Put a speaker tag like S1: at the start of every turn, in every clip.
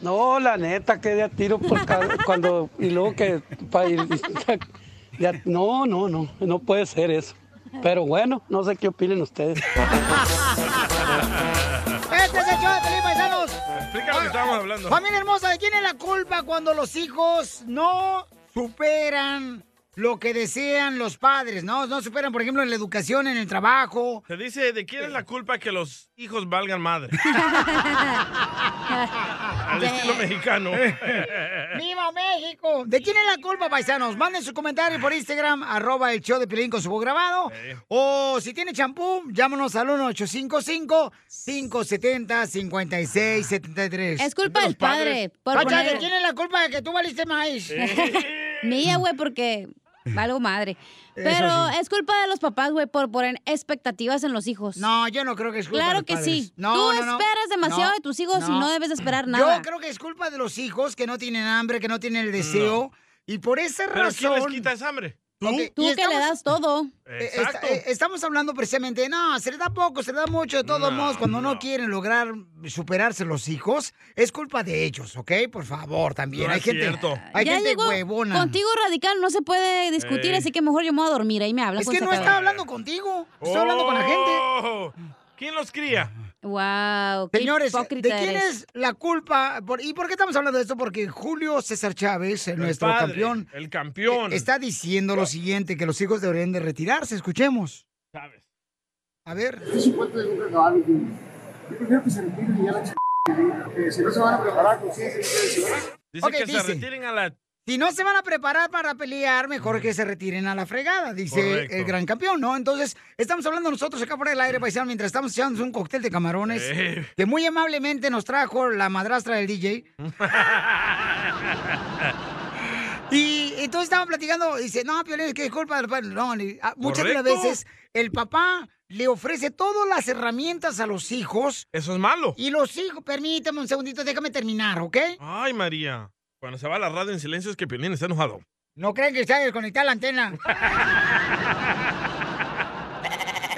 S1: No, la neta, que de a tiro pues, por cada- cuando. Y luego que. pa' ir- ya- no, no, no. No puede ser eso. Pero bueno, no sé qué opinen ustedes.
S2: Este es el show de Felipe Paisanos.
S3: Explica lo que estábamos hablando.
S2: Familia hermosa, ¿de quién es la culpa cuando los hijos no superan lo que desean los padres? No, no superan, por ejemplo, en la educación, en el trabajo.
S3: Se dice, ¿de quién es la culpa que los hijos valgan madre? Al estilo mexicano. Eh.
S2: ¡Viva México! ¿De quién es la culpa, paisanos? Manden su comentario por Instagram, arroba el show de Piolín con su voz grabado. O si tiene champú, llámanos al 1-855-570-5673.
S4: Es culpa del padre. por
S2: Pacha,
S4: poner-
S2: ¿de quién es la culpa de que tú valiste maíz?
S4: Mía, güey, porque valgo madre. Pero
S2: sí.
S4: es culpa de los papás, güey, por poner expectativas en los hijos.
S2: No, yo no creo que es culpa
S4: Claro
S2: de los
S4: que sí.
S2: padres. No,
S4: Tú
S2: no, no.
S4: esperas demasiado
S2: No,
S4: de tus hijos y
S2: no.
S4: no debes de esperar
S2: Yo
S4: nada.
S2: creo que es culpa de los hijos que no tienen hambre, que no tienen el deseo. Y por esa
S3: ¿Pero quién
S2: razón.
S3: les quita esa hambre?
S2: Ok,
S4: Tú
S2: y
S4: que
S2: estamos-
S4: le das todo.
S2: eh,
S3: Exacto.
S2: esta- eh, estamos hablando precisamente, no, se le da poco, se le da mucho, de todos
S3: No,
S2: modos, cuando no. quieren lograr superarse los hijos, es culpa de ellos, ¿ok? Por favor, también.
S3: No
S2: hay
S3: es
S2: gente,
S3: cierto.
S2: hay
S4: ya
S2: gente
S4: llegó
S2: huevona.
S4: contigo radical, no se puede discutir,
S3: Ey.
S4: así que mejor yo me voy a dormir, ahí me hablas. pues,
S2: es que no estaba hablando contigo, estoy hablando con la gente.
S3: Oh, ¿Quién los cría?
S4: Wow,
S2: Señores, ¿de quién es la culpa? Por- ¿Y por qué estamos hablando de esto? Porque Julio César Chávez,
S3: El
S2: nuestro
S3: padre,
S2: campeón, Eh,
S3: El campeón.
S2: E está diciendo lo siguiente, que los hijos deberían de retirarse. Escuchemos.
S3: Chávez.
S2: A ver.
S5: Esos cuentos yo creo que van, güey. Yo prefiero que se retiren y ya la ch... que si no se van a preparar, pues sí, sí, sí, sí.
S3: Dice
S2: Ok,
S3: que se
S2: dice.
S3: retiren a la...
S2: Si no se van a preparar para pelear, mejor que se retiren a la fregada, dice
S3: Correcto.
S2: el gran campeón, ¿no? Entonces, estamos hablando nosotros acá por el aire, paisano, mientras estamos echándonos un cóctel de camarones
S3: Eh.
S2: que muy amablemente nos trajo la madrastra del DJ. Y entonces estaban platicando, dice, no, Piolín, es que es culpa del padre. No, ni- ah, muchas de las
S3: Correcto.
S2: veces el papá le ofrece todas las herramientas a los hijos
S3: Eso es malo.
S2: y los hijos, permítame un segundito, déjame terminar, ¿ok?
S3: Ay, María. Cuando se va la radio en silencio es que Piolín está enojado.
S2: No crean que está desconectada la antena.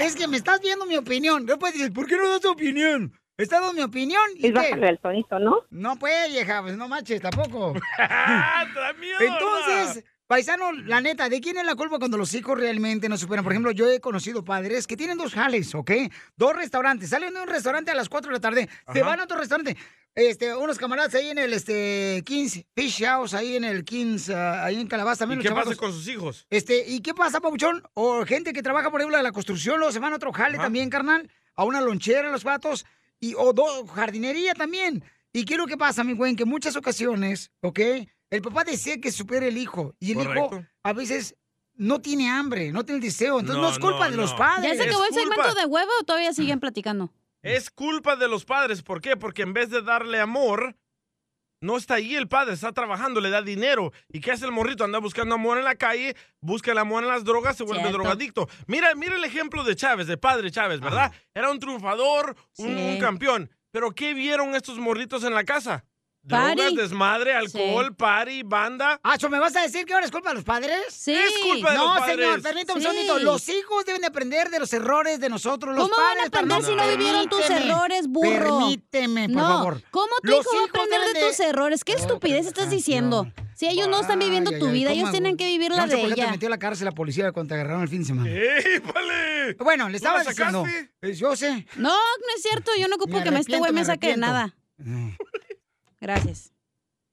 S2: es que me estás viendo mi opinión. No puedes decir, ¿por qué no das tu opinión? Está dando mi opinión y
S6: Es
S2: qué?
S6: bajarle al tonito, ¿no?
S2: No puede, vieja, pues no manches tampoco.
S3: ¡Ah, te da miedo!
S2: Entonces, paisano, la neta, ¿de quién es la culpa cuando los hijos realmente no superan? Por ejemplo, yo he conocido padres que tienen dos jales, ¿ok? Dos restaurantes. Salen de un restaurante a las 4 de la tarde, se
S3: Ajá.
S2: van a otro restaurante. Este, unos camaradas ahí en el este, Kings Fish House, ahí en el Kings, ah, ahí en Calabaza.
S3: ¿Y
S2: también los
S3: qué pasa
S2: chamacos.
S3: con sus hijos?
S2: Este, ¿y qué pasa, Pabuchón? O gente que trabaja, por ejemplo, en la construcción, luego se van a otro jale
S3: Ajá.
S2: también, carnal, a una lonchera, los vatos, y, o do- jardinería también. ¿Y qué es lo que pasa, mi güey? Que en muchas ocasiones, ¿ok? El papá desea que supere el hijo, y el hijo
S3: Correcto.
S2: a veces no tiene hambre, no tiene el deseo, entonces no,
S3: No,
S2: es culpa
S3: no,
S2: de los
S3: no.
S4: ¿Ya
S2: padres.
S4: se acabó el
S3: Es culpa.
S4: segmento de huevo o todavía siguen platicando?
S3: Es culpa de los padres. ¿Por qué? Porque en vez de darle amor, no está ahí el padre, está trabajando, le da dinero. ¿Y qué hace el morrito? Anda buscando amor en la calle, busca el amor en las drogas, se vuelve
S4: Cierto.
S3: drogadicto. Mira, mira el ejemplo de Chávez, de padre Chávez, ¿verdad? Era un triunfador, un,
S4: Sí.
S3: un campeón. Pero ¿qué vieron estos morritos en la casa? Drogas,
S4: Party.
S3: desmadre, alcohol, party, banda.
S2: Ah, ¿so ¿me vas a decir que ahora es culpa de los padres?
S4: Sí.
S3: Es culpa de los
S2: No,
S3: padres.
S2: señor, permítame un
S4: Sí.
S2: segundito. Los hijos deben de aprender de los errores de nosotros, los
S4: ¿Cómo van
S2: padres.
S4: a aprender si no
S2: carnal.
S4: vivieron tus
S2: Permíteme,
S4: errores, burro?
S2: Permíteme, por
S4: no,
S2: favor.
S4: ¿cómo tu
S2: Los
S4: hijo va a
S2: hijos
S4: aprender de
S2: deben
S4: tus errores? ¿Qué
S2: Oh,
S4: estupidez estás
S2: canción.
S4: diciendo? Si ellos no están viviendo
S2: Ay,
S4: tu
S2: ay, ay,
S4: vida,
S2: ¿cómo
S4: ellos
S2: hago?
S4: tienen que vivir
S2: Yo
S4: la
S2: no sé
S4: de
S2: por qué te
S4: ella.
S2: metió a la cárcel la policía cuando te agarraron el fin de semana.
S3: ¡Ey, vale!
S2: Bueno, le
S3: ¿Tú la
S2: estaba diciendo.
S3: sacaste?
S2: eh, Yo sé.
S4: No, no es cierto, yo no ocupo que me este
S2: arrepiento,
S4: güey me
S2: me
S4: saque de
S2: arrepiento.
S4: nada. Gracias.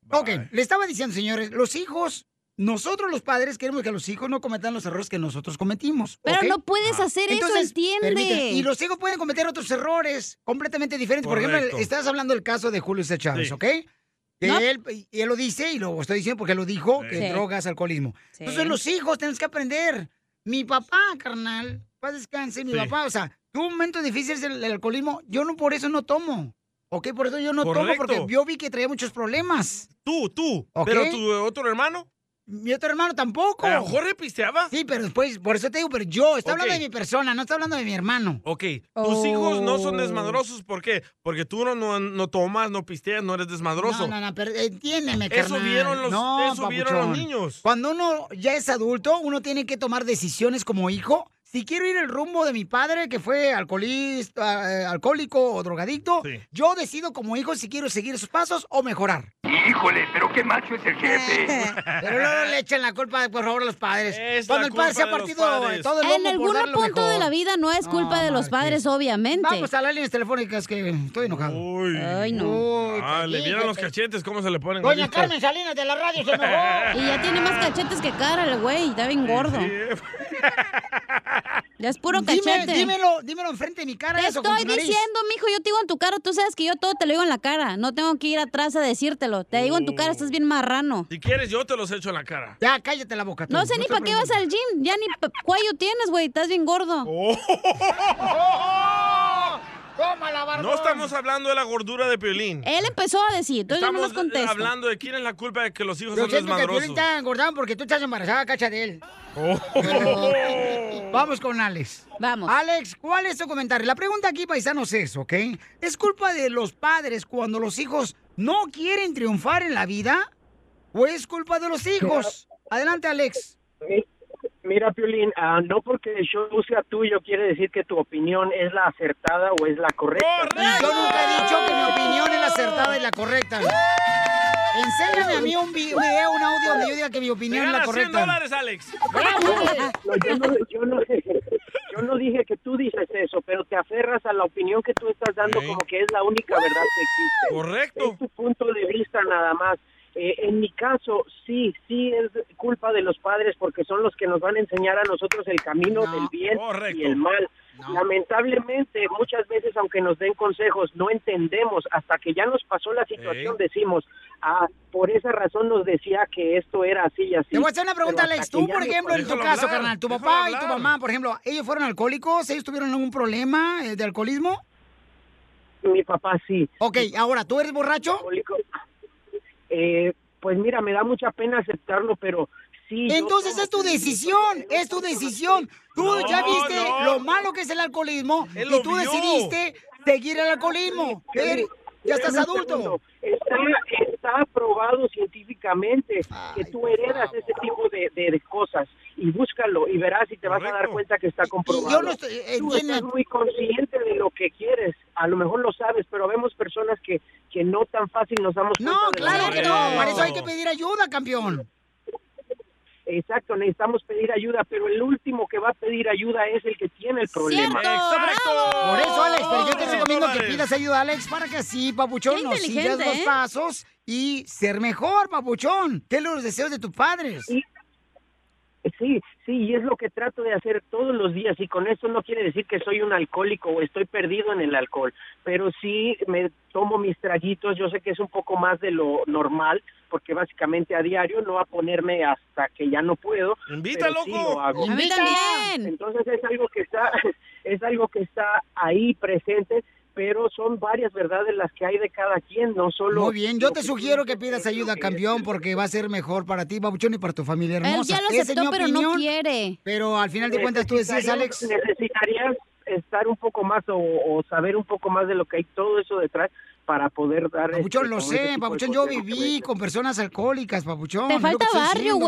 S2: Ok, le estaba diciendo, señores, los hijos, nosotros los padres queremos que los hijos no cometan los errores que nosotros cometimos.
S4: Pero
S2: ¿ok? Ah.
S4: no puedes hacer eso,
S2: permíteme,
S4: entiende.
S2: Y los hijos pueden cometer otros errores completamente diferentes. Por ejemplo,
S3: Correcto.
S2: el- estás hablando del caso de Julio C. Chávez,
S3: Sí.
S2: ¿ok? Que
S4: No.
S2: él, y él lo dice y lo estoy diciendo porque lo dijo, que
S4: Sí.
S2: drogas, alcoholismo.
S4: Sí.
S2: Entonces los hijos tenemos que aprender. Mi papá, carnal, paz descanse, mi
S3: Sí.
S2: papá, o sea, tuvo un momento difícil es el, el alcoholismo, yo no por eso no tomo. ¿Ok? Por eso yo no tomo, porque
S3: Correcto.
S2: yo vi que traía muchos problemas.
S3: Tú, tú.
S2: Ok.
S3: Pero tu eh, otro hermano,
S2: Mi otro hermano tampoco.
S3: a lo mejor repisteaba.
S2: Sí, pero después, por eso te digo, pero yo, está hablando
S3: Ok.
S2: de mi persona, no está hablando de mi hermano.
S3: Ok, tus
S4: Oh.
S3: hijos no son desmadrosos, ¿por qué? Porque tú no, no, no tomas, no pisteas, no eres desmadroso.
S2: No, no, no, pero entiéndeme, carnal.
S3: eso vieron los,
S2: No,
S3: eso vieron los
S2: papuchón.
S3: niños.
S2: Cuando uno ya es adulto, uno tiene que tomar decisiones como hijo si quiero ir el rumbo de mi padre, que fue alcoholista, eh, alcohólico o drogadicto, yo decido como hijo si quiero seguir sus pasos o mejorar.
S6: Híjole, pero qué macho es el jefe.
S2: Pero luego le echan la culpa, por favor, a los padres.
S6: la
S2: Cuando el padre
S6: culpa
S2: se ha
S6: de los
S2: partido eh,
S6: padres.
S2: todo el
S4: En
S2: lomo por
S4: algún
S2: dar lo
S4: punto
S2: mejor.
S4: de la vida no es culpa de los padres, obviamente.
S2: Vamos pues, a las líneas telefónicas que estoy enojado.
S4: Ay, no.
S3: Ah, le vieron los cachetes, ¿cómo se le ponen?
S4: Doña
S3: ahorita.
S4: Carmen
S2: Salinas de la radio
S4: se enojó. Y ya tiene más cachetes que cara el güey, está bien gordo. Ya es puro
S2: Dime-
S4: cachete.
S2: dímelo, dímelo enfrente de mi cara.
S4: Te
S2: eso, con
S4: estoy
S2: tu nariz.
S4: diciendo, mijo, yo te digo en tu cara, tú sabes que yo todo te lo digo en la cara. No tengo que ir atrás a decírtelo. Te digo en tu cara, estás bien marrano.
S3: Si quieres, yo te los echo en la cara.
S2: Ya, cállate la boca.
S4: No sé ni para qué vas al gym, ya ni pa- cuello tienes, güey, estás bien gordo.
S2: Oh. ¡Tómala,
S3: No estamos hablando de la gordura de Piolín.
S4: Él empezó a decir, entonces yo no
S3: Estamos
S4: nos contesto.
S3: hablando de quién es la culpa de que los hijos
S2: Yo
S3: son
S2: siento que tú
S3: desmadrosos.
S2: está engordado porque tú estás embarazada, cacha de él.
S3: Oh.
S2: Vamos con Alex.
S4: Vamos.
S2: Alex, ¿cuál es tu comentario? La pregunta aquí, paisanos, es, ¿ok? ¿Es culpa de los padres cuando los hijos no quieren triunfar en la vida? ¿O es culpa de los hijos? Adelante, Alex.
S7: Mira, Piolín, ah, no porque el show sea tuyo quiere decir que tu opinión es la acertada o es la correcta.
S2: Yo nunca he dicho que mi opinión es la acertada y la correcta. Enséñame a mí un vi- un video, un audio donde yo diga que mi
S3: Te
S2: opinión es la
S3: ganas 100
S2: correcta.
S3: dólares, Alex.
S7: No, yo, no, yo no- yo no dije que tú dices eso, pero te aferras a la opinión que tú estás dando como que es la única verdad que existe.
S3: Correcto.
S7: Es tu punto de vista nada más. Eh, en mi caso, sí, sí es culpa de los padres porque son los que nos van a enseñar a nosotros el camino del bien y el mal. Lamentablemente, muchas veces, aunque nos den consejos, no entendemos hasta que ya nos pasó la situación, decimos, ah, por esa razón nos decía que esto era así y así.
S2: Te voy a hacer una pregunta,
S7: Pero hasta
S2: Alex.
S7: que
S2: Tú,
S7: ya
S2: por
S7: nos
S2: ejemplo, en tu
S7: pasó-
S2: caso, carnal, tu papá y tu mamá, por ejemplo, ¿ellos fueron alcohólicos? ¿Ellos tuvieron algún problema eh, de alcoholismo?
S7: Mi papá sí.
S2: Ok, ahora, ¿tú eres borracho?
S7: Eh, pues mira, me da mucha pena aceptarlo, pero sí. yo
S2: Entonces es tu decisión, es tu decisión. Tú
S7: No,
S2: ya viste
S7: no.
S2: lo malo que es el alcoholismo
S7: Él
S2: y
S7: lo
S2: tú
S7: vio.
S2: decidiste seguir el alcoholismo. Eres- ya estás
S7: Espérame un
S2: adulto.
S7: segundo. Está, está aprobado científicamente que tú heredas ese tipo de, de- de cosas y búscalo y verás y te vas a dar cuenta que está comprobado.
S2: yo no estoy- eh,
S7: tú
S2: entiendo.
S7: estás muy consciente de lo que quieres. A lo mejor lo sabes, pero vemos personas que, que no tan fácil nos damos cuenta.
S2: No,
S7: de lo
S2: claro que no. Para eso hay que
S7: queremos.
S2: pedir ayuda, campeón.
S7: Exacto, necesitamos pedir ayuda, pero el último que va a pedir ayuda es el que tiene el problema.
S2: Por eso, Alex, pero yo te
S7: Cien
S2: recomiendo que
S7: dólares.
S2: pidas ayuda, Alex, para que así, papuchón,
S7: Qué
S2: nos sigas
S7: inteligente,
S2: los
S7: ¿eh?
S2: pasos y ser mejor, papuchón. Ten los deseos de tus padres.
S7: Sí, sí, y es lo que trato de hacer todos los días y con esto no quiere decir que soy un alcohólico o estoy perdido en el alcohol, pero sí me tomo mis traguitos, yo sé que es un poco más de lo normal, porque básicamente a diario no va a ponerme hasta que ya no puedo.
S3: Invita,
S7: pero sí
S3: loco.
S7: lo hago.
S3: A mí Invita. también.
S7: Entonces es algo que está, es algo que está ahí presente, pero son varias verdades las que hay de cada quien, no solo.
S2: Muy bien, yo
S7: lo
S2: te
S7: que
S2: sugiero que
S7: pienso
S2: pidas
S7: es lo
S2: ayuda,
S7: que-
S2: campeón, porque va a ser mejor para ti, papuchón, y para tu familia
S7: Él
S2: hermosa.
S7: ya lo
S2: Esa es
S7: aceptó,
S2: mi
S7: pero no
S2: opinión,
S4: quiere.
S2: Pero al final de cuentas tú decías,
S7: Necesitarías-
S2: Alex.
S7: Necesitarías estar un poco más o, o saber un poco más de lo que hay todo eso detrás para poder dar. este,
S2: Papuchón, lo sé, Papuchón, yo viví con personas alcohólicas, Papuchón. es lo que estoy diciendo.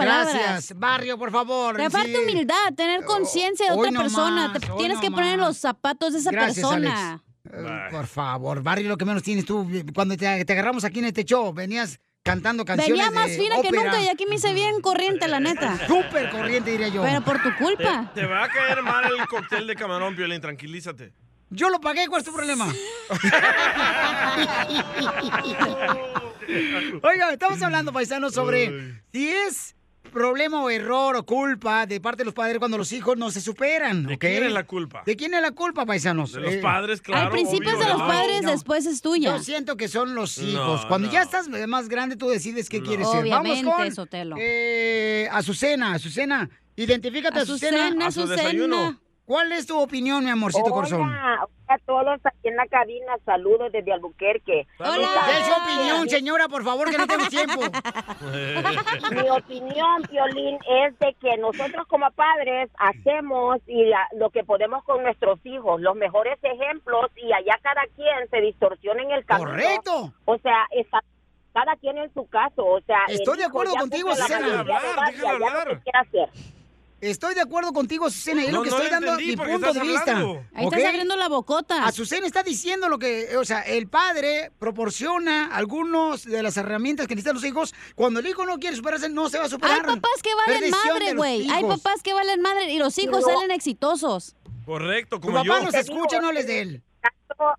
S2: Gracias, barrio, por favor.
S4: Te falta
S2: sí. Oh,
S4: humildad, tener conciencia de
S2: hoy
S4: otra
S2: no
S4: persona.
S2: más,
S4: Te
S2: hoy
S4: tienes
S2: no
S4: que poner en los zapatos de esa
S2: Gracias,
S4: persona.
S2: Alex. Eh, Por favor, barrio, lo que menos tienes tú. Cuando te, te agarramos aquí en este show, venías cantando canciones
S4: Venía más
S2: de
S4: fina que
S2: ópera.
S4: nunca y aquí me hice bien corriente, la neta.
S2: Súper corriente, diría yo.
S4: Pero por tu culpa.
S3: Te va a caer mal el cóctel de camarón, Piolín, tranquilízate.
S2: Yo lo pagué, ¿cuál es tu problema? Oiga, estamos hablando, paisanos, sobre si es problema o error o culpa de parte de los padres cuando los hijos no se superan. ¿De
S3: quién es la culpa?
S2: ¿De quién es la culpa, paisanos?
S3: De los
S2: Eh,
S3: padres, claro.
S4: Al principio es
S3: obvio,
S4: de los
S3: ¿no?
S4: padres, después es tuya.
S2: Yo siento que son los
S3: No,
S2: hijos. Cuando
S3: no.
S2: ya estás más grande, tú decides qué quieres ser.
S4: Obviamente,
S2: Vamos con
S4: Sotelo.
S2: eh, Azucena, Azucena. Identifícate, Azucena.
S8: Azucena, A su Azucena. desayuno.
S2: ¿Cuál es tu opinión, mi amorcito
S8: Hola,
S2: corazón?
S8: a todos aquí en la cabina, saludos desde Albuquerque.
S2: ¿Qué es su opinión, señora? Por favor, que no tengo tiempo.
S8: Mi opinión, Violín, es de que nosotros como padres hacemos y la- lo que podemos con nuestros hijos, los mejores ejemplos y allá cada quien se distorsiona en el camino.
S2: Correcto.
S8: O sea, está- cada quien en su caso. O sea,
S2: Estoy de acuerdo contigo, Susana.
S8: Déjalo hablar, déjalo hablar.
S2: Estoy de acuerdo contigo, Azucena. Es
S3: No,
S2: lo que
S3: no
S2: estoy
S3: la
S2: dando
S3: entendí,
S2: mi
S3: porque
S2: punto de
S3: estás
S2: vista.
S3: hablando.
S4: Ahí estás abriendo la bocota.
S2: Azucena está diciendo lo que, o sea, el padre proporciona algunas de las herramientas que necesitan los hijos. Cuando el hijo no quiere superarse, no se va a superar.
S4: Hay papás que valen
S2: Perdición de
S4: madre,
S2: los
S4: güey. Hay
S2: hijos.
S4: papás que valen madre y los hijos
S8: No.
S4: salen exitosos.
S3: Correcto,
S2: Tu
S3: como
S2: papá
S3: yo.
S2: nos escucha, no hables de él.
S8: caso-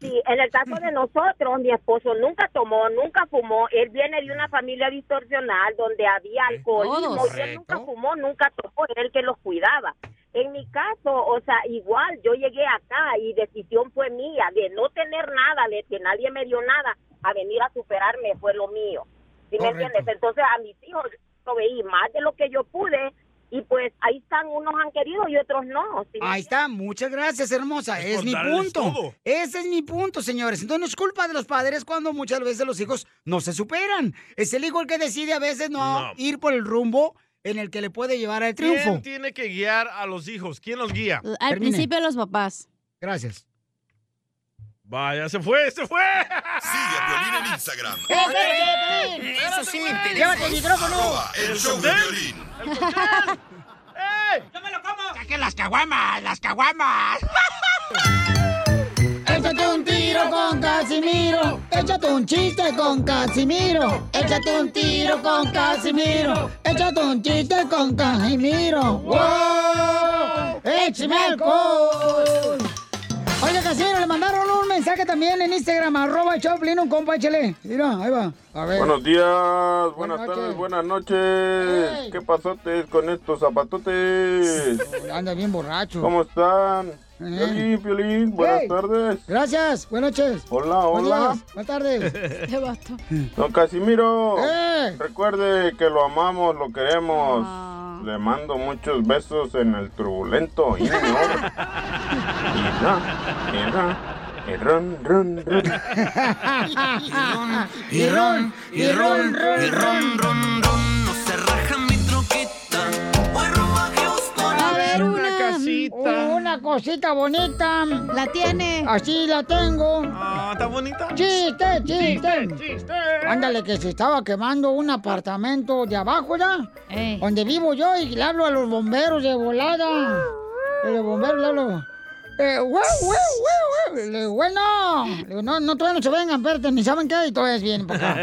S8: sí, en el caso de nosotros, mi esposo nunca tomó, nunca fumó. Él viene de una familia distorsional donde había alcoholismo.
S4: Todos.
S8: Y él nunca
S2: Correcto.
S8: fumó, nunca tomó. Era el que los cuidaba. En mi caso, o sea, igual yo llegué acá y decisión fue mía de no tener nada, de que nadie me dio nada, a venir a superarme fue lo mío. ¿Sí me
S2: Correcto.
S8: entiendes? Entonces a mis hijos yo veí más de lo que yo pude y pues ahí están, unos han querido y otros no. ¿sí me
S2: Ahí está, muchas gracias, hermosa.
S3: Es
S2: Es,
S3: por
S2: mi
S3: darles
S2: punto.
S3: todo.
S2: Ese es mi punto, señores. Entonces no es culpa de los padres cuando muchas veces los hijos no se superan. Es el hijo el que decide a veces no,
S3: No.
S2: ir por el rumbo en el que le puede llevar al triunfo.
S3: ¿Quién tiene que guiar a los hijos? ¿Quién los guía?
S4: Al
S2: Termine.
S4: principio los papás.
S2: Gracias.
S3: Vaya, se fue, se fue.
S9: Sigue a Piolín en Instagram.
S2: Eh. Eso sí, llévate el micrófono.
S9: Arroba el show de Piolín.
S2: Échate un tiro con Casimiro. Échate un chiste con Casimiro. Échate un tiro con Casimiro. Échate un chiste con Casimiro. ¡Wow! ¡Échame alcohol! Oye, Casimiro, le mandaron un mensaje también en Instagram, arroba el Choplin, un compa, échale. Mira, ahí va. A ver.
S10: Buenos días, buenas
S2: Buenas noches.
S10: tardes, buenas noches.
S2: Ey.
S10: ¿Qué pasotes con estos zapatotes?
S2: Anda bien borracho.
S10: ¿Cómo están?
S2: Ey.
S10: Piolín, Piolín, buenas
S2: Ey.
S10: tardes.
S2: Gracias, buenas noches.
S10: Hola, hola.
S2: Buenos días, buenas tardes.
S4: Este vato.
S10: Don Casimiro,
S2: ¡Eh!
S10: recuerde que lo amamos, lo queremos.
S4: Ah.
S10: Le mando muchos besos en el turbulento. Y no. Y no, y no, y ron, ron, ron.
S2: Y ron, y ron, ron, ron. A ver, Uh,
S3: Una casita.
S2: Una cosita bonita.
S4: La tiene.
S2: Así la tengo.
S3: Ah, está bonita.
S2: Chiste, chiste. Ándale, que se estaba quemando un apartamento de abajo, ¿ya?
S4: Ey.
S2: Donde vivo yo y le hablo a los bomberos de volada. Y los bomberos le hablo. Eh, guau, guau, guau, guau. Le digo, bueno, Le digo, no, no, todavía no se vengan, espérate, ni saben qué, y todavía es bien, papá.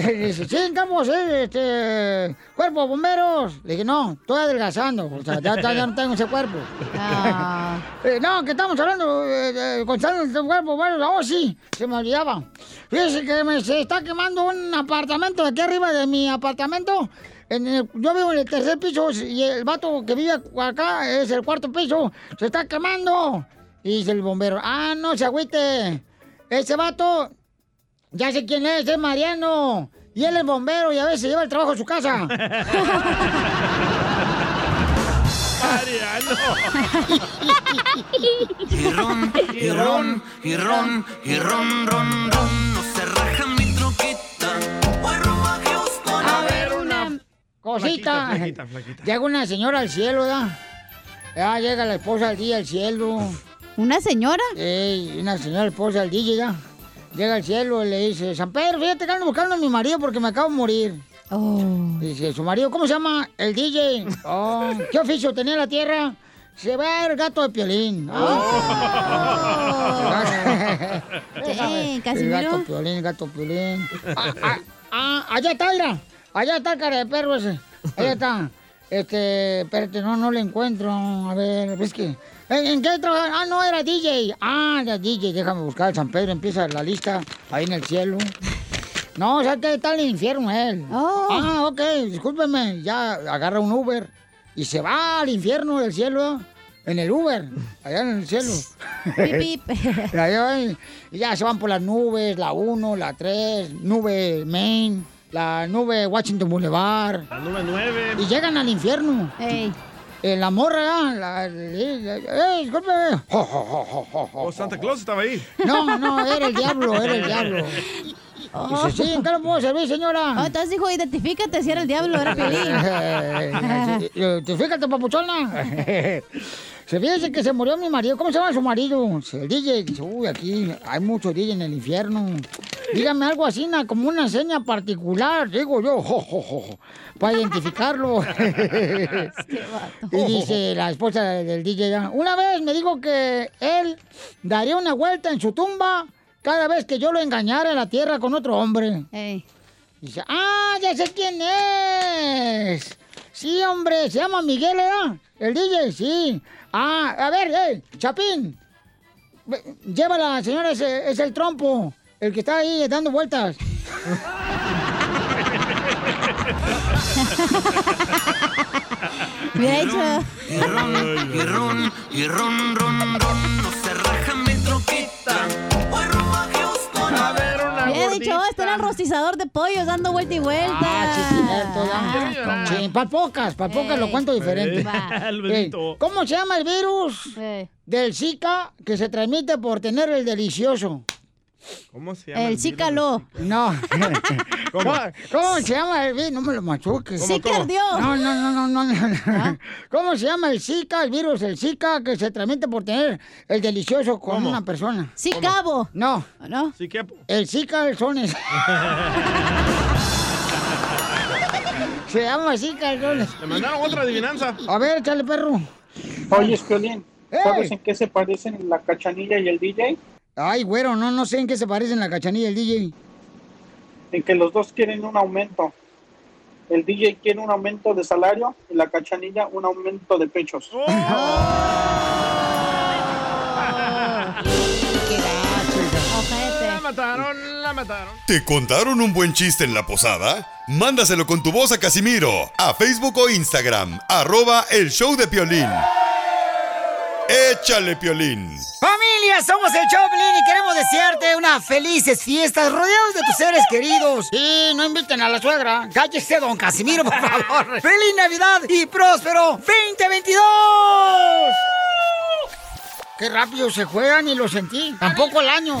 S2: Dice, sí, estamos, eh, este, cuerpo, bomberos. Le dije, no, estoy adelgazando, o sea, ya, ya- ya no tengo ese cuerpo.
S4: Ah.
S2: Eh, no, que estamos hablando, eh, eh, contando el cuerpo, bueno, oh sí, se me olvidaba. Fíjese que me, se está quemando un apartamento aquí arriba de mi apartamento. En el- yo vivo en el tercer piso y el vato que vive acá es el cuarto piso. Se está quemando. Y dice el bombero, ah, no se agüite. Ese vato, ya sé quién es, es Mariano. Y él es bombero y a veces lleva el trabajo a su casa.
S7: Y ron, y ron, y ron, ron, ron, no se raja mi troquita.
S4: A ver una.
S2: Cosita.
S3: Flaquita, flaquita, flaquita.
S2: Llega una señora al cielo, ¿da? Ya llega la esposa al día al cielo.
S4: ¿Una señora?
S2: Ey, una señora esposa al DJ, ¿da? Llega al cielo y le dice, San Pedro, fíjate que ando buscando a mi marido porque me acabo de morir.
S4: Oh.
S2: Dice, su marido, ¿cómo se llama? El DJ. Oh, ¿qué oficio tenía en la tierra? Se va el gato de piolín. Oh. Ah.
S4: Dang,
S2: el
S4: Casimiro.
S2: gato piolín, el gato piolín. Ah, ah, ah, allá está, mira. Allá está el cara de perro ese. Allá está. Este, espérate, no, no lo encuentro. A ver, es que. ¿En, en qué trabaja? Ah, no, era DJ. Ah, era DJ. Déjame buscar el San Pedro. Empieza la lista ahí en el cielo. No, o sea que está en el infierno él.
S4: Oh.
S2: Ah, ok, discúlpeme. Ya agarra un Uber y se va al infierno del cielo. En el Uber, allá en el cielo.
S4: Pip, pip.
S2: Y ahí van, y ya se van por las nubes, la 1, la 3, nube Main, la nube Washington Boulevard.
S3: La nube 9.
S2: Y llegan al infierno.
S4: Ey.
S2: Eh, la morra, la, la- la- ¡eh, discúlpeme! Jo, jo, jo, jo, jo, jo.
S3: Oh, Santa Claus estaba ahí.
S2: No, no, era el diablo, era el diablo.
S3: Oh.
S2: Dice, sí, ¿en qué lo puedo servir, señora?
S4: Oh, entonces dijo, identifícate si era el diablo, era feliz.
S2: Eh, eh, eh, eh, Fíjate, papuchona. Se fíjese que se murió mi marido. ¿Cómo se llama su marido? El DJ. Dice, Uy, aquí hay mucho DJ en el infierno. Dígame algo así, na, como una seña particular, digo yo, jo, jo, jo, para identificarlo. y dice la esposa del DJ, ya, una vez me dijo que él daría una vuelta en su tumba cada vez que yo lo engañara en la tierra con otro hombre. Dice, ah, ya sé quién es. Sí, hombre, se llama Miguel, ¿verdad? El DJ, sí. Ah, a ver, eh, Chapín. ve- Llévala, señora, ese- es el trompo. El que está ahí dando vueltas.
S4: Me ha hecho.
S11: Y ron, y ron, y ron, ron, ron, no se raja mi troquita. Voy rumbo a Houston a ver una
S4: Me ha dicho, oh, está en el rostizador de pollos dando vuelta y vuelta.
S2: Ah, Sí, para pocas, para pocas lo cuento diferente.
S4: Ey, va.
S2: Ey,
S4: Alberto.
S2: ¿Cómo se llama el virus del Zika que se transmite por tener el delicioso?
S3: ¿Cómo se llama?
S2: El Zícalo. No.
S3: ¿Cómo?
S2: ¿Cómo? se llama el virus? No me lo machuques.
S3: ¿Cómo, cómo?
S2: ardió. ¿Ah? No, no, no, no, no, no. ¿Cómo se llama el Zika, el virus, el Zika que se transmite por tener el delicioso con una persona?
S4: ¿Sicabo?
S2: No.
S4: ¿No?
S2: El Zika, el sones. Se llama así, cabrones.
S3: Te mandaron otra adivinanza.
S2: A ver, échale, perro.
S12: Oye, Piolín, ¿sabes
S2: Ey.
S12: en qué se parecen la cachanilla y el DJ?
S2: Ay, güero, no, no sé en qué se parecen la cachanilla y el DJ.
S12: En que los dos quieren un aumento. El DJ quiere un aumento de salario y la cachanilla un aumento de pechos.
S3: Oh. La mataron, la mataron.
S9: ¿Te contaron un buen chiste en la posada? Mándaselo con tu voz a Casimiro, a Facebook o Instagram, arroba el show de Piolín. Échale, Piolín.
S2: ¡Familia! Somos el Choplin y queremos desearte unas felices fiestas rodeados de tus seres queridos. Y no inviten a la suegra. Cállese, don Casimiro, por favor. ¡Feliz Navidad y próspero 2022! ¡Qué rápido se juegan y lo sentí! Tampoco el año.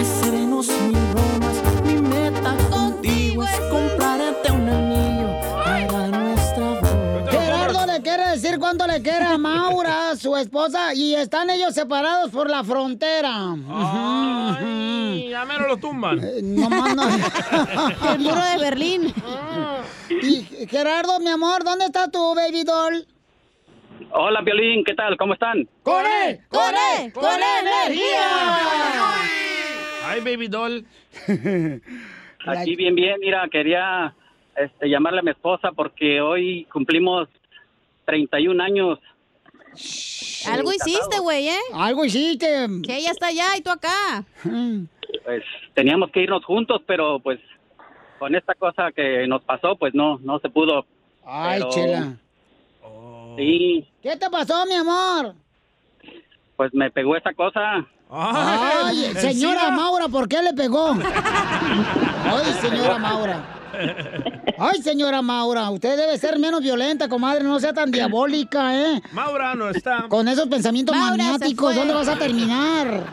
S11: hacernos mil bromas. Mi meta contigo es comprarte un anillo para nuestra boda.
S2: Gerardo le quiere decir cuánto le quiere a Maura, su esposa, y están ellos separados por la frontera.
S3: Y ya mero lo tumban.
S2: No más Eh, no.
S3: El muro de
S2: Berlín. Y Gerardo, mi amor, ¿dónde está tu baby doll?
S13: Hola, Piolín, ¿qué tal? ¿Cómo están?
S2: ¡Con él! ¡Con él! ¡Con energía!
S3: Ay, baby doll.
S13: Aquí bien, bien. Mira, quería este, llamarle a mi esposa porque hoy cumplimos 31 años.
S4: Algo hiciste, güey, ¿eh?
S2: Algo hiciste.
S4: Que ella está allá y tú acá.
S13: Pues teníamos que irnos juntos, pero pues con esta cosa que nos pasó, pues no, no se pudo.
S2: Ay,
S13: Pero-
S2: chela.
S13: Sí,
S2: ¿Qué te pasó, mi amor?
S13: pues me pegó esa cosa.
S2: Ah, Ay, señora Maura, ¿por qué le pegó? Ay, señora Maura. Ay, señora Maura, usted debe ser menos violenta, comadre, no sea tan diabólica, ¿eh?
S3: Maura no está.
S2: Con esos pensamientos
S3: Maura se
S2: maniáticos,
S3: fue.
S2: ¿dónde vas a terminar?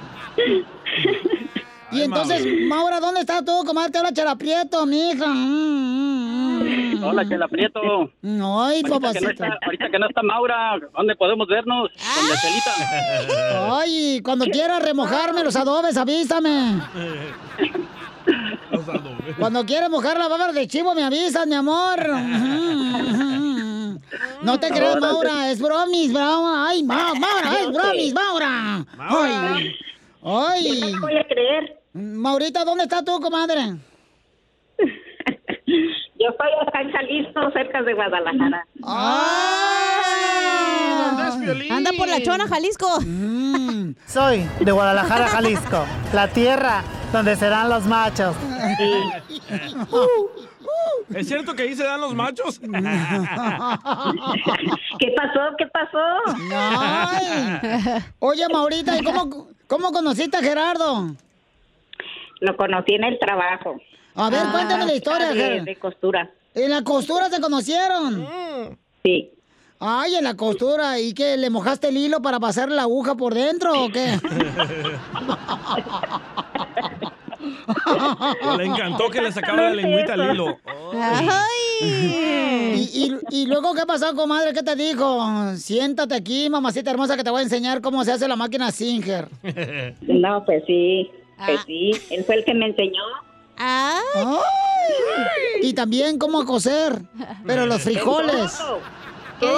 S2: Y
S13: Ay,
S2: entonces, Maura, ¿dónde está tú, comadre? Te habla Chela Prieto, mija. Mm, mm, mm.
S13: Hola, Chela Prieto.
S2: Ay,
S13: Ahorita que, no
S2: papacito.
S13: está, ahorita que no está Maura, ¿dónde podemos vernos? Con la Chelita.
S2: Ah. Ay, cuando quieras remojarme los adobes, avísame. Cuando quieras mojar la baba de chivo, me avisas, mi amor. No te creas,
S11: Ahora
S2: Maura, eh. es bromis, Maura. Ay, Ma- Maura, es
S11: Ok.
S2: bromis, Maura.
S11: Maura.
S2: Ay, ay.
S11: Yo no
S2: voy a creer. Maurita, ¿dónde estás tú, comadre?
S14: Yo estoy acá en Jalisco, cerca de Guadalajara.
S2: Ah.
S4: Anda por la chona, Jalisco.
S2: Mm.
S15: Soy de Guadalajara, Jalisco, la tierra
S16: donde serán los machos.
S2: Uh,
S3: ¿Es cierto que ahí se dan los machos?
S2: ¿Qué pasó? ¿Qué pasó? Ay. Oye, Maurita, ¿y cómo, cómo conociste a Gerardo?
S17: Lo conocí en el trabajo. Ah,
S2: A ver, cuéntame la historia,
S17: de,
S2: Ger.
S17: de costura.
S2: ¿En la costura se conocieron?
S17: Sí.
S2: Ay, en la costura. ¿Y qué? ¿Le mojaste el hilo para pasar la aguja por dentro o qué?
S3: Le encantó que le sacaba la lengüita al hilo.
S2: Ay. ¿Y, y, y luego qué pasó, comadre? ¿Qué te dijo? Siéntate aquí, mamacita hermosa, que te voy a enseñar cómo se hace la máquina Singer.
S17: No, pues sí,
S4: Ah.
S17: pues sí. Él fue el que me enseñó.
S2: Ay. Y también cómo coser, pero los frijoles.
S4: ¿Qué, di-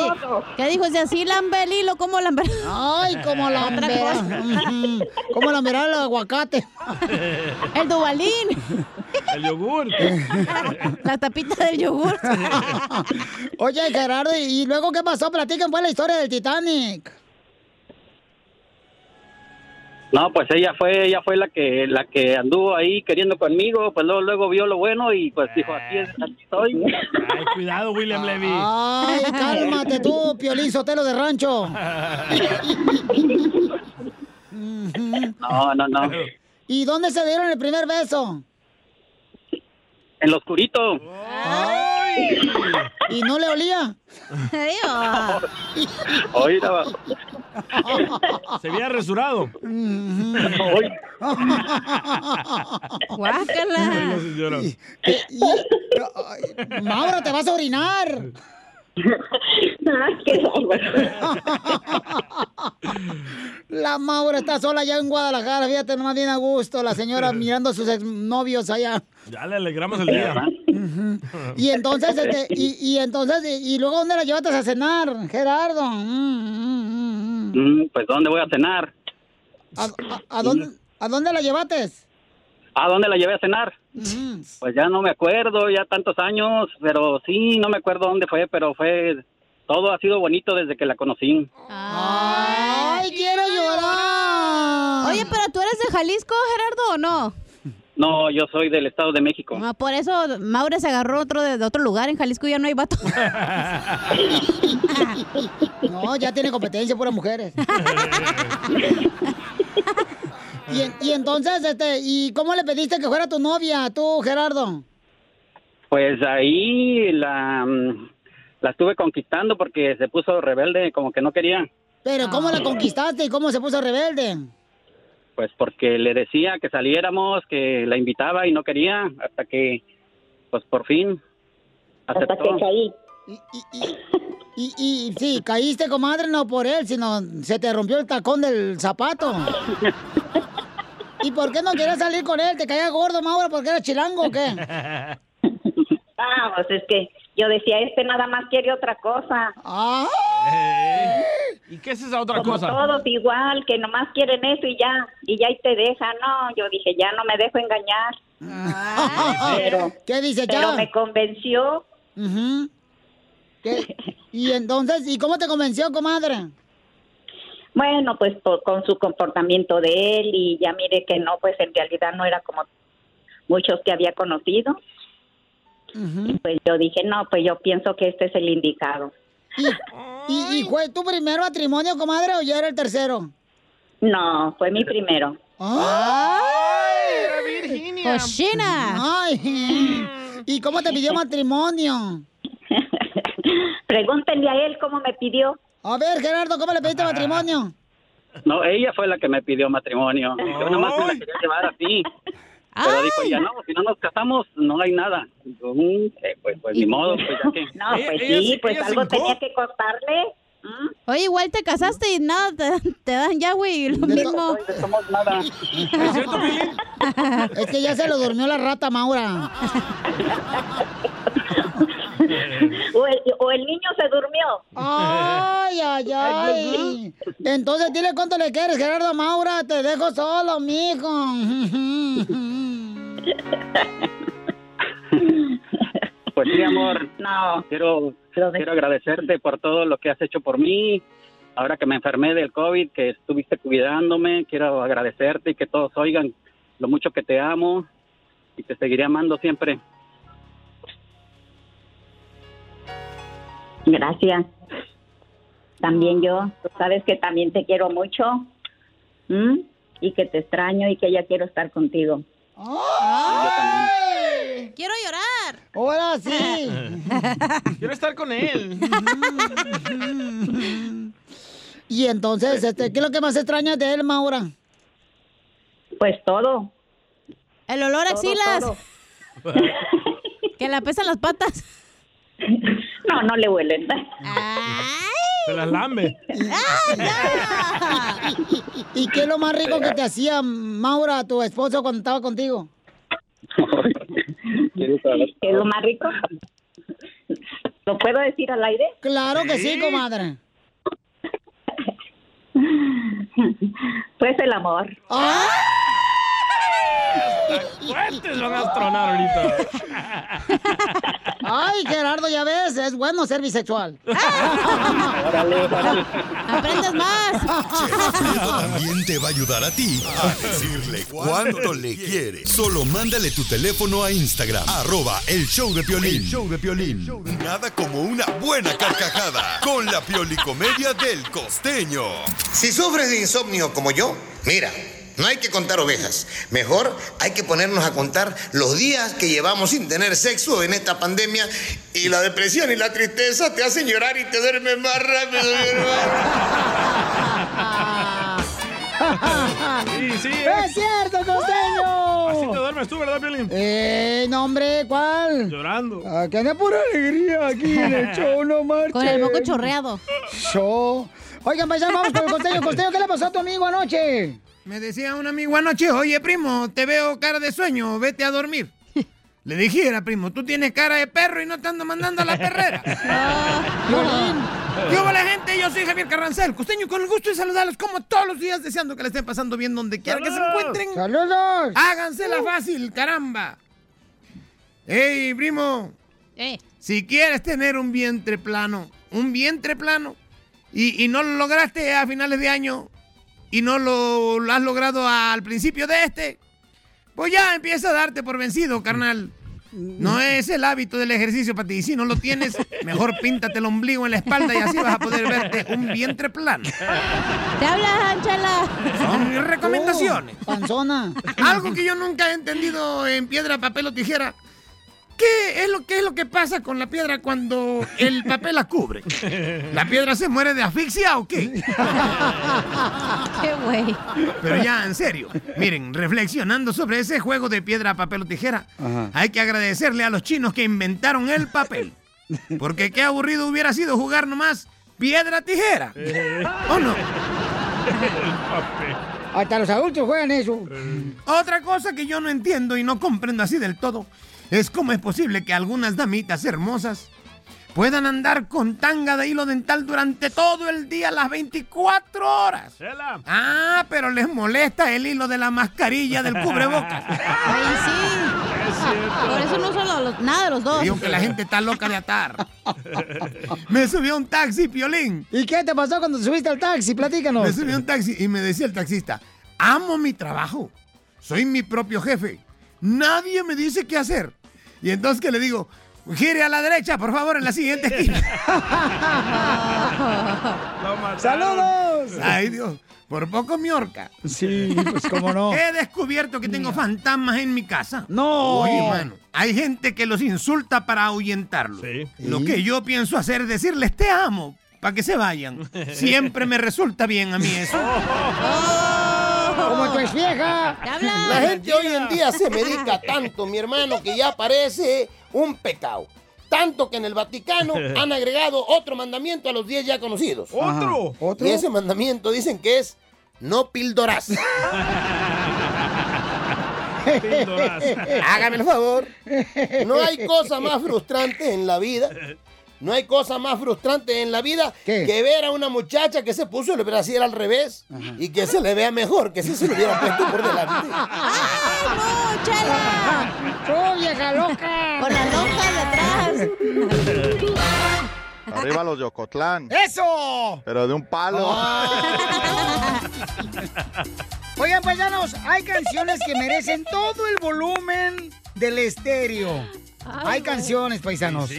S4: qué dijo? Si así lambe el hilo, ¿cómo lambe?
S2: Ay, como la ¿Cómo la mirada el aguacate?
S4: El dubalín.
S3: El yogur.
S4: La tapita del yogur.
S2: Oye, Gerardo, ¿y luego qué pasó? Platiquen pues la historia del Titanic.
S18: No, pues ella fue, ella fue la que, la que anduvo ahí queriendo conmigo, pues luego, luego vio lo bueno y pues dijo, así es, así soy.
S3: Ay, cuidado, William Levy.
S2: Ay, cálmate tú, Piolín Sotelo de Rancho.
S18: No, no, no.
S2: ¿Y dónde se dieron el primer beso?
S18: En lo oscurito.
S2: ¿Y no le olía?
S18: Hoy no.
S3: Se había resurado.
S18: Hoy.
S4: Guácala.
S3: No, señora.
S2: Mauro, te vas a orinar. La Maura está sola allá en Guadalajara, fíjate, nomás bien a gusto, la señora mirando a sus novios allá.
S3: Ya le alegramos el día.
S2: Y entonces, este, y, y entonces, y, y luego, ¿dónde la llevaste a cenar, Gerardo? Mm, mm.
S18: Mm, pues ¿dónde voy a cenar? Mm,
S2: ¿A, a- a dónde, ¿A dónde la llevaste?
S18: ¿A dónde la llevé a cenar?
S2: Mm.
S18: Pues ya no me acuerdo, ya tantos años, pero sí, no me acuerdo dónde fue, pero fue... Todo ha sido bonito desde que la conocí.
S2: ¡Ay, quiero llorar!
S4: Oye, pero tú eres de Jalisco, Gerardo, ¿o no?
S18: No, yo soy del Estado de México.
S4: Ah, por eso Maure se agarró otro de, de otro lugar. En Jalisco ya no hay vato.
S2: Ah. No, ya tiene competencia, puras mujeres. y, en- y entonces, este, ¿y cómo le pediste que fuera tu novia, tú, Gerardo?
S18: Pues ahí la, mm, la estuve conquistando porque se puso rebelde, como que no quería.
S2: Pero, ¿cómo
S17: Ah.
S2: la conquistaste y cómo se puso rebelde?
S18: Pues porque le decía que saliéramos, que la invitaba y no quería, hasta que, pues por fin, aceptó.
S2: Y, y sí, caíste, comadre, no por él, sino se te rompió el tacón del zapato. ¿Y por qué no querías salir con él? ¿Te caía gordo, Mauro, porque era chilango o qué?
S17: Ah, pues es que yo decía, este nada más quiere otra cosa.
S2: Ah.
S3: ¿Y qué es esa otra
S17: Como
S3: cosa?
S17: todos igual, que nomás quieren eso y ya, y ya y te dejan. No, yo dije, ya no me dejo engañar. Pero,
S2: Ah. ¿Qué dice ya?
S17: Pero me convenció.
S2: Ujú. ¿Qué? Y entonces, ¿y cómo te convenció, comadre?
S17: Bueno, pues por- con su comportamiento de él y ya mire que no, pues en realidad no era como muchos que había conocido. Y pues yo dije, no, pues yo pienso que este es el indicado.
S2: ¿Y, y fue tu primer matrimonio, comadre, o ya era el tercero?
S17: No, fue mi primero.
S2: ¡Ay!
S3: ¡Era Virginia!
S4: ¡Cochina!
S17: Mm.
S2: ¡Ay! ¿Y cómo te pidió matrimonio?
S17: Pregúntenle a él cómo me pidió.
S2: A ver, Gerardo, ¿cómo le pediste matrimonio?
S18: No, ella fue la que me pidió matrimonio.
S17: Oh.
S18: Yo nomás me la quería llevar así. Pero dijo ella, no, si no nos casamos, no hay nada. Y yo, mm, eh, pues, pues ni modo, pues ya que...
S17: No, pues sí, pues algo tenía que costarle.
S4: Oye, igual te casaste y nada, te, te dan ya, güey, lo mismo.
S2: Es que ya se lo durmió la rata, Maura.
S17: O el, o el niño se durmió.
S2: ¡Ay, ay, ay! Entonces dile cuánto le quieres, Gerardo Maura. Te dejo solo, mijo.
S18: Pues sí, amor.
S17: No.
S18: Quiero, quiero agradecerte por todo lo que has hecho por mí. Ahora que me enfermé del COVID, que estuviste cuidándome, quiero agradecerte y que todos oigan
S13: lo mucho que te amo y te seguiré amando siempre.
S17: Gracias. También yo, tú sabes que también te quiero mucho ¿m? y que te extraño y que ya quiero estar contigo.
S4: Quiero llorar.
S2: Ahora sí.
S3: Quiero estar con él.
S2: Y entonces, este, ¿qué es lo que más extrañas de él, Maura?
S17: Pues todo.
S4: El olor a
S17: Todo,
S4: axilas.
S17: todo.
S4: Que la pesan las patas.
S17: No, no le huelen.
S3: Se las lambe.
S2: ¿Y qué es lo más rico
S17: Eh.
S2: que te hacía Maura, tu esposo, cuando estaba contigo?
S17: ¿Qué es lo más rico? ¿Lo puedo decir al aire?
S2: Claro que sí, comadre.
S17: Pues el amor.
S2: Ah.
S3: Fuertes van a tronar ahorita.
S2: Ay, Gerardo, ya ves, es bueno ser bisexual.
S4: ¡Aprendes más!
S9: También te va a ayudar a ti a decirle cuánto le quieres. Solo mándale tu teléfono a Instagram, arroba el show de Piolín.
S15: El
S9: show de Piolín. Nada como una buena carcajada con la piolicomedia del costeño.
S19: Si sufres de insomnio como yo, mira, no hay que contar ovejas. Mejor hay que ponernos a contar los días que llevamos sin tener sexo en esta pandemia y la depresión y la tristeza te hacen llorar y te duermes más rápido. mi hermano.
S2: ¡Es cierto, costeño!
S3: Uh, Así te duermes tú, ¿verdad, Piolín?
S2: Eh, no, hombre, ¿cuál?
S3: Llorando.
S2: Acá anda pura alegría aquí en el show, no marches.
S4: Con el moco chorreado.
S2: Show. Oigan, paisanos, vamos con el costeño. Costeño, ¿qué le pasó a tu amigo anoche?
S20: Me decía un amigo anoche, oye primo, te veo cara de sueño, vete a dormir. Le dije, era primo, tú tienes cara de perro y no te ando mandando a la perrera.
S2: Ah,
S20: Yo la gente, yo soy Javier Carrancel, costeño, con el gusto de saludarlos como todos los días, deseando que la estén pasando bien donde quiera que se
S2: ¡Saludos!
S20: encuentren.
S2: ¡Saludos! Uh.
S20: Hágansela fácil, caramba. Ey, primo,
S2: Eh.
S20: si quieres tener un vientre plano, un vientre plano, y, y no lo lograste a finales de año, y no lo, lo has logrado al principio de este, pues ya empieza a darte por vencido, carnal. No es el hábito del ejercicio para ti. Y si no lo tienes, mejor píntate el ombligo en la espalda y así vas a poder verte un vientre plano.
S4: ¡Te hablas, Chela!
S20: Son mis recomendaciones.
S2: panzona.
S20: Algo que yo nunca he entendido en piedra, papel o tijera. ¿Qué es lo, qué es lo que pasa con la piedra cuando el papel la cubre? ¿La piedra se muere de asfixia o qué?
S4: ¡Qué güey!
S20: Pero ya, en serio. Miren, reflexionando sobre ese juego de piedra, papel o tijera, hay que agradecerle a los chinos que inventaron el papel. Porque qué aburrido hubiera sido jugar nomás piedra, tijera. ¿O no?
S2: Hasta los adultos juegan eso.
S20: Otra cosa que yo no entiendo y no comprendo así del todo es cómo es posible que algunas damitas hermosas puedan andar con tanga de hilo dental durante todo el día, las 24 horas. Ah, pero les molesta el hilo de la mascarilla del cubrebocas.
S4: ¡Ay, sí! Por eso no uso los- los- nada de los dos.
S20: Digo que la gente está loca de atar. Me subió un taxi, Piolín.
S2: ¿Y qué te pasó cuando te subiste al taxi? Platícanos.
S20: Me subió un taxi y me decía el taxista, amo mi trabajo, soy mi propio jefe, nadie me dice qué hacer. Y entonces que le digo, gire a la derecha, por favor, en la siguiente esquina. ¡Saludos! Ay, Dios, por poco mi horca.
S2: Sí, pues cómo no.
S20: He descubierto que tengo fantasmas en mi casa.
S2: No.
S20: Oye, hermano, hay gente que los insulta para ahuyentarlos. Lo que yo pienso hacer es decirles te amo para que se vayan. Siempre me resulta bien a mí eso.
S17: Oh.
S2: Como tu ex vieja.
S21: La gente hoy en día se medica tanto, mi hermano, que ya parece un pecado. Tanto que en el Vaticano han agregado otro mandamiento a los 10 ya conocidos.
S3: ¿Otro? Ajá, ¿otro?
S21: Y ese mandamiento dicen que es no pildorás.
S3: Píldoras.
S21: Hágame el favor. No hay cosa más frustrante en la vida. No hay cosa más frustrante en la vida que ver a una muchacha que se puso el brasier al revés y que se le vea mejor que si se lo hubiera puesto por delante.
S4: ¡No, Chela!
S2: ¡Tú, vieja loca!
S4: Con la loca de atrás.
S22: Arriba los Yocotlán.
S2: ¡Eso!
S22: Pero de un palo.
S2: Oigan, paisanos, hay canciones que merecen todo el volumen del estéreo. hay canciones, paisanos.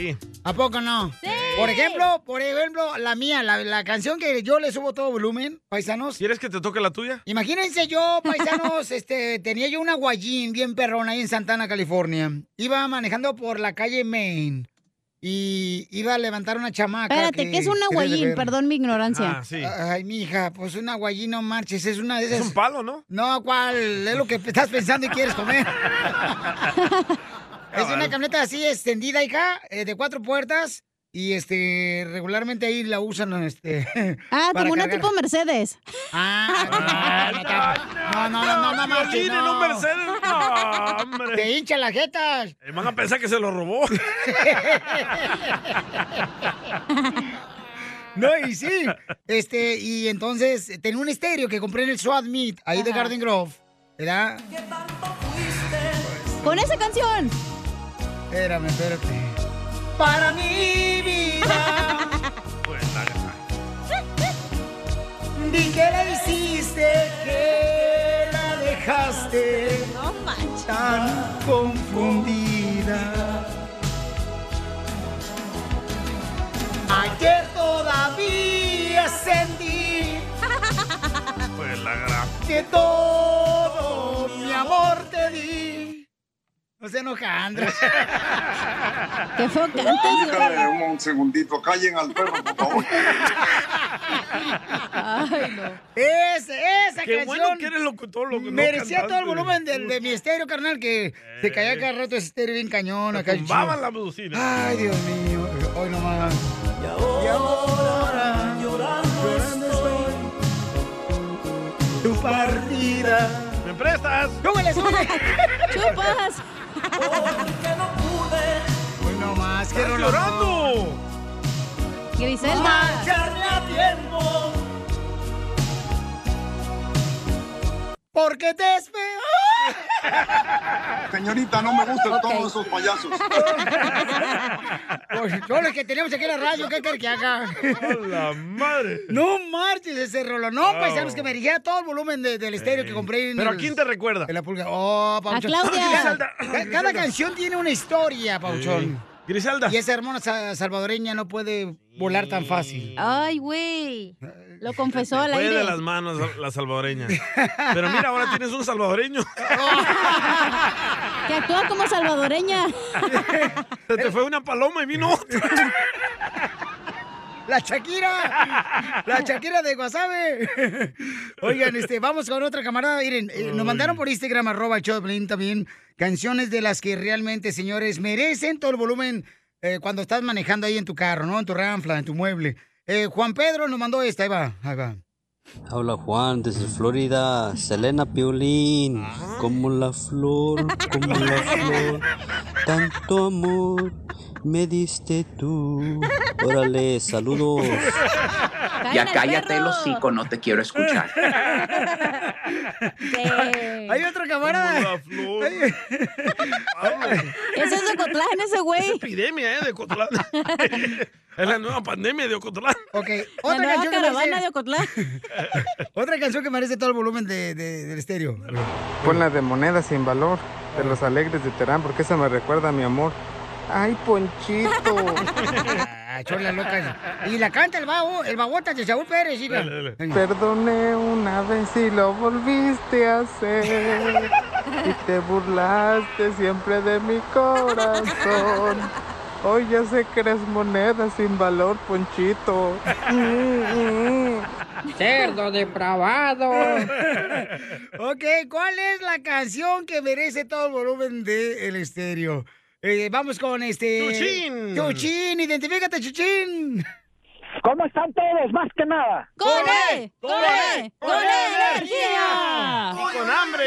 S2: ¿A poco no? Por ejemplo, por ejemplo, la mía, la, la canción que yo le subo todo volumen, paisanos.
S3: ¿Quieres que te toque la tuya?
S2: Imagínense yo, paisanos, este, tenía yo una guayín bien perrona ahí en Santana, California. Iba manejando por la calle Main y iba a levantar una chamaca.
S4: Espérate, ¿qué es un aguayín? Perdón
S3: Ah,
S4: mi ignorancia.
S2: Ay, mija, pues un aguayín, no marches, es una de esas.
S4: Es un
S3: palo, ¿no?
S2: No, ¿cuál? Es lo que estás pensando y quieres comer. es una camioneta así extendida, hija, eh, de cuatro puertas. Y este, regularmente ahí la usan, este.
S4: Ah,
S2: para
S4: como una
S2: cargar. Ah,
S4: tipo Mercedes.
S2: No, no, no, no, no, marches,
S3: Violín en
S2: no.
S3: Ah, un Mercedes, no, hombre.
S2: Te hincha las jetas.
S3: Eh, Van a pensar que se lo robó.
S2: No, y sí. Este, y entonces tenía un estéreo que compré en el SWAT Meet, ahí de
S4: Ajá.
S2: Garden Grove. ¿Verdad?
S4: Con esa canción.
S2: Espérame, espérate. Para mi vida. Vi que la hiciste, que la dejaste. Tan confundida. Ayer todavía sentí
S3: Pues la gran.
S2: que todo mi amor te di. No se enoja, Andrés.
S4: Qué feo
S15: Déjale un, un segundito, callen al perro, por favor.
S2: Ay, no. Esa, esa
S15: Qué
S2: canción.
S15: bueno que eres
S3: locutor,
S15: loco, no
S2: Merecía todo el
S15: cantante. Eh.
S2: volumen del- de, mi estéreo, carnal, que se caía cada rato ese estéreo bien cañón. Acá el
S3: tumbaban
S2: chido.
S3: la bocina.
S2: Ay, Dios mío. Hoy nomás. Y ahora llorando estoy. Tu partida.
S3: ¿Me prestas?
S2: ¡Súbele, súbele!
S4: ¡Chupas!
S2: Hoy nomás. ¡Qué
S3: ¡Estás
S2: rolón!
S3: llorando!
S4: Griselda.
S2: tiempo. Porque te espero.
S15: Señorita, no me gustan
S2: Ok.
S15: todos esos payasos.
S2: Pues son los que tenemos aquí en la radio, ¿qué querés que haga?
S3: la madre!
S2: No marches ese rolo. No,
S3: Wow.
S2: paisanos, que me dirigía a todo el volumen de- del estéreo que compré. En
S3: ¿Pero a
S2: el-
S3: quién te recuerda?
S2: En la pulga. Oh, Pabuchón.
S3: A Claudia. Ah, Griselda.
S2: Ca- Cada, canción tiene una historia, Pauchón.
S3: Griselda.
S2: Y esa hermana sa- salvadoreña no puede volar tan fácil.
S4: Ay, güey. Lo confesó al
S3: Fue de
S4: aire.
S3: las manos la salvadoreña. Pero mira, ahora tienes un salvadoreño.
S4: Que actúa como salvadoreña.
S3: Se te fue una paloma y vino otra.
S2: ¡La Shakira! ¡La Shakira de Guasave! Oigan, este, vamos con otra camarada. Miren, eh, nos mandaron por Instagram, arroba el show de Piolín también, canciones de las que realmente, señores, merecen todo el volumen eh, cuando estás manejando ahí en tu carro, ¿no? En tu ranfla, en tu mueble. Eh, Juan Pedro nos mandó esta, ahí va, ahí va.
S22: Habla Juan desde Florida, Selena Piolín, como la flor, como la flor, tanto amor me diste tú. Órale, saludos.
S2: Ya Cállate, cállate
S22: el hocico, no te quiero escuchar.
S2: Hay otra camarada. Hay-
S4: Ese es de Cotlán, ese güey.
S3: epidemia, ¿eh? De Ocotlán. es la nueva pandemia de Ocotlán.
S2: Ok.
S4: La
S2: Otra
S4: nueva
S2: canción que
S4: caravana
S2: merece-
S4: de Ocotlán.
S2: Otra canción que merece todo el volumen de- de- del estéreo.
S23: Pon la de moneda sin valor, de los alegres de Terán, porque esa me recuerda a mi amor. Ay, Ponchito.
S2: Ah, chola loca. Y la canta el babo, el babota de Saúl Pérez, hija.
S23: Perdoné una vez y lo volviste a hacer. Y te burlaste siempre de mi corazón. Hoy ya sé que eres moneda sin valor, Ponchito. Mm,
S2: Cerdo depravado. ok, ¿cuál es la canción que merece todo el volumen del estéreo? Eh, vamos con este.
S5: Chuchín.
S2: Chuchín, identifícate, Chuchín.
S24: ¿Cómo están todos? Más que nada.
S2: E,
S4: E,
S3: Y con hambre.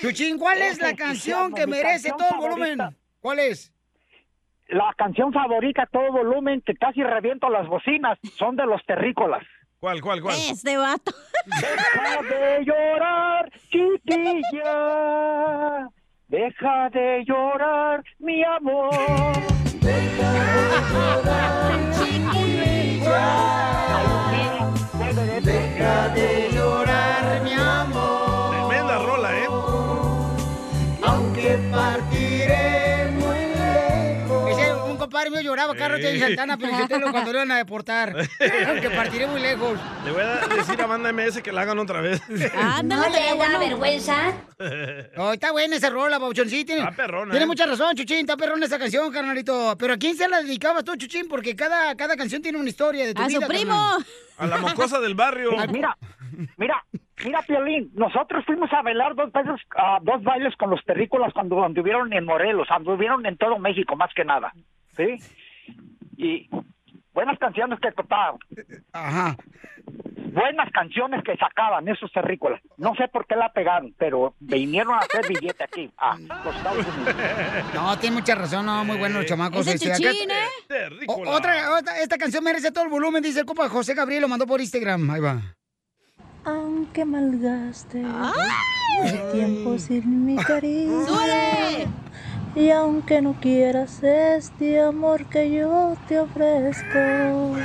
S2: Chuchín, ¿cuál es la
S24: Esa
S2: canción
S24: mi
S2: que merece
S24: canción
S2: todo el volumen?
S24: favorita.
S2: ¿Cuál es?
S24: La canción favorita a todo volumen que casi reviento las bocinas son de los terrícolas.
S3: ¿Cuál, cuál, cuál?
S4: Este vato.
S24: Deja de llorar, chiquilla. Deja de llorar, mi amor. Deja de llorar, chiquilla. Deja de llorar, mi amor.
S3: ¿eh?
S2: compadre mío lloraba Carlos
S3: Sí.
S2: de Santana, Pionisotelo, cuando lo iban a deportar. Porque partiré muy lejos.
S3: Le voy a decir a Banda MS que la hagan otra vez.
S2: Ándale,
S8: ¿No le
S2: estaría
S8: da vergüenza?
S2: No, está buena esa rola, Pauchón. Sí, tiene,
S3: perrona,
S2: tiene
S3: ¿eh?
S2: mucha razón, Chuchín. Está perrona esa canción, carnalito. Pero ¿a quién se la dedicabas tú, Chuchín? Porque cada, cada canción tiene una historia de tu
S3: A su
S2: vida,
S3: primo.
S2: carnal.
S3: A la mocosa del barrio.
S24: Mira, mira, mira, Piolín, nosotros fuimos a velar dos veces, a dos bailes con los terrícolas cuando anduvieron en Morelos, anduvieron en todo México, más que nada, ¿sí? Y buenas canciones que tocaban.
S2: Ajá.
S24: Buenas canciones que sacaban esos terrícolas. No sé por qué la pegaron, pero vinieron a hacer billete aquí, a los Estados Unidos.
S2: No, tiene mucha razón. No, muy bueno los chamacos.
S24: Ese
S2: este, acá-
S24: Chuchín, ¿eh?
S2: O- otra, otra- esta canción merece todo el volumen, dice el compa José Gabriel, lo mandó por Instagram. Ahí va.
S1: Aunque malgaste el tiempo sin mi cariño.
S4: ¡Súbele!
S1: Y aunque no quieras este amor que yo te ofrezco.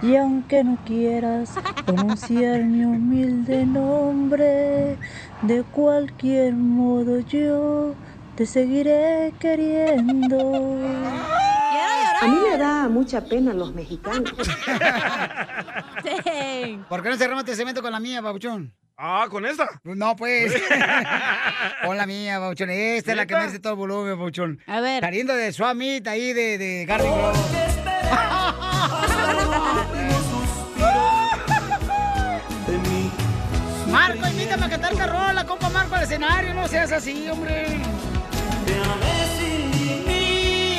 S1: Y aunque no quieras pronunciar mi humilde nombre. De cualquier modo yo te seguiré queriendo.
S6: A mí me da mucha pena los mexicanos.
S2: ¿Por qué no cerramos este cemento con la mía, Babuchón?
S3: Ah, ¿con esta?
S2: No, pues. con la mía, Babuchón. Esta es la que
S3: ¿Neta?
S2: merece todo el volumen, Babuchón. A ver. Saliendo de Swamit ahí de, de Garden Grove. Marco, invítame a cantar carrola, compa Marco, al escenario. No seas así, hombre.
S11: Te amé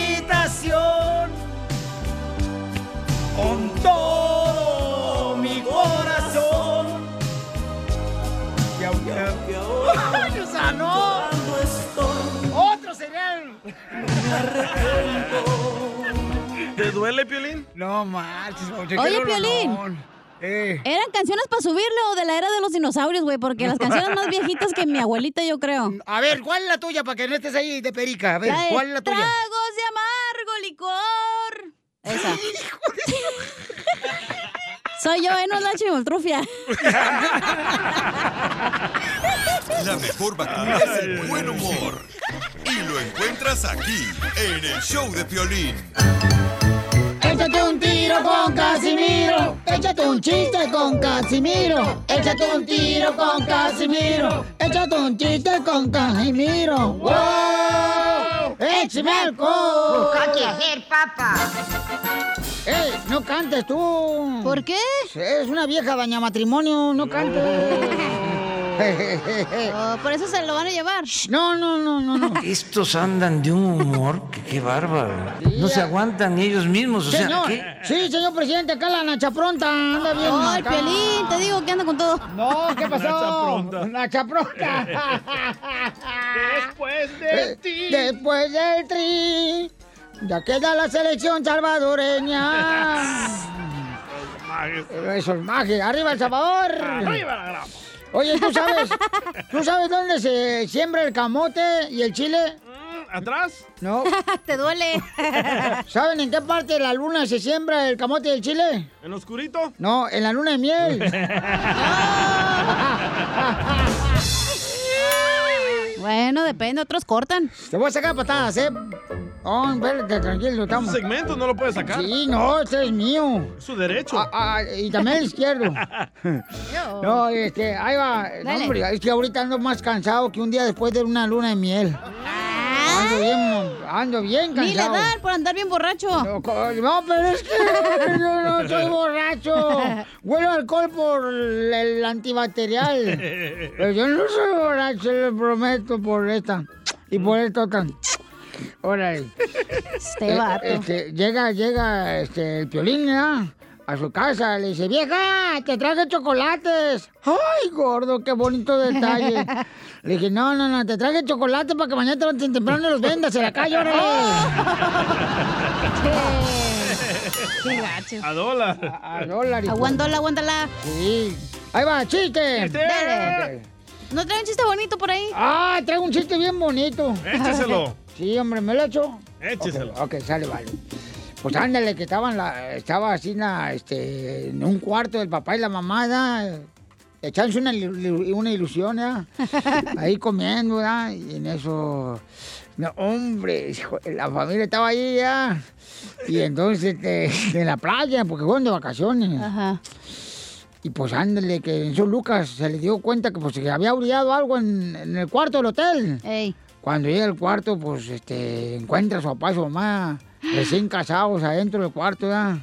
S2: invitación.
S11: con todo mi corazón.
S2: Y aunque
S11: ahora
S2: ¡Ay, Susano!
S11: llorando estoy,
S2: ¡Otro cereal!
S11: me arrepiento.
S3: ¿Te duele, Piolín?
S2: No marches, Babuchón.
S4: Oye, Piolín. ¿Eran canciones para subirle o de la era de los dinosaurios, güey? Porque las canciones más viejitas que mi abuelita, yo creo.
S2: A ver, ¿cuál es la tuya para que no estés ahí de perica? A ver,
S4: La de
S2: ¿cuál es la tuya?
S4: Tragos de amargo licor. Esa. Soy yo, ¿eh? No es la chimoltrufia.
S9: La mejor vacuna es el buen humor. Y lo encuentras aquí, en el show de Piolín.
S2: Échate un tiro con Casimiro. Échate un chiste con Casimiro. Échate un tiro con Casimiro. Échate un chiste con Casimiro. ¡Eh, ¡Wow! ¡Échame alcohol!
S11: Busca qué hacer,
S2: papa! ¡Ey! ¡Eh, No cantes tú. ¿Por qué? Es una vieja daña matrimonio. No cantes. Oh, por eso se lo van a llevar. No, no, no, no, no.
S25: Estos andan de un humor que qué bárbaro. No se aguantan ellos mismos, o sea,
S2: Señor,
S25: ¿qué?
S2: sí, señor presidente, acá la Nacha Pronta anda bien.
S25: Oh,
S2: marcada.
S25: el Piolín,
S4: te digo que anda con todo.
S2: No, ¿qué pasó?
S11: Nacha Pronta.
S2: Nacha Pronta.
S11: Después
S2: Eh, Después del tri, ya queda la selección salvadoreña. Eso es magia. Arriba El Salvador.
S11: Arriba la grama.
S2: Oye, ¿tú sabes, ¿tú sabes dónde se siembra el camote y el chile?
S11: Mm,
S3: ¿Atrás?
S2: No.
S4: Te duele.
S2: ¿Saben en qué parte de la luna se siembra el camote y el chile?
S3: ¿En oscurito?
S2: No, en la luna de miel.
S4: Bueno, depende, otros cortan.
S2: Te voy a sacar patadas, ¿eh? Oh, espérate, tranquilo, estamos.
S3: Su segmento no lo puedes sacar.
S2: Sí, no, este es mío.
S3: Su derecho.
S2: Ah, ah, y también el izquierdo. No, este, ahí va. No,
S11: Dale.
S2: hombre, es que ahorita ando más cansado que un día después de una luna de miel. Ando bien, ando bien cansado.
S4: Ah. Ni le dan por andar bien borracho.
S2: No, co- no, pero es que yo no estoy borracho. Huelo a alcohol por el antibacterial. Pero Pues yo no soy borracho, les prometo, por esta. Y
S4: Mm.
S2: por esto tan. Órale.
S4: Este
S2: Eh,
S4: vato.
S2: este, llega, llega este, el piolín, ¿verdad? A su casa, le dice, vieja, te traje chocolates. Ay, gordo, qué bonito detalle. Le dije, no, no, no, te traje chocolates para que mañana tem- temprano los vendas en la calle, órale.
S4: Qué gacho.
S3: A dólar.
S2: A dólar.
S4: Aguántala, aguántala.
S2: Sí. Ahí va, chiste.
S4: Dale. ¿No trae un chiste bonito por ahí?
S2: Ah, traigo un chiste bien bonito.
S4: Écheselo.
S2: Sí, hombre, ¿me lo echo?
S4: Écheselo.
S2: Ok, ok, sale, vale. Pues ándale, que estaban la, estaba así na, este, en un cuarto del papá y la mamá, ¿da? echándose una, ilu- una ilusión, ¿da? ahí comiendo, ¿da? y en eso No, hombre, hijo, la familia estaba ahí ya. Y entonces, este, en la playa, porque fueron de vacaciones. Ajá. Y pues ándale, que en su Lucas se le dio cuenta que pues que había olvidado algo en, en el cuarto del hotel. Cuando llega al cuarto, pues este, encuentra a su papá y su mamá recién casados adentro del cuarto, ¿verdad?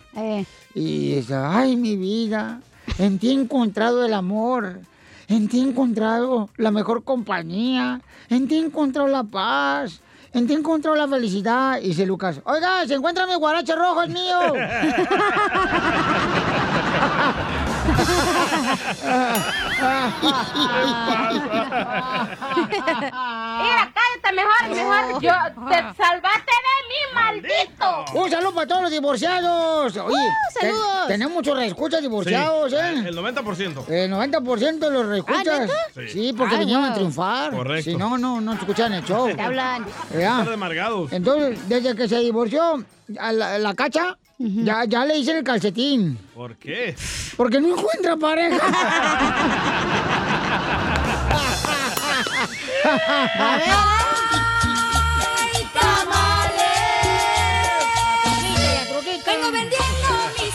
S2: Y dice, ay, mi vida, en ti he encontrado el amor, en ti he encontrado la mejor compañía, en ti he encontrado la paz, en ti he encontrado la felicidad. Y dice Lucas, oiga, se encuentra mi guarache rojo, es mío.
S11: Mira, cállate mejor, mejor. Yo te salvaste de mí, maldito.
S3: Ah.
S2: Un saludo para todos los divorciados. Oye,
S11: Uh,
S2: te-
S11: saludos.
S2: tenemos muchos reescuchas divorciados,
S3: Sí,
S2: ¿eh?
S3: El 90%.
S2: El 90% de los reescuchas.
S3: ¿neta?
S2: sí.
S3: Sí.
S2: porque
S3: Ah,
S2: vinieron a
S3: wow.
S2: triunfar.
S3: Correcto.
S2: Si no, no, no escuchan el show.
S3: Te hablan.
S2: Ya.
S3: Estar de amargados.
S2: Entonces, desde que se divorció, a la, la cacha, ya, ya le hice el calcetín.
S3: ¿Por qué?
S2: Porque no encuentra pareja.
S11: A ver. Ay, tamales. Vengo vendiendo mis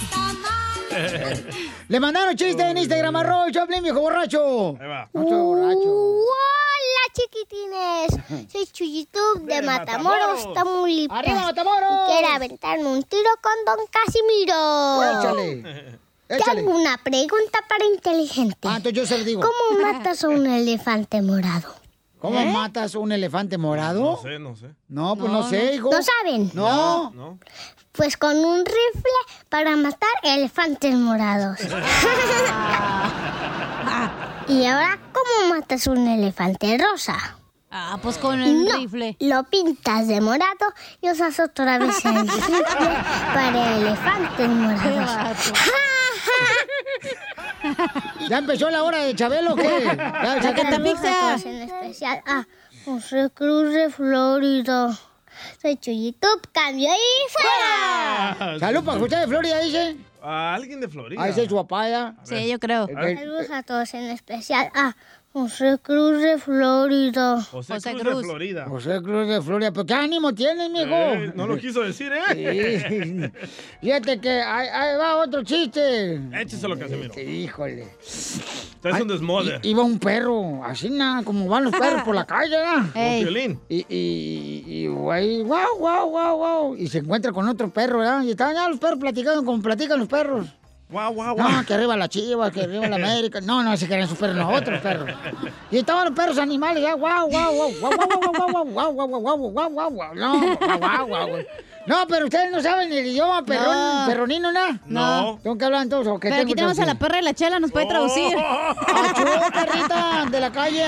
S11: tamales.
S2: le mandaron chiste en Instagram, arroba el Choplin, viejo borracho. Ahí va.
S26: Hola chiquitines, soy Chuyitub de Matamoros,
S2: Matamoros.
S26: Tamaulipas.
S2: ¡Arriba, Matamoros!
S26: Y quiero aventarme un tiro con Don Casimiro.
S2: Échale. Échale.
S26: Tengo una pregunta para inteligente.
S2: Ah, entonces yo se lo digo.
S26: ¿Cómo matas a un elefante morado? ¿Eh?
S2: ¿Cómo matas un elefante morado?
S3: No sé, no sé.
S2: No, pues no, sé, hijo.
S26: ¿No saben?
S2: No.
S3: No.
S26: Pues con un rifle para matar elefantes morados. y ahora, ¿cómo matas un elefante rosa? Ah, pues con
S4: el
S26: rifle. Lo pintas de morado y usas otra vez el rifle para elefantes morados.
S2: ¿Ya empezó la hora de Chabelo o qué? Ya, ya que-
S26: Saludos En especial a José Cruz de Florida. Soy Chuyito, cambio y fuera.
S2: Salud para José de Florida, dice.
S3: A alguien de Florida.
S2: Ahí se su papá ya.
S26: Sí, yo creo.
S2: A ver.
S26: Saludos a todos, en especial a José Cruz de Florida.
S3: José, Cruz, de Florida.
S2: José Cruz de Florida. ¿Pero qué ánimo tienes, mijo?
S3: Eh, no lo quiso decir, ¿eh?
S2: Sí. Fíjate que ahí, ahí va otro chiste.
S3: Écheselo, Casimiro.
S2: híjole.
S3: Estás es un desmode.
S2: Iba un perro, así nada, como van los perros por la calle, ¿verdad?
S3: Ey. Piolín.
S2: Y, y, y, y güey, guau, guau, guau, guau. Y se encuentra con otro perro, ¿verdad? Y estaban ya los perros platicando como platican los perros.
S3: Guau, guau,
S2: No,
S3: guau.
S2: que arriba la chiva, que arriba la América. No, no, se querían superar los otros perros. Y estaban los perros animales, ya, guau, guau, guau, guau, guau, guau, guau, guau, guau, guau, guau, guau, guau, no, guau, guau, guau, guau. No, pero ustedes no saben el idioma perrón,
S4: No.
S2: perronino, ¿no?
S4: No.
S2: ¿Tengo que hablar entonces? ¿o qué
S4: Pero
S2: tengo
S4: aquí
S2: que
S4: tenemos a
S2: hacer?
S4: la perra y la chela, nos puede traducir.
S2: ¡Achú, perrita de la calle!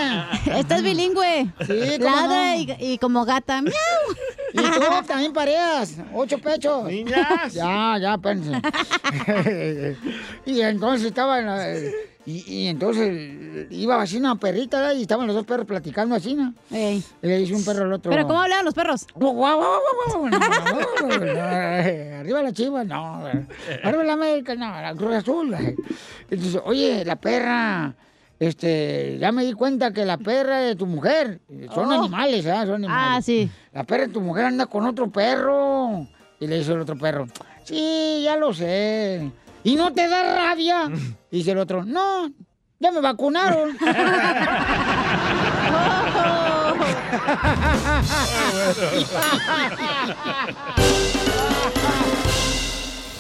S4: Estás bilingüe.
S2: Sí, cómo
S4: Ladra
S2: no.
S4: y, y como gata. ¡Miau!
S2: Y tú también pareas, ocho pechos.
S4: Niñas.
S2: Ya, ya, pensé. y entonces estaban. eh, Y, y entonces iba así una perrita ¿verdad? y estaban los dos perros platicando así, ¿no? Y le dice un perro al otro.
S4: Pero ¿cómo hablaban los perros?
S2: Guau, guau, guau, guau, guau, guau, guau, guau. Arriba la chiva, no. Arriba la América, no, la Cruz Azul. Entonces, oye, la perra, este, ya me di cuenta que la perra de tu mujer, son
S4: Oh.
S2: animales, ¿ah? Son animales. Ah, sí. La perra de tu mujer anda con otro perro. Y le dice el otro perro, sí, ya lo sé. ¿Y no te da rabia? Dice el otro, no, ya me vacunaron.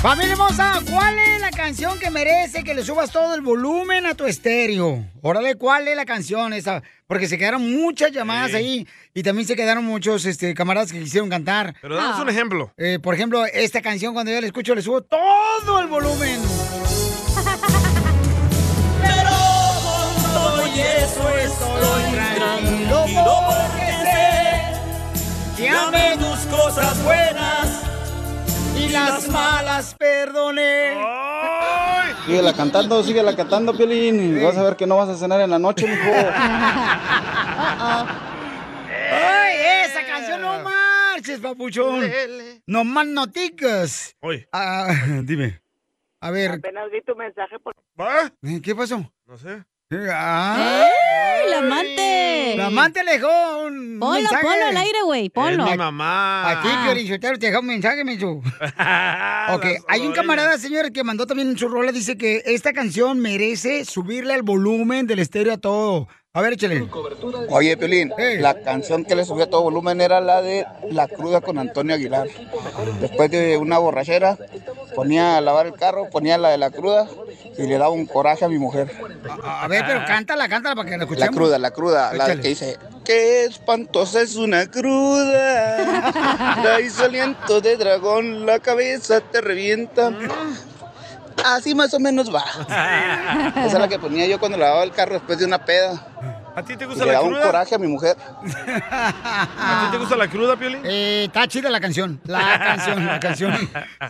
S27: Familia hermosa, ¿cuál es la canción que merece que le subas todo el volumen a tu estéreo? Órale, ¿cuál es la canción esa? Porque se quedaron muchas llamadas ahí y también se quedaron muchos este, camaradas que quisieron cantar.
S3: Pero danos un ejemplo.
S27: Eh, por ejemplo, esta canción cuando yo la escucho le subo todo el volumen.
S11: Pero con todo y eso estoy tranquilo
S2: Dame tus cosas buenas y las malas perdoné.
S14: Síguela cantando, síguela cantando, Piolín. Vas a ver que no vas a cenar en la noche, mijo.
S2: ¡Ay, esa canción no marches, papuchón! No más noticas. Ah, dime. A ver.
S13: Apenas vi tu mensaje por...
S2: ¿eh, ¿Qué pasó?
S3: No sé.
S2: ¡Ay!
S4: ¡La amante!
S2: La amante le dejó un
S4: Ponlo,
S2: mensaje.
S4: ponlo al aire, güey, ponlo.
S2: A- A ti, Piolín Sotelo, te dejó un mensaje, Menchu. ok, hay un camarada, señor, que mandó también en su rola, dice que esta canción merece subirle al volumen del estéreo a todo. A ver, échale.
S14: Oye, Piolín, la canción que le subí a todo volumen era la de La Cruda con Antonio Aguilar. Después de una borrachera, ponía a lavar el carro, ponía la de La Cruda y le daba un coraje a mi mujer.
S2: A ver, pero cántala, cántala para que la
S14: La
S2: escuchemos.
S14: Cruda, La Cruda, la
S2: Échale.
S14: que dice... Qué espantosa es una cruda. Trae su aliento de dragón, la cabeza te revienta.
S2: Ah.
S14: Así más o menos va. Esa es la que ponía yo cuando lavaba el carro después de una peda.
S3: ¿A ti te
S14: Y
S3: gusta
S14: le
S3: la
S14: daba un
S3: cruda?
S14: coraje a mi mujer.
S2: ¿A
S3: ti te gusta la cruda, Piolín?
S2: Eh, está chida la canción. La canción, la canción.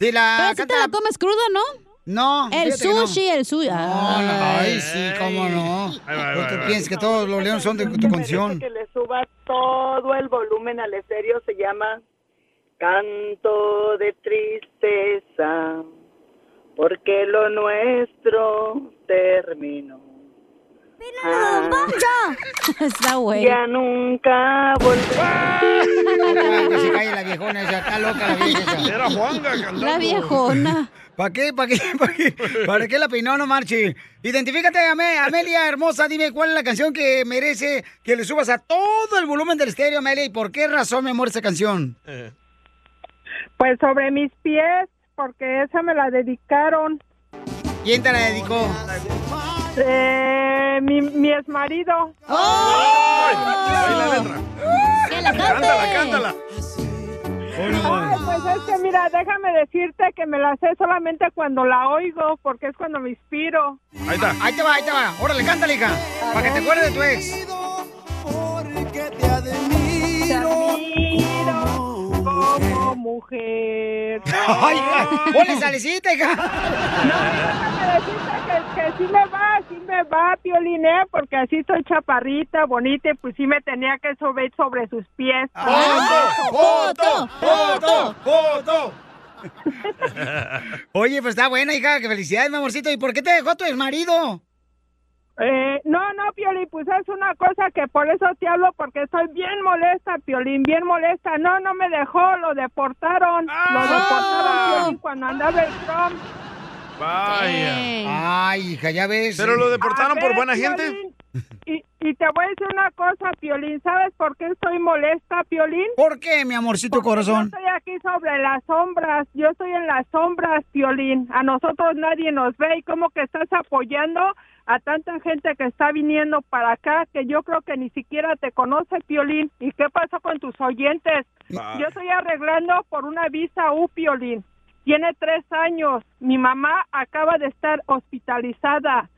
S2: Sí, la
S4: Pero si te la comes cruda, ¿no?
S2: No.
S4: El
S2: fíjate que no.
S4: sushi, el sushi.
S2: No, no, ay, sí, cómo no. ¿Tú te piensas que todos los leones son de tu
S13: Merece
S2: condición?
S13: que le suba todo el volumen al estéreo. Se llama Canto de Tristeza, porque lo nuestro terminó. Ah,
S4: Está güey.
S13: Ya nunca volverá.
S2: Que se calle la viejona esa, está loca la vieja esa.
S13: Era Juanga cantando.
S4: La viejona.
S2: ¿Para qué? ¿Para qué? ¿Para qué? ¿Para qué la peinó no marche? Identifícate, Ame- Amelia hermosa, dime cuál es la canción que merece que le subas a todo el volumen del estéreo, Amelia, y por qué razón, mi amor, esa canción.
S13: Pues sobre mis pies, porque esa me la dedicaron.
S2: ¿Quién te la dedicó?
S13: Eh, mi, mi exmarido.
S2: ¡Oh!
S3: Cántala, cántala.
S13: Ay, pues es que mira, déjame decirte que me la sé solamente cuando la oigo, porque es cuando me inspiro.
S3: Ahí está.
S2: Ahí te va, ahí te va. Órale, cántale, hija. Para que te acuerdes de tu ex.
S13: Te admiro como mujer.
S2: ¡Ay! ¡Ponle salecita, hija!
S13: No, déjame decirte que, que sí me va, sí me va, Pioliné, porque así soy chaparrita, bonita, y pues sí me tenía que subir sobre sus pies.
S2: Ah, ¡Foto! ¡Foto! ¡Foto! Oye, pues está buena, hija. Que felicidades, mi amorcito. ¿Y por qué te dejó tu exmarido?
S13: Eh, no, no, Piolín, pues es una cosa que por eso te hablo, porque estoy bien molesta, Piolín, bien molesta. No, no me dejó, lo deportaron. Lo deportaron, Piolín, cuando andaba el Trump.
S2: Vaya. Ay, hija, ya ves.
S3: ¿Pero lo deportaron
S13: A
S3: por
S13: ver,
S3: buena
S13: Piolín,
S3: gente?
S13: Y, y te voy a decir una cosa, Piolín, ¿sabes por qué estoy molesta, Piolín?
S2: ¿Por qué, mi amorcito corazón?
S13: Yo estoy aquí sobre las sombras, yo estoy en las sombras, Piolín. A nosotros nadie nos ve y como que estás apoyando a tanta gente que está viniendo para acá que yo creo que ni siquiera te conoce, Piolín. ¿Y qué pasó con tus oyentes?
S17: Vale.
S13: Yo estoy arreglando por una visa U, Piolín. Tiene tres años. Mi mamá acaba de estar hospitalizada.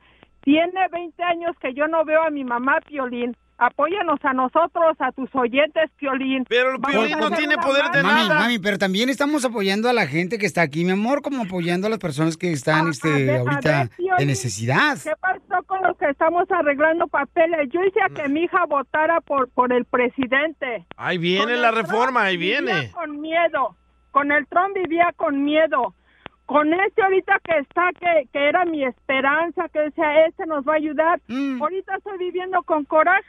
S13: Tiene 20 años que yo no veo a mi mamá, Piolín. Apóyanos a nosotros, a tus oyentes, Piolín. Pero
S3: Pues
S2: mami, Mami, pero también estamos apoyando a la gente que está aquí, mi amor, como apoyando a las personas que están este, ahorita en necesidad.
S13: ¿Qué pasó con los que estamos arreglando papeles? Yo hice a que mi hija votara por, por el presidente.
S3: Ahí viene
S13: Con
S3: la
S13: el
S3: reforma,
S13: Trump
S3: ahí viene.
S13: Vivía con miedo. Con el Trump vivía con miedo. Con este ahorita que está, que, que era mi esperanza, que decía, este nos va a ayudar.
S3: Mm.
S13: Ahorita estoy viviendo con coraje.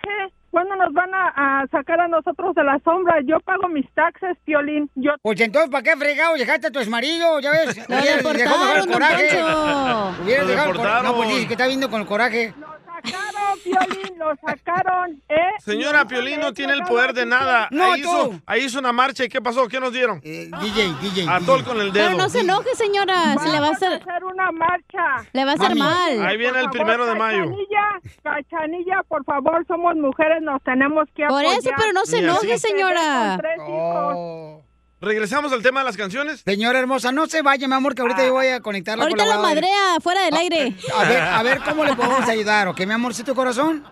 S13: ¿Cuándo nos van a, a sacar a nosotros de la sombra? Yo pago mis taxes, Piolín. Yo...
S2: Pues entonces, ¿para qué fregado dejaste a tu exmarillo? ¿Ya ves?
S13: Lo
S2: Hubieras dejado
S13: deportaron,
S2: mejor el
S13: don
S2: coraje.
S13: Poncho.
S2: Hubieras
S13: Lo
S2: dejado el coraje. No, pues
S13: deportaron.
S2: dice que está viendo con el coraje.
S13: sacaron, Piolín, lo sacaron, ¿eh?
S3: Señora
S13: Mi hija
S3: Piolín
S13: le
S3: no
S13: he
S3: tiene el
S13: entregado
S3: poder de
S13: aquí.
S3: nada.
S13: No,
S3: ahí,
S13: tú.
S3: hizo, ahí hizo una marcha y ¿qué pasó? ¿Qué nos dieron?
S2: DJ, DJ.
S3: Atol con el dedo.
S4: Pero no se enoje, señora. Se le va a hacer.
S13: una marcha.
S4: Le va a hacer
S3: Mami.
S4: mal.
S3: Ahí viene el
S13: Por
S3: primero de
S13: favor,
S3: mayo.
S13: Cachanilla, Cachanilla, por favor, somos mujeres, nos tenemos que
S4: Por
S13: apoyar.
S4: eso, pero no se Ni enoje, así. señora.
S13: Con tres hijos.
S3: ¿Regresamos al tema de las canciones?
S2: Oh. Señora hermosa, no se vaya, mi amor, que
S13: Ah.
S2: ahorita yo voy a conectarla
S4: Ahorita
S2: con la
S4: lo Ah,
S2: abogada.
S4: madrea fuera del aire.
S2: A ver, a ver cómo le podemos ayudar, ¿ok, mi amorcito corazón?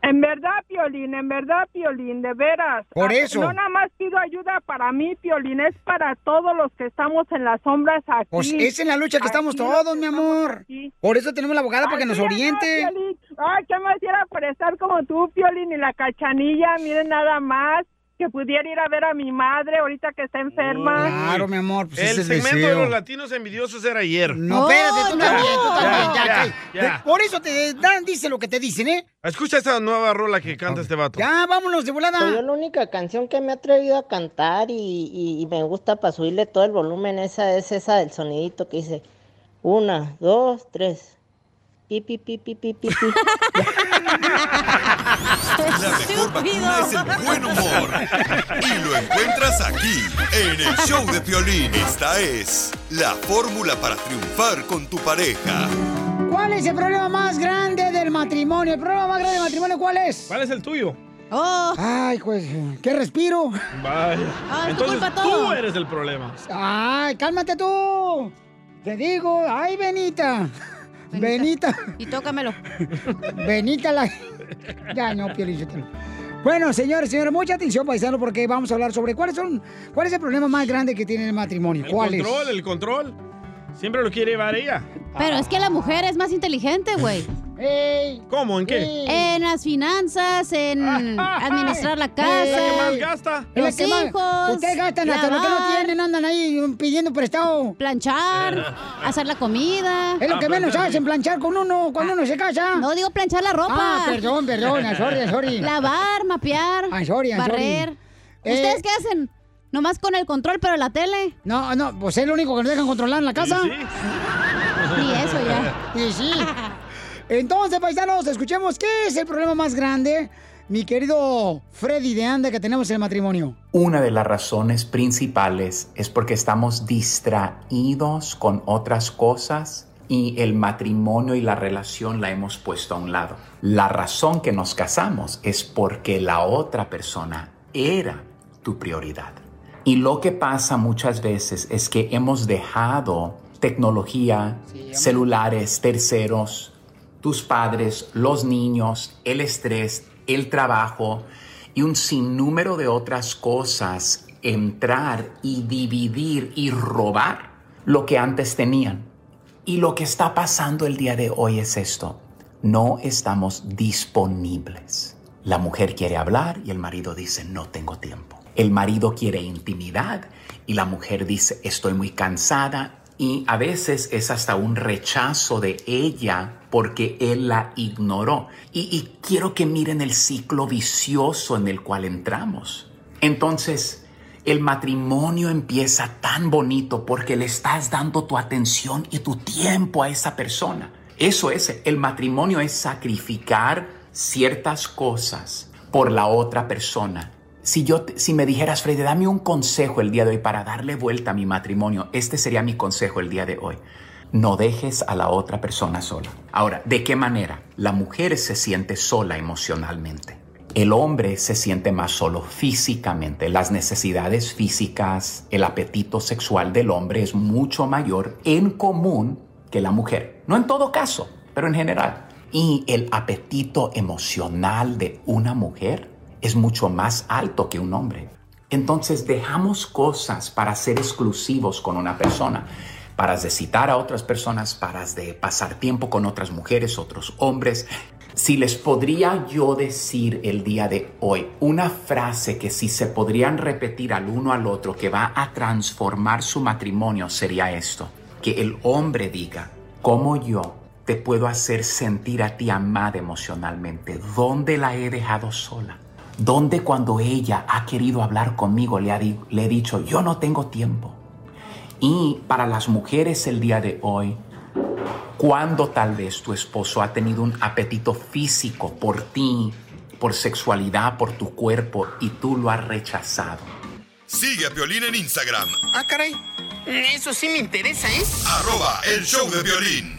S13: En verdad, Piolín, en verdad, Piolín, de veras.
S2: Por
S13: Ah,
S2: eso.
S13: No nada más pido ayuda para mí, Piolín, es para todos los que estamos en las sombras aquí.
S2: Pues es en la lucha que estamos
S13: Aquí los
S2: todos,
S13: que
S2: mi
S13: estamos
S2: amor.
S13: aquí.
S2: Por eso tenemos la abogada para
S13: Ay,
S2: que nos
S13: mira,
S2: oriente.
S13: no, Piolín. Ay, qué más diera por estar como tú, Piolín, y la cachanilla, miren nada más. Que pudiera ir a ver a mi madre ahorita que está enferma.
S2: Claro, mi amor, pues
S3: el
S2: ese es el
S3: segmento de
S2: deseo.
S3: los latinos envidiosos era ayer.
S2: No, espérate, tú también, Oh, tú también. Ya,
S3: Ya,
S2: ya,
S3: ya,
S2: De- Por eso te dan, dice lo que te dicen, ¿eh?
S3: Escucha esta nueva rola que canta este vato.
S2: Ya, vámonos de volada.
S17: Pues yo la única canción que me he atrevido a cantar y, y- y me gusta para subirle todo el volumen, esa es esa del sonidito que dice. Una, dos, tres. Pi, pi, pi, pi, pi, pi, pi.
S9: La mejor vacuna es el buen humor. Y lo encuentras aquí, en el show de Piolín. Esta es la fórmula para triunfar con tu pareja.
S7: ¿Cuál es el problema más grande del matrimonio? ¿El problema más grande del matrimonio cuál es?
S3: ¿Cuál es el tuyo?
S7: Ay, pues, ¿qué respiro?
S3: Vaya.
S7: Ah, es tu
S3: Entonces
S7: culpa
S3: tú
S7: todo.
S3: eres el problema.
S7: Ay, cálmate tú. Te digo, ay, Benita. Benita. Y tócamelo. Benita la... Ya no, Piolín, yo te lo- Bueno, señores, señores, mucha atención, paisano, porque vamos a hablar sobre cuáles son, cuál es el problema más grande que tiene el matrimonio.
S3: El
S7: ¿Cuál
S3: control,
S7: es?
S3: el control. Siempre lo quiere llevar ella.
S4: Pero es que la mujer es más inteligente, güey.
S3: ¿Cómo? ¿En qué?
S4: En las finanzas, en administrar la casa.
S3: Es la que más gasta. Es la
S4: Los
S3: que más-
S4: hijos.
S7: Ustedes gastan hasta lo que no tienen, andan ahí pidiendo prestado.
S4: Planchar, hacer la comida.
S7: Es
S3: Ah,
S7: lo que menos hacen, planchar con uno cuando uno se casa.
S4: No, digo planchar la ropa.
S7: Ah, perdón, perdón, I'm sorry, I'm sorry.
S4: Lavar, mapear,
S7: I'm sorry, I'm sorry.
S4: barrer.
S7: Eh,
S4: ¿Ustedes qué hacen? Nomás con el control, pero la tele.
S7: No, no, pues es lo único que nos dejan controlar en la casa.
S4: Sí, Y eso ya.
S7: Y sí. Entonces, paisanos, escuchemos qué es el problema más grande, mi querido Freddy de Anda, que tenemos en el matrimonio.
S19: Una de las razones principales es porque estamos distraídos con otras cosas y el matrimonio y la relación la hemos puesto a un lado. La razón que nos casamos es porque la otra persona era tu prioridad. Y lo que pasa muchas veces es que hemos dejado tecnología, celulares, terceros, tus padres, los niños, el estrés, el trabajo y un sinnúmero de otras cosas entrar y dividir y robar lo que antes tenían. Y lo que está pasando el día de hoy es esto. No estamos disponibles. La mujer quiere hablar y el marido dice, no tengo tiempo. El marido quiere intimidad y la mujer dice, estoy muy cansada. Y a veces es hasta un rechazo de ella porque él la ignoró. Y, y quiero que miren el ciclo vicioso en el cual entramos. Entonces, el matrimonio empieza tan bonito porque le estás dando tu atención y tu tiempo a esa persona. Eso es, el matrimonio es sacrificar ciertas cosas por la otra persona. Si yo te- si me dijeras, Freddy, dame un consejo el día de hoy para darle vuelta a mi matrimonio, este sería mi consejo el día de hoy. No dejes a la otra persona sola. Ahora, ¿de qué manera? La mujer se siente sola emocionalmente. El hombre se siente más solo físicamente. Las necesidades físicas, el apetito sexual del hombre es mucho mayor en común que la mujer. No en todo caso, pero en general. Y el apetito emocional de una mujer es mucho más alto que un hombre. Entonces dejamos cosas para ser exclusivos con una persona, para de citar a otras personas, para de pasar tiempo con otras mujeres, otros hombres. Si les podría yo decir el día de hoy una frase que si se podrían repetir al uno al otro que va a transformar su matrimonio sería esto, que el hombre diga, ¿cómo yo te puedo hacer sentir a ti amada emocionalmente? ¿Dónde la he dejado sola? donde cuando ella ha querido hablar conmigo le, ha di- le he dicho, yo no tengo tiempo. Y para las mujeres el día de hoy, cuando tal vez tu esposo ha tenido un apetito físico por ti, por sexualidad, por tu cuerpo, y tú lo has rechazado.
S9: Sigue a Piolín en Instagram,
S20: Ah, caray. Eso sí me interesa, ¿eh?
S9: arroba el show de Piolín.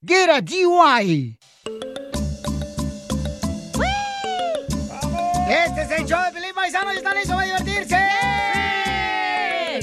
S2: Get a DUI. Este es el show de Felipe Paisano y están listos para divertirse.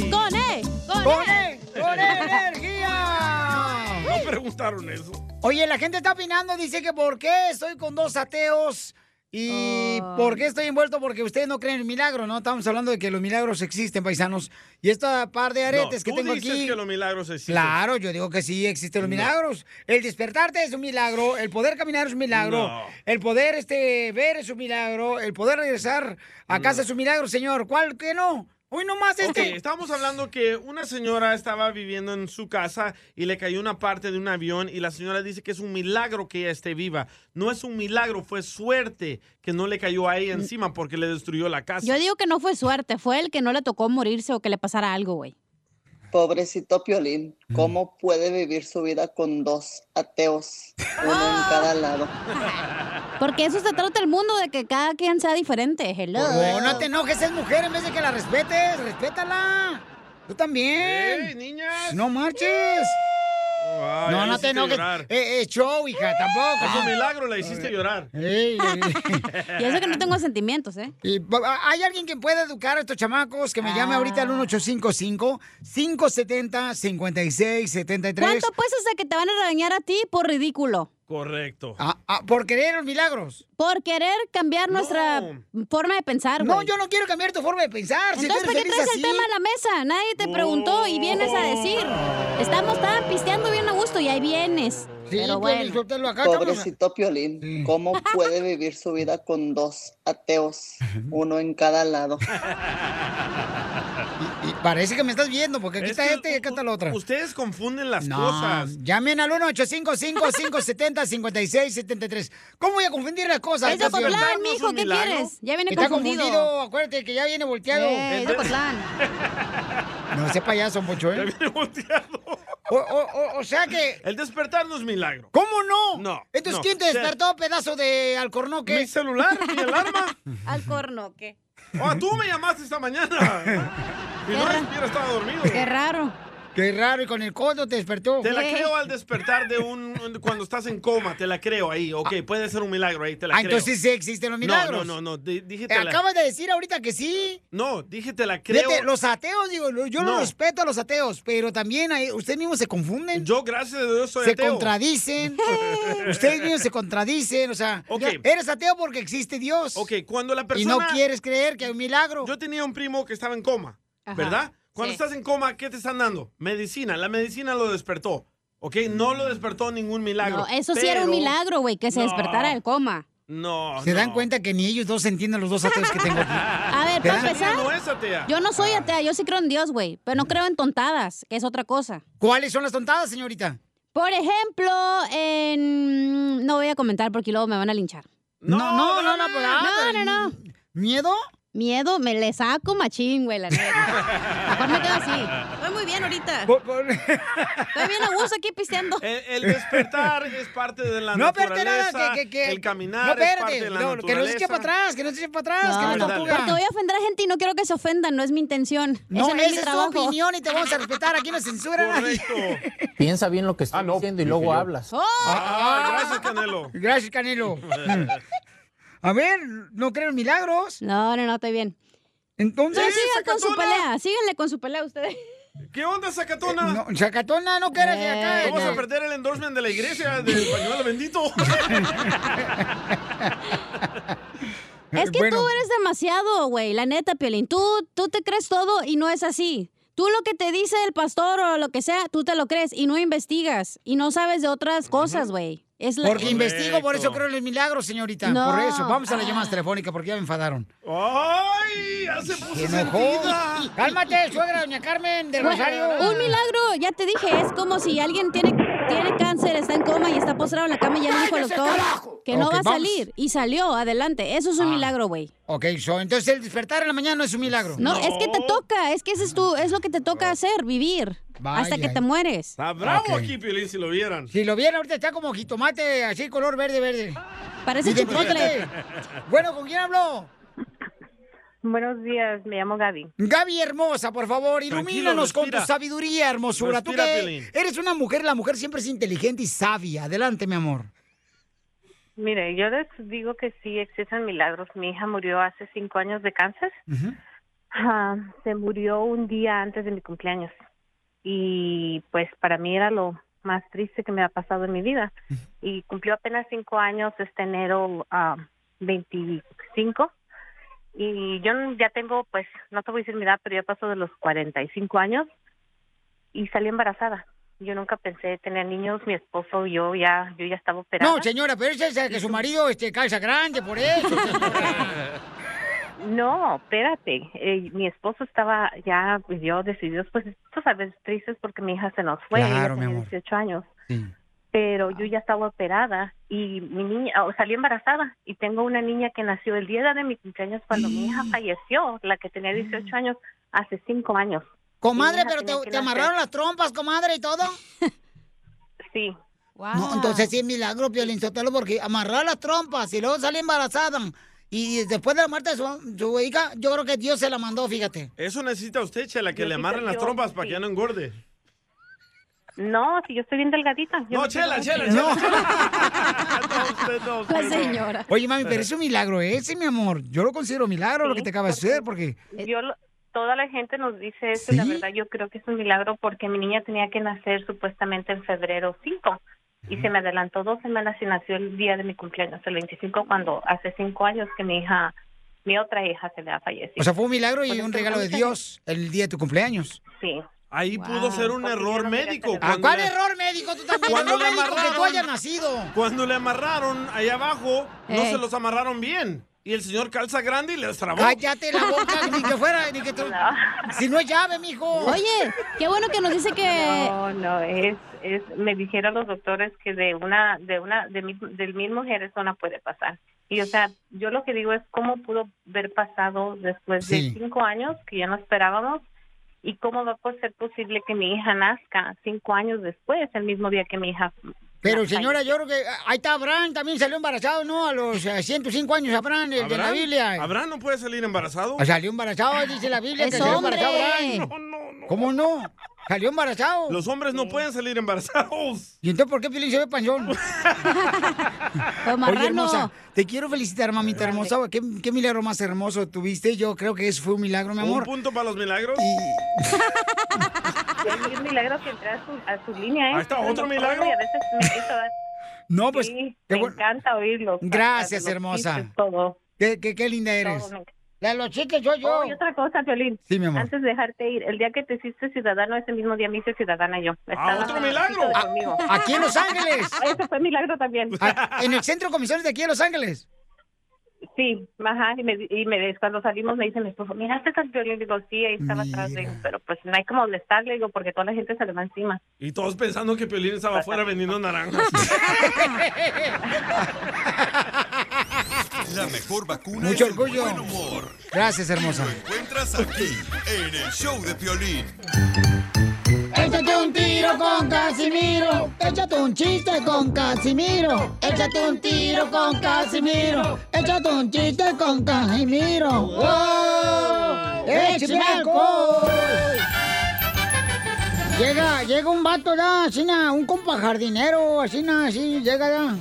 S4: ¡Con E! ¡Con
S2: ¡Con
S4: E!
S2: E! ¡Con E energía!
S3: Ah, No preguntaron eso.
S2: Oye, la gente está opinando, dice que por qué estoy con dos ateos y
S4: Oh.
S2: por qué estoy envuelto porque ustedes no creen en el milagro, ¿no? Estamos hablando de que los milagros existen, paisanos. Y esta par de aretes
S3: No,
S2: que
S3: tú
S2: tengo
S3: dices
S2: aquí.
S3: que los milagros existen.
S2: Claro, yo digo que sí existen los
S3: No.
S2: milagros. El despertarte es un milagro, el poder caminar es un milagro,
S3: No.
S2: el poder este ver es un milagro, el poder regresar a casa es un milagro, señor. ¿Cuál que no? Hoy nomás este.
S3: Ok, estábamos hablando que una señora estaba viviendo en su casa y le cayó una parte de un avión y la señora dice que es un milagro que ella esté viva. No es un milagro, fue suerte que no le cayó a ella
S2: Mm.
S3: encima porque le destruyó la casa.
S4: Yo digo que no fue suerte, fue el que no le tocó morirse o que le pasara algo, güey.
S15: Pobrecito Piolín,
S3: Mm.
S15: ¿cómo puede vivir su vida con dos ateos, uno en
S2: Ah.
S15: cada lado?
S4: Porque eso se trata el mundo de que cada quien sea diferente. Hello.
S2: No, no te enojes, es mujer en vez de que la respetes, respétala. Tú también. No marches.
S3: Ay,
S2: no,
S3: ahí
S2: no
S3: hiciste
S2: te enojes.
S3: llorar.
S2: Eh, eh, show, hija, tampoco.
S3: Es un milagro, la hiciste llorar.
S2: Eh,
S4: Y eso que no tengo sentimientos, ¿eh?
S2: Y, pa- pa- ¿Hay alguien que pueda educar a estos chamacos? Que me llame ahorita al 1855-570-5673.
S4: ¿Cuánto pues hasta que te van a regañar a ti por ridículo?
S3: Correcto.
S2: Ah, ah, por querer los milagros.
S4: Por querer cambiar nuestra forma de pensar, güey.
S2: No, yo no quiero cambiar tu forma de pensar. Si tú
S4: Entonces, ¿para qué
S2: eres feliz
S4: traes
S2: así.
S4: el tema a la mesa? Nadie te preguntó y vienes a decir. Estamos, estaban pisteando bien a gusto y ahí vienes. Pero
S2: pues,
S4: bueno.
S15: Pobrecito Piolín, ¿cómo puede vivir su vida con dos ateos, uno en cada lado?
S2: Y parece que me estás viendo, porque aquí está este y acá está la otra.
S3: Ustedes confunden las
S2: No,
S3: cosas.
S2: Llamen al 1-855-570-5673. ¿Cómo voy a confundir las cosas?
S4: Es de
S2: Estás
S4: Ocotlán,
S2: inventando
S4: mijo,
S2: un
S4: ¿qué
S2: milagro.
S4: quieres? Ya viene
S2: Está
S4: confundido.
S2: confundido, acuérdate que ya viene volteado.
S4: Eh, es de Ocotlán.
S2: No, ese payaso, Pocho, ¿eh? O, o- o- o sea que...
S3: El despertar no es milagro.
S2: ¿Cómo no?
S3: No.
S2: Entonces,
S3: no.
S2: ¿quién te despertó, pedazo de alcornoque?
S3: Mi celular, mi alarma.
S4: Al corno, ¿qué?
S3: Oh, tú me llamaste esta mañana. Y no respiro, estaba dormido.
S4: Qué raro.
S2: Qué raro, y con el codo te despertó.
S3: Te la creo al despertar de un, un- cuando estás en coma, te la creo ahí. Ok, puede ser un milagro ahí, te la
S2: Ah,
S3: creo.
S2: entonces sí existen los milagros.
S3: No, no, no, no, di- dije
S2: Eh,
S3: te la-
S2: Acabas de decir ahorita que sí.
S3: No, dije te la creo.
S2: Fíjate, los ateos, digo, lo- yo
S3: No.
S2: no respeto a los ateos, pero también ahí, ustedes mismos se confunden.
S3: Yo, gracias a Dios, soy
S2: Se
S3: ateo.
S2: contradicen. ustedes mismos se contradicen. O sea, ya, eres ateo porque existe Dios.
S3: Ok, cuando la
S2: Y no
S3: persona-
S2: quieres creer que hay un milagro.
S3: Yo tenía un primo que estaba en coma,
S2: Ajá,
S3: ¿verdad? Cuando
S2: sí.
S3: estás en coma, ¿qué te están dando? Medicina. La medicina lo despertó, ¿ok? No lo despertó ningún milagro.
S4: No, eso sí era un
S3: pero-
S4: milagro, güey, que se
S3: No.
S4: despertara del coma.
S3: No,
S2: Se dan cuenta que ni ellos dos entienden los dos ateos que tengo aquí.
S4: A ver, para empezar,
S3: no es atea.
S4: yo no soy atea, yo sí creo en Dios, güey, pero no creo en tontadas, que es otra cosa.
S2: ¿Cuáles son las tontadas, señorita?
S4: Por ejemplo, en... mm, no voy a comentar porque luego me van a linchar.
S2: No, no, no, no, pues, ah,
S4: no, no,
S2: pero-
S4: no.
S2: ¿Miedo?
S4: Miedo, me le saco machín, güey, la neta. Mejor me quedo así. Estoy muy bien ahorita. Estoy bien a gusto aquí pisteando.
S3: El despertar es parte de la
S2: No, espérate,
S3: naturaleza.
S2: nada, que- que- que-
S3: El caminar
S2: no,
S3: es parte de
S2: espérate,
S3: la
S2: no, que no se
S3: naturaleza.
S2: eche para atrás, que no se eche para atrás, que no es
S3: Ándale.
S2: tortuga.
S4: Porque voy a ofender a gente y no quiero que se ofendan, no es mi intención.
S2: No,
S4: Ese
S2: esa
S4: no es
S2: es
S4: mi
S2: tu
S4: trabajo.
S2: opinión y te vamos a respetar. Aquí no censuran a nadie.
S21: Piensa bien lo que estás diciendo y luego hablas.
S3: Ah, gracias, Canelo.
S2: ¡Oh! Gracias, Canelo. A ver, ¿no creen en milagros?
S4: No, no, no, estoy bien.
S2: Entonces.
S4: Ya sigan con su pelea, síganle con su pelea ustedes.
S3: ¿Qué onda, Zacatona?
S2: No, Zacatona, no quieres
S4: Eh,
S2: de acá.
S3: Vamos
S2: de-
S3: a perder el endorsement de la iglesia del pañuelo bendito.
S2: Eh,
S4: Es que tú eres demasiado, güey, la neta, Piolín. Tú, tú te crees todo y no es así. Tú lo que te dice el pastor o lo que sea, tú te lo crees y no investigas y no sabes de otras cosas, güey. Es la-
S2: Porque investigo, por eso creo en los milagros, señorita.
S4: No. Ah.
S2: Por eso. Vamos a las llamadas telefónicas porque ya me enfadaron.
S3: ¡Ay! ¡Ya se puso
S2: Se enojó.
S3: sentida.
S2: Cálmate, suegra, doña Carmen de
S4: Güey,
S2: Rosario.
S4: Un milagro, ya te dije, es como si alguien tiene tiene cáncer, está en coma y está postrado en la cama y ya le dijo el
S2: ¡Cállese,
S4: doctor
S2: carajo!
S4: que no
S2: Ok,
S4: va a
S2: vamos. Ah.
S4: salir. Y salió, adelante. Eso es un milagro, güey.
S2: Ok, so, entonces el despertar en la mañana no es un milagro.
S4: No, es que te toca, es que ese es tu, es lo que te toca hacer, vivir. hasta que
S2: Vaya.
S4: te mueres.
S3: Está bravo
S2: Ok.
S3: aquí, Piolín, si lo vieran.
S2: Si lo vieran, ahorita está como jitomate, así color verde, verde.
S4: Parece
S2: Identifícate. Bueno, ¿con quién habló?
S5: Buenos días, me llamo Gaby.
S2: Gaby hermosa, por favor,
S5: Tranquilo,
S2: ilumínanos con tu
S5: respira.
S2: sabiduría, hermosura. Tú
S5: Respira,
S2: que
S5: Piolín.
S2: eres una mujer, la mujer siempre es inteligente y sabia. Adelante, mi amor.
S5: Mire, yo les digo que sí existen milagros. Mi hija murió hace cinco años de cáncer. Ah, se murió un día antes de mi cumpleaños. Y pues para mí era lo más triste que me ha pasado en mi vida. Y cumplió apenas cinco años este enero ah, 25. Y yo ya tengo, pues, no te voy a decir mi edad, pero ya paso de los 45 años y salí embarazada. Yo nunca pensé tener niños, mi esposo, yo ya, yo ya estaba operada.
S2: No, señora, pero esa es la que su marido este, calza grande, por eso. señora.
S5: No, espérate. Eh, mi esposo estaba ya, pues yo decidí, pues tú sabes, tristes porque mi hija se nos fue. ella
S22: Claro, mi
S5: tenía
S22: amor.
S5: 18 años. Pero yo ya estaba operada y mi niña, o salí embarazada y tengo una niña que nació el día de mi cumpleaños cuando mi
S2: Mm.
S5: hija falleció, la que tenía 18 años, hace 5 años.
S2: comadre,
S5: Mi hija
S2: pero
S5: tenía
S2: te,
S5: que
S2: te
S5: nacer.
S2: amarraron las trompas, comadre, y todo.
S5: Sí.
S2: No, entonces sí es milagro, Piolín Sotelo, porque amarrar las trompas y luego sale embarazada. Y después de la muerte de su, su hija, yo creo que Dios se la mandó, fíjate.
S3: Eso necesita usted, Chela, que
S5: Yo
S3: le
S5: sí
S3: amarren las
S5: yo,
S3: trompas para que ya no engorde.
S5: No, si yo estoy bien delgadita. yo
S3: No,
S5: me
S3: Chela,
S5: cuido
S3: Chela,
S5: mucho.
S3: Chela. No, usted no, usted no.
S2: Oye, mami, pero es un milagro ese, mi amor. Yo lo considero milagro lo que te acaba de hacer, porque...
S5: Yo lo- toda la gente nos dice eso y la verdad yo creo que es un milagro porque mi niña tenía que nacer supuestamente en febrero 5 y se me adelantó dos semanas y nació el día de mi cumpleaños, el 25, cuando hace cinco años que mi hija, mi otra hija se le ha fallecido.
S2: O sea, fue un milagro y
S5: Por
S2: un
S5: eso
S2: regalo de
S5: mucha
S2: Dios el día de tu cumpleaños.
S5: Sí.
S3: Ahí
S5: Ah,
S3: pudo ser un error médico.
S2: Ah,
S3: cuando
S2: ¿Cuál
S3: le-
S2: error médico? Tú también
S3: Cuando
S2: error
S3: le
S2: médico que tú
S3: amarraron.
S2: hayas nacido.
S3: Cuando le amarraron allá abajo, no
S4: Eh.
S2: Ey.
S3: se los amarraron bien. Y el señor calza grande y les trabó.
S2: Cállate la boca, ni que fuera, ni que te... Si no es llave, mijo.
S5: Oye,
S4: qué bueno que nos dice que-
S5: No, no, es, es, me dijeron los doctores que de una, de una, de mil, del mil mujeres una puede pasar. Y o sea, yo lo que digo es cómo pudo haber pasado después
S23: Sí.
S5: de cinco años que ya no esperábamos y cómo va a ser posible que mi hija nazca cinco años después, el mismo día que mi hija.
S2: Pero
S5: nace.
S2: señora, yo eh, creo que ahí está Abraham, también salió embarazado, ¿no? A los eh, 105 años, Abraham, el de la Biblia. Ah,
S3: ¿Abraham no puede salir embarazado?
S2: Salió embarazado, dice la Biblia,
S3: Es
S2: que salió
S3: hombre.
S2: embarazado Abraham. ¿Cómo no? Salió embarazado.
S3: Los hombres no pueden salir embarazados.
S2: ¿Y entonces por qué Piolín se ve panzón? Oye,
S3: marrano.
S2: hermosa, te quiero felicitar, mamita hermosa. ¿Qué, qué milagro más hermoso tuviste. Yo creo que eso fue un milagro, mi
S3: ¿Un
S2: amor.
S3: punto para los milagros?
S5: Es un milagro que entré a su, a su línea. ¿eh?
S3: Ahí está, otro
S5: Soy
S3: milagro.
S5: y a veces me quito dar-
S2: No, pues.
S5: Sí,
S2: qué
S5: me
S2: bueno.
S5: encanta oírlos.
S2: Gracias,
S5: Los
S2: hermosa.
S5: chistes, Todo.
S2: Qué, qué- qué linda eres.
S5: Todo, me encanta.
S2: La de los chistes soy yo.
S5: Oh, y otra cosa, Violín.
S2: Sí, mi amor.
S5: Antes de dejarte ir, el día que te hiciste ciudadano, ese mismo día me hice ciudadana yo. Estaba
S2: Ah, otro
S5: en el
S2: milagro.
S5: sitio de
S2: Ah,
S5: conmigo.
S2: aquí en Los Ángeles.
S5: Ese fue milagro también.
S2: Ah, ¿En el centro de comisiones de aquí de Los Ángeles?
S5: Sí, ajá, y me, y me cuando salimos me dice mi esposo, miraste al violín, digo, sí, ahí estaba atrás, le digo, pero pues no hay como molestarle, digo, porque toda la gente se le va encima.
S3: Y todos pensando que Piolín estaba afuera vendiendo naranjas.
S9: La mejor vacuna
S2: Mucho
S9: es el
S2: orgullo.
S9: buen humor.
S2: Gracias, hermosa.
S9: Encuentras aquí, en el show de Piolín.
S7: Échate un tiro con Casimiro. Échate un chiste con Casimiro. Échate un tiro con Casimiro. Échate un chiste con Casimiro. Eh, ¡Wow!
S2: eh,
S7: ¡Échame alcohol! Llega, llega un vato, da, asina, un compa jardinero, asina, así, llega, da.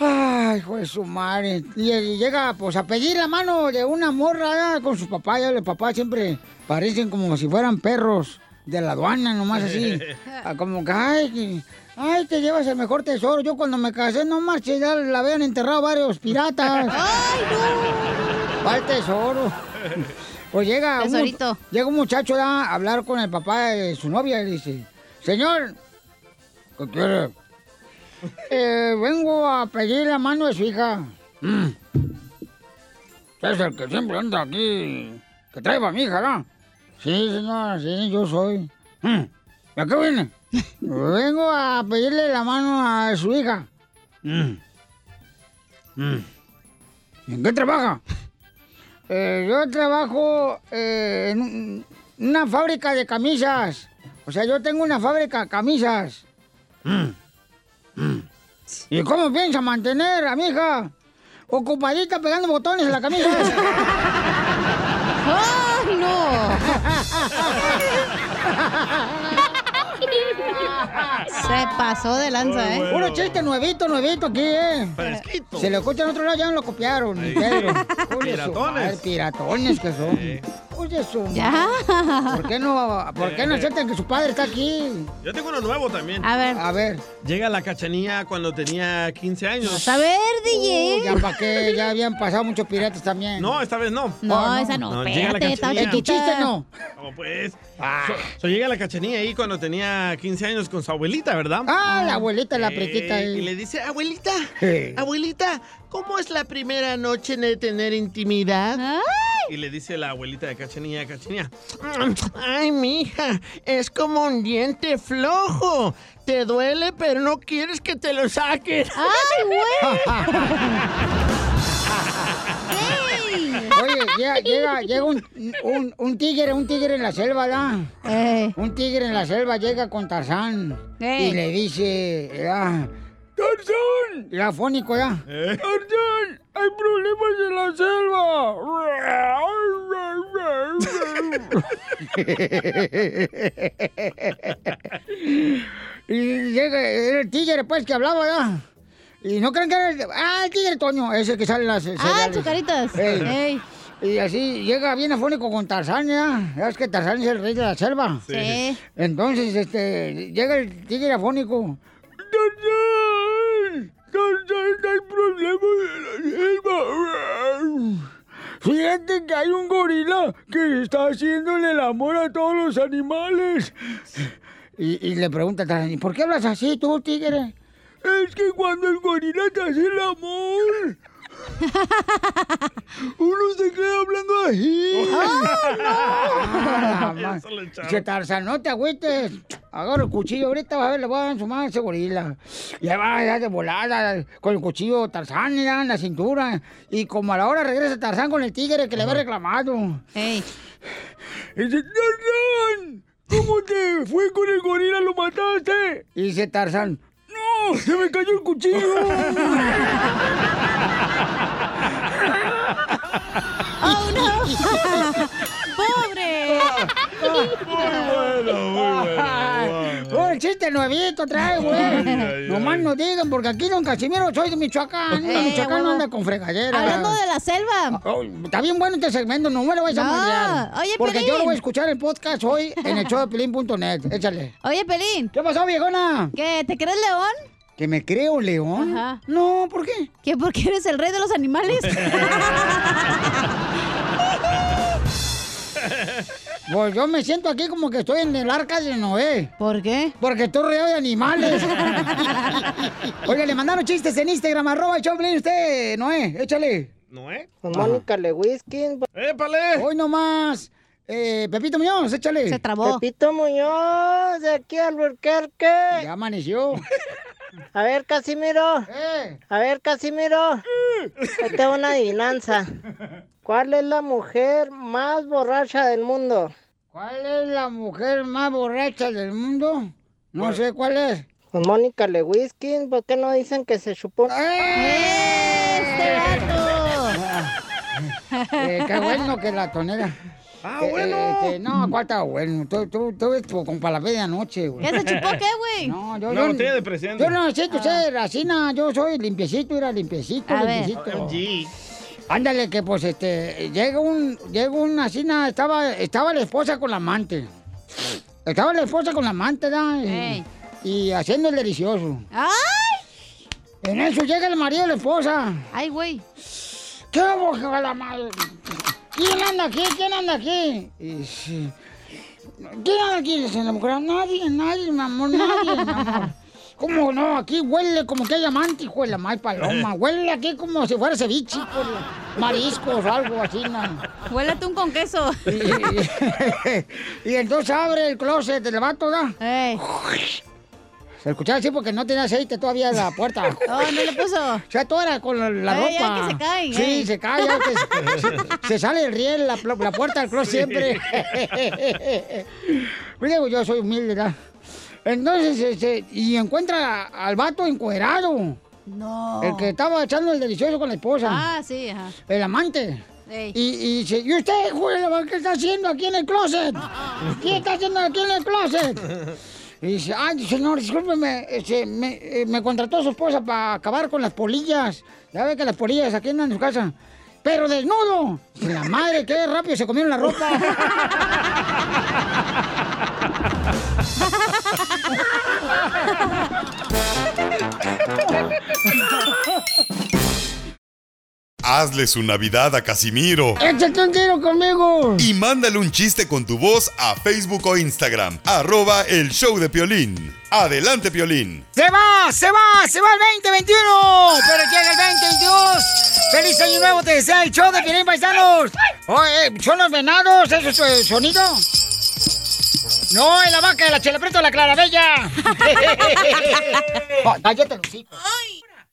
S7: Ay, hijo de su madre. Y, y llega, pues, a pedir la mano de una morra ¿verdad? con sus papás. Ya los papás siempre parecen como si fueran perros de la aduana, nomás así. Ah, Como que, ay, que- ay, te llevas el mejor tesoro. Yo cuando me casé, no marché, ya la habían enterrado varios piratas. ¡Ay, no! ¿Cuál tesoro? Pues llega un,
S4: Tesorito.
S7: llega un muchacho ¿verdad? a hablar con el papá de su novia y le dice, señor, ¿qué quiere? Eh, vengo a pedir la mano de su hija. Mm. Es el que siempre anda aquí, que trae a mi hija, ¿no? Sí, señora, sí, yo soy. Mm.
S2: ¿A qué viene? Vengo a pedirle la mano a su hija.
S3: Mm.
S2: ¿En qué trabaja? Eh, yo trabajo eh, en un- una fábrica de camisas. O sea, yo tengo una fábrica de camisas.
S3: Mm.
S2: ¿Y cómo piensa mantener a mi hija? Ocupadita pegando botones en la camisa. ¡Ay, no!
S4: Se pasó de lanza, ¿eh?
S2: Puro chiste nuevito, nuevito aquí, ¿eh? Fresquito. Se lo escuchan en otro lado, ya no lo copiaron.
S11: Ahí.
S2: Pedro.
S11: Piratones.
S2: Ay, piratones que son. Oye, su madre.
S11: Ya.
S2: ¿Por qué no, por qué no
S3: Eh.
S2: aceptan que su padre está aquí?
S3: Yo tengo uno nuevo también.
S2: A ver.
S3: Llega la cachanilla cuando tenía 15 años.
S2: Uh, ya para qué, ya habían pasado muchos piratas también.
S3: No, esta vez no.
S2: No, Oh, no. esa no,
S3: llega la
S2: espérate, estaba
S3: cachanilla.
S2: ¿Y tu chiste no? Ah.
S3: No, pues. So- so llega la cachanilla ahí cuando tenía 15 años con su abuelita, ¿verdad?
S2: Ah, la abuelita, la
S3: Eh,
S2: prietita ahí.
S3: Y le dice, abuelita,
S2: Eh.
S3: abuelita, ¿cómo es la primera noche de tener intimidad?
S7: Ah.
S3: Y le dice la abuelita de cachanilla, cachanilla, Ay, mija, es como un diente flojo. Te duele, pero no quieres que te lo saquen.
S11: ¡Ay,
S2: Oye, llega, llega, llega un, un, un tigre, un tigre en la selva, ¿verdad? Un tigre en la selva llega con Tarzán
S11: Ey.
S2: y le dice, ah, ¡Tarzán! Y afónico, ¿ya?
S11: Eh.
S2: ¡Tarzán! ¡Hay problemas en la selva! y llega era el tigre, pues, que hablaba, ¿verdad? Y no creen que era el... ¡Ah, el tigre Toño! Ese que sale en las... ¡Ah,
S4: chucaritas!
S2: Y así llega bien afónico con Tarzán, ¿ya? ¿Sabes que Tarzán es el rey de la selva?
S11: Sí. Sí.
S2: Entonces, este, llega el tigre afónico. ¡Tarzán! ¡Tarzán, hay problemas en la selva! Fíjate que hay un gorila que está haciéndole el amor a todos los animales. Y, y le pregunta a Tarzán, ¿y por qué hablas así tú, tigre? Es que cuando el gorila te hace el amor, uno se queda hablando así. ¡Ah, no!
S11: Eso le echaron.
S2: Dice Tarzán, no te agüites. Agarro el cuchillo ahorita, vas a ver, le voy a dar en su mano a ese gorila. Ya va, ya de volada, con el cuchillo Tarzán, mira, en la cintura. Y como a la hora regresa Tarzán con el tigre que le había reclamado. ¡Ey! Y dice, Tarzán, ¿cómo te fue con el gorila? ¿Lo mataste? Y dice Tarzán, ¡no! ¡Se me cayó el cuchillo!
S11: ¡Oh, no! ¡Pobre! Muy bueno, muy bueno.
S2: Oh, el chiste nuevito trae, güey. Nomás nos digan, porque aquí don Casimiro soy de Michoacán.
S4: Eh,
S2: Michoacán
S4: huevo.
S2: no anda con fregadera. Oh,
S4: Hablando de la selva.
S2: Está bien bueno este segmento, no me lo vais a
S4: No,
S2: mandar.
S4: oye,
S2: Porque yo
S4: Pelín.
S2: lo voy a escuchar el podcast hoy en el show de Pelín.net. Échale.
S4: Oye, Pelín.
S2: ¿Qué pasó, viejona?
S4: ¿Qué? ¿Te crees león?
S2: ¿Que me creo, León? No, ¿por qué?
S4: ¿Que porque eres el rey de los animales?
S2: Pues yo me siento aquí como que estoy en el arca de Noé. ¿Por qué? Porque estoy rodeado de animales. Oye, le mandaron chistes en Instagram, arroba el show de Pelín, usted, Noé. Échale.
S3: ¿No es?
S28: Con Mónica Lewinskin.
S3: ¡Épale!
S2: Hoy nomás. Eh, Pepito Muñoz, échale. Se trabó.
S28: Pepito Muñoz, de aquí al Burquerque.
S2: Ya amaneció. Eh.
S28: A ver, Casimiro. A ver, Casimiro. Ahí te va una adivinanza. ¿Cuál es la mujer más borracha del mundo?
S2: ¿Cuál es la mujer más borracha del mundo? No sé cuál es.
S28: Con Mónica Lewinskin, ¿por qué no dicen que se chupó?
S2: ¡Eh! ¡Este Eh, qué bueno que la tonera.
S28: Ah,
S2: Eh,
S28: bueno.
S2: eh, este, no, ¿cuál está bueno? Tú, tú, tú ves tu- con palabra de anoche, güey.
S4: ¿Qué se chupó qué, güey? Ah,
S2: No, yo,
S3: Una
S2: yo-
S3: botella de presente.
S2: Yo no sé, tú sabes, Racina, yo soy limpiecito, era limpiecito,
S3: A ver.
S2: limpiecito.
S3: OMG.
S2: Ándale, que pues este, llega un, llega un Racina, estaba, estaba la esposa con la amante. Estaba la esposa con la amante, ¿da? Y-
S11: Ey.
S2: Y haciendo el delicioso.
S4: ¡Ay!
S2: En eso llega el marido de la esposa.
S4: ¡Ay, güey!
S2: ¿Qué hago, hijo de la madre? ¿Quién anda aquí? ¿Quién anda aquí? Y sí. ¿Quién anda aquí? Dice la mujer. Nadie, nadie, mi amor, nadie, mi amor. ¿Cómo no? Aquí huele como que hay amante, hijo de la madre paloma. Huele aquí como si fuera ceviche, hijo de la- mariscos, algo así. ¿no?
S4: Huélate un con queso.
S2: y entonces abre el closet, el vato, ¿no?
S23: mm.
S2: Se escuchaba así porque no tenía aceite todavía en la puerta.
S4: Oh, no le puso.
S2: O sea, todo era con la, la
S4: Ay, ya
S2: ropa.
S4: que se caen, eh.
S2: Sí,
S4: ey.
S2: se cae, ya que se, se sale el riel, la, pl- la puerta del closet
S11: Sí.
S2: siempre. Mira, pues, yo soy humilde, ¿verdad? Entonces, este, y encuentra al vato encuerado.
S4: No.
S2: El que estaba echando el delicioso con la esposa.
S4: Oh. Ah, sí, ajá.
S2: El amante.
S4: Ey.
S2: Y, y dice, ¿y usted, Julio, qué está haciendo aquí en el closet?
S4: Ah,
S2: ¿Qué está haciendo aquí en el closet? Y dice, ay, señor, discúlpeme, este, me, eh, me contrató su esposa para acabar con las polillas. Ya ve que las polillas aquí andan en su casa. Pero desnudo. Dice, La madre, qué rápido se comieron la ropa.
S9: Hazle su Navidad a Casimiro.
S2: Échate un tiro conmigo.
S9: Y mándale un chiste con tu voz a Facebook o Instagram. Arroba el show de Piolín. Adelante, Piolín.
S29: ¡Se va! ¡Se va! ¡Se va el 2021! ¡Pero llega el 2022! ¡Feliz año nuevo! ¡Te desea el show de Piolín Paisanos!
S2: Oye, ¿son los venados? ¿Eso es eh, sonido? No, es la vaca de la chelepreta de la clarabella. Ah, Cállate, Lucito.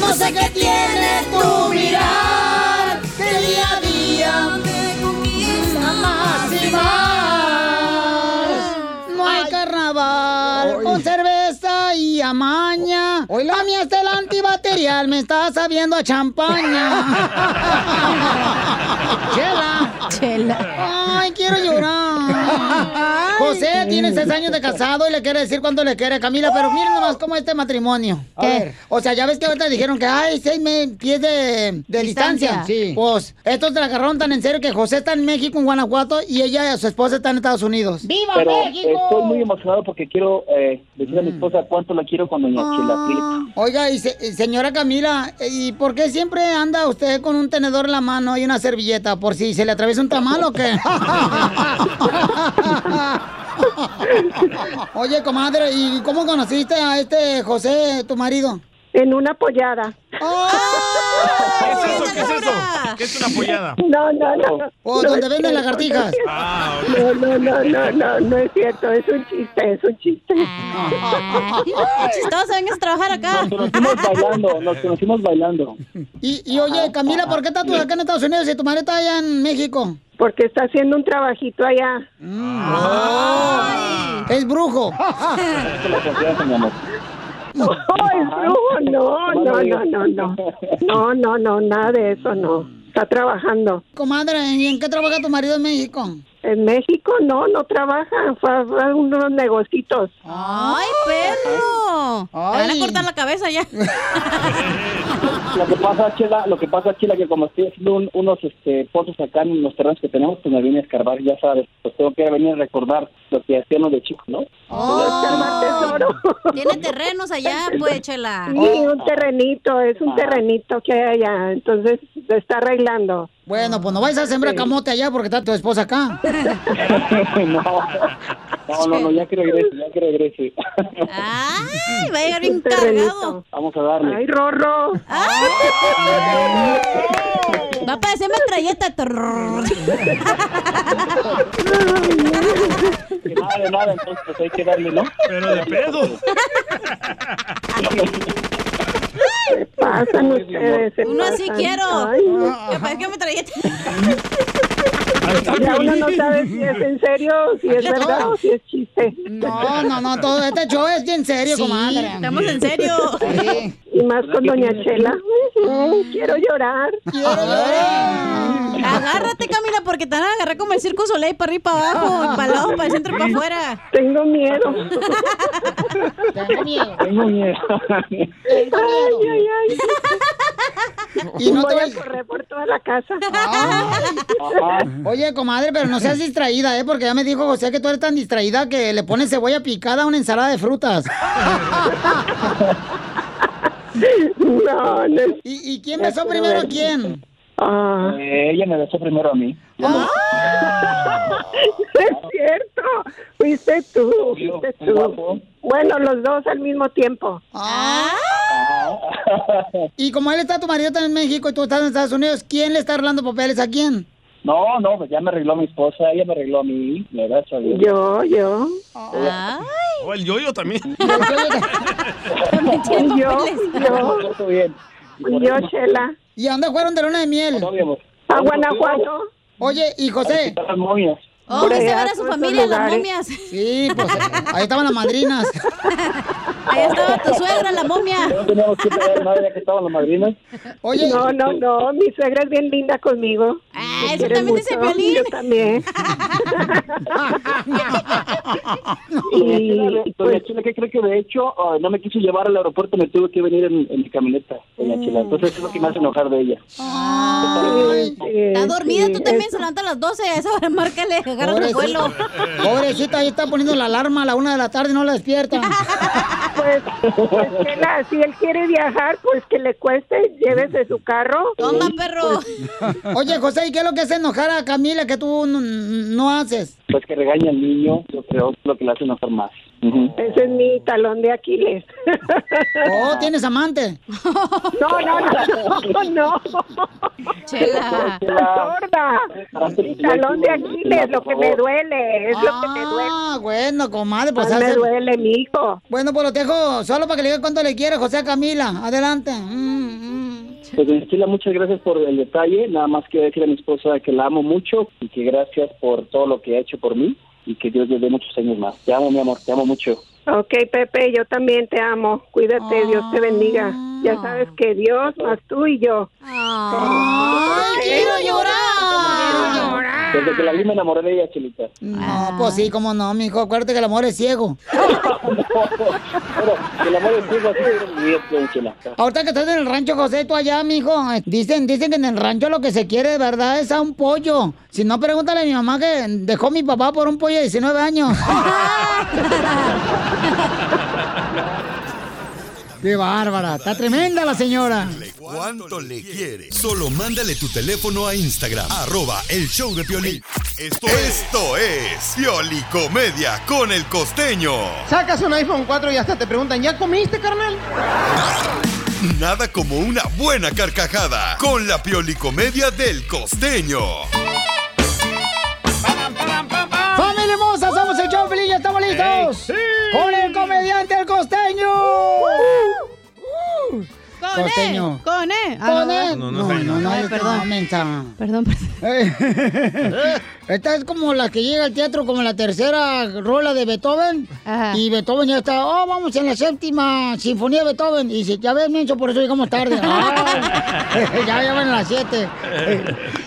S11: No sé qué tiene tu mirar, que día a día me conquista más y más.
S2: No hay carnaval con cerveza y amaña. A mí hasta el antibacterial me está sabiendo a champaña. Chela. Chela. Ay, quiero llorar. José tiene seis años de casado y le quiere decir cuánto le quiere a Camila, pero miren nomás cómo es este matrimonio.
S11: A
S2: ¿Qué?
S11: ver.
S2: O sea, ya ves que ahorita dijeron que hay seis me- pies de, de distancia.
S11: Distancia. Sí.
S2: Pues estos te la agarraron tan en serio que José está en México, en Guanajuato, y ella, su esposa, está en Estados Unidos. ¡Viva
S22: Pero estoy muy emocionado porque quiero eh, decirle
S8: Mm.
S22: a mi esposa cuánto la quiero con doña
S8: Ah.
S22: Chela Prieto.
S2: Oiga, y se- y señora Camila, ¿y por qué siempre anda usted con un tenedor en la mano y una servilleta? ¿Por si se le atraviesa un tamal o qué? Oye, comadre, ¿y cómo conociste a este José, tu marido? En una pollada.
S1: ¿Qué es eso? ¿Qué es eso? ¿Qué es una pollada?
S8: No, no, no.
S2: Oh,
S8: No
S2: ¿dónde
S8: es
S2: venden
S8: cierto,
S2: lagartijas?
S1: Ah.
S3: Ah,
S8: No, no, no, no, no, no es cierto. Es un chiste, es un chiste.
S4: Qué chistoso, vengas a trabajar acá.
S22: Nos conocimos bailando, nos conocimos bailando.
S2: Y, y oye, Camila, ¿por qué estás tú acá en Estados Unidos y tu marido está allá en México?
S8: Porque está haciendo un trabajito allá. Ah.
S2: Es brujo.
S22: Te la confianza, mi amor.
S8: Ay, brujo, no, no, no, no, no. No, no, no, nada de eso, no. Está trabajando.
S2: Comadre, ¿y en qué trabaja tu marido en México?
S8: En México no, no trabaja, fue a unos negocitos.
S4: ¡Ay, perro! Te van a cortar la cabeza ya.
S22: Lo que pasa, Chela, lo que pasa, Chela, que como estoy haciendo un- unos este, pozos acá en los terrenos que tenemos, pues me vine a escarbar, ya sabes. Pues tengo que venir a recordar lo que hacíamos de chico, ¿no?
S4: Tiene terrenos allá, pues, chela.
S8: Sí,
S2: Oh.
S8: un terrenito, es un terrenito que hay allá, entonces se está arreglando.
S2: Bueno, pues no vais a sembrar camote allá porque está tu esposa acá.
S22: no. No, no, no, ya que regrese, ya que regrese.
S4: Ay, va a llegar bien
S8: Un terrenito.
S4: cargado.
S22: Vamos a darle.
S8: Ay, Rorro.
S4: Va a parecer metralleta. Trrr.
S22: Que nada de nada, entonces pues hay que darle, ¿no? Pero de pedo.
S8: Pasan ustedes. se
S4: Uno así
S8: pasan.
S4: quiero.
S8: Ay, no.
S4: Que parezca metralleta.
S8: Ya uno no sabe si es en serio, si es verdad o si es chiste.
S2: No, no, no, todo este show es en serio,
S8: Sí,
S2: comadre.
S8: estamos en serio.
S2: Sí.
S8: Y más con Doña Chela. Ay, Quiero llorar.
S2: Ah. Quiero llorar.
S4: Agárrate, Camila, porque te van a agarrar como el circo Soleil para arriba, para abajo, para el lado, para el centro y para afuera.
S8: Tengo miedo.
S4: Tengo miedo.
S8: Tengo miedo. Ay, ay, ay.
S2: Y no te
S8: Voy
S2: vayas- Ah,
S8: a correr por toda la casa. Ah.
S2: Oye, comadre, pero no seas distraída, ¿eh? Porque ya me dijo José que tú eres tan distraída que le pones cebolla picada a una ensalada de frutas.
S8: No, Ah, no.
S2: ¿Y, y quién besó primero a quién?
S8: Ah.
S22: Eh, ella me besó primero a mí.
S8: es cierto. Fuiste tú. Fuiste tú. Bueno, los dos al mismo tiempo.
S4: Ah.
S2: Y como él está tu marido está en México y tú estás en Estados Unidos, ¿quién le está arreglando papeles a quién?
S22: No, no, pues ya me arregló mi esposa, ella me arregló a mí, me gracias a Dios.
S8: Yo, yo.
S2: Ah.
S3: O Oh, el yoyo también.
S8: Y yo, yo. Y yo, Chela.
S2: ¿Y a dónde fueron de luna de miel?
S8: A Guanajuato.
S2: Oye, y José.
S8: Oh, Por fuiste a allá, ver a su por esos familia, las lugares.
S4: momias.
S2: Sí, pues ahí estaban las madrinas.
S4: Ahí estaba tu suegra, la momia.
S22: No teníamos que pagar nada ya que estaban las madrinas.
S2: Oye.
S8: No, no, no. Mi suegra es bien linda conmigo. Ah,
S4: eso también dice Piolín.
S8: Yo también.
S2: Ah,
S22: Doña Chela, doña Chela, pues, ¿qué cree que de hecho ah, no me quiso llevar al aeropuerto? Me tuve que venir en, en mi camioneta, doña Chela. Entonces eso es lo que me hace enojar de ella.
S4: Está dormida, tú también se levanta a las 12, a esa hora márcale, agarra tu vuelo.
S2: Pobrecita. Pobrecita, ahí está poniendo la alarma a la una de la tarde y no la despierta.
S8: Pues, pues Chela, si él quiere viajar, pues que le cueste, llévese su carro. Pues,
S4: Toma, perro.
S2: Oye, José, ¿y qué es lo que hace enojar a Camila que tú no, no haces?
S22: Pues que regaña al niño, yo creo que es lo que le hace enojar más. Ujú.
S8: Ese es mi talón de Aquiles.
S2: Oh, ¿tienes amante?
S8: No, no, no, no.
S4: Chela.
S8: Gorda. Mi talón de Aquiles, lo que me duele, es lo que me duele.
S2: Ah, bueno, comadre, pues
S8: Ay, me duele,
S2: mi hijo. Bueno, pues lo dejo solo para que le diga cuánto le quiere, José a Camila. Adelante.
S22: Pues doña Chela, muchas gracias por el detalle. Nada más quiero decir a mi esposa que la amo mucho y que gracias por todo lo que ha hecho por mí y que Dios le dé muchos años más. Te amo, mi amor, te amo mucho.
S8: Ok, Pepe, yo también te amo. Cuídate, Dios te bendiga. Ya
S4: Ah.
S8: sabes que Dios más tú y yo.
S2: ¡Ay, quiero llorar!
S22: Desde que la vi me enamoré de ella, Chelita.
S2: No, pues sí, cómo no, mijo. Acuérdate que el amor es ciego.
S22: Pero el amor es ciego, así es mi vida, doña Chela.
S2: Ahorita que estás en el rancho, José, tú allá, mijo. eh, Dicen, dicen que en el rancho lo que se quiere de verdad es a un pollo. Si no, pregúntale a mi mamá que dejó a mi papá por un pollo de 19 años. ¡Qué bárbara! ¡Está tremenda la señora!
S9: ¿Cuánto le quiere? Solo mándale tu teléfono a Instagram, arroba el show de Piolín. Esto, Esto es Pioli Comedia con el costeño.
S30: Sacas un iPhone 4 y hasta te preguntan, ¿ya comiste, carnal?
S9: Nada como una buena carcajada con la Pioli Comedia del costeño.
S2: ¡Familia hermosa! ¡Somos el show feliz! ¡Ya estamos listos! ¡Con el comediante El Costeño!
S4: Con
S2: Costeño.
S4: él, con él. Ah,
S2: Con
S4: no.
S2: él. No, no, no, no,
S4: Ay,
S2: perdón.
S4: perdón. Perdón,
S2: Eh, Esta es como la que llega al teatro, como la tercera rola de Beethoven. Y Beethoven ya está, oh, vamos en la séptima sinfonía de Beethoven. Y dice, ya ves, Mencho, por eso llegamos tarde. Ay, ya, ya van a las siete.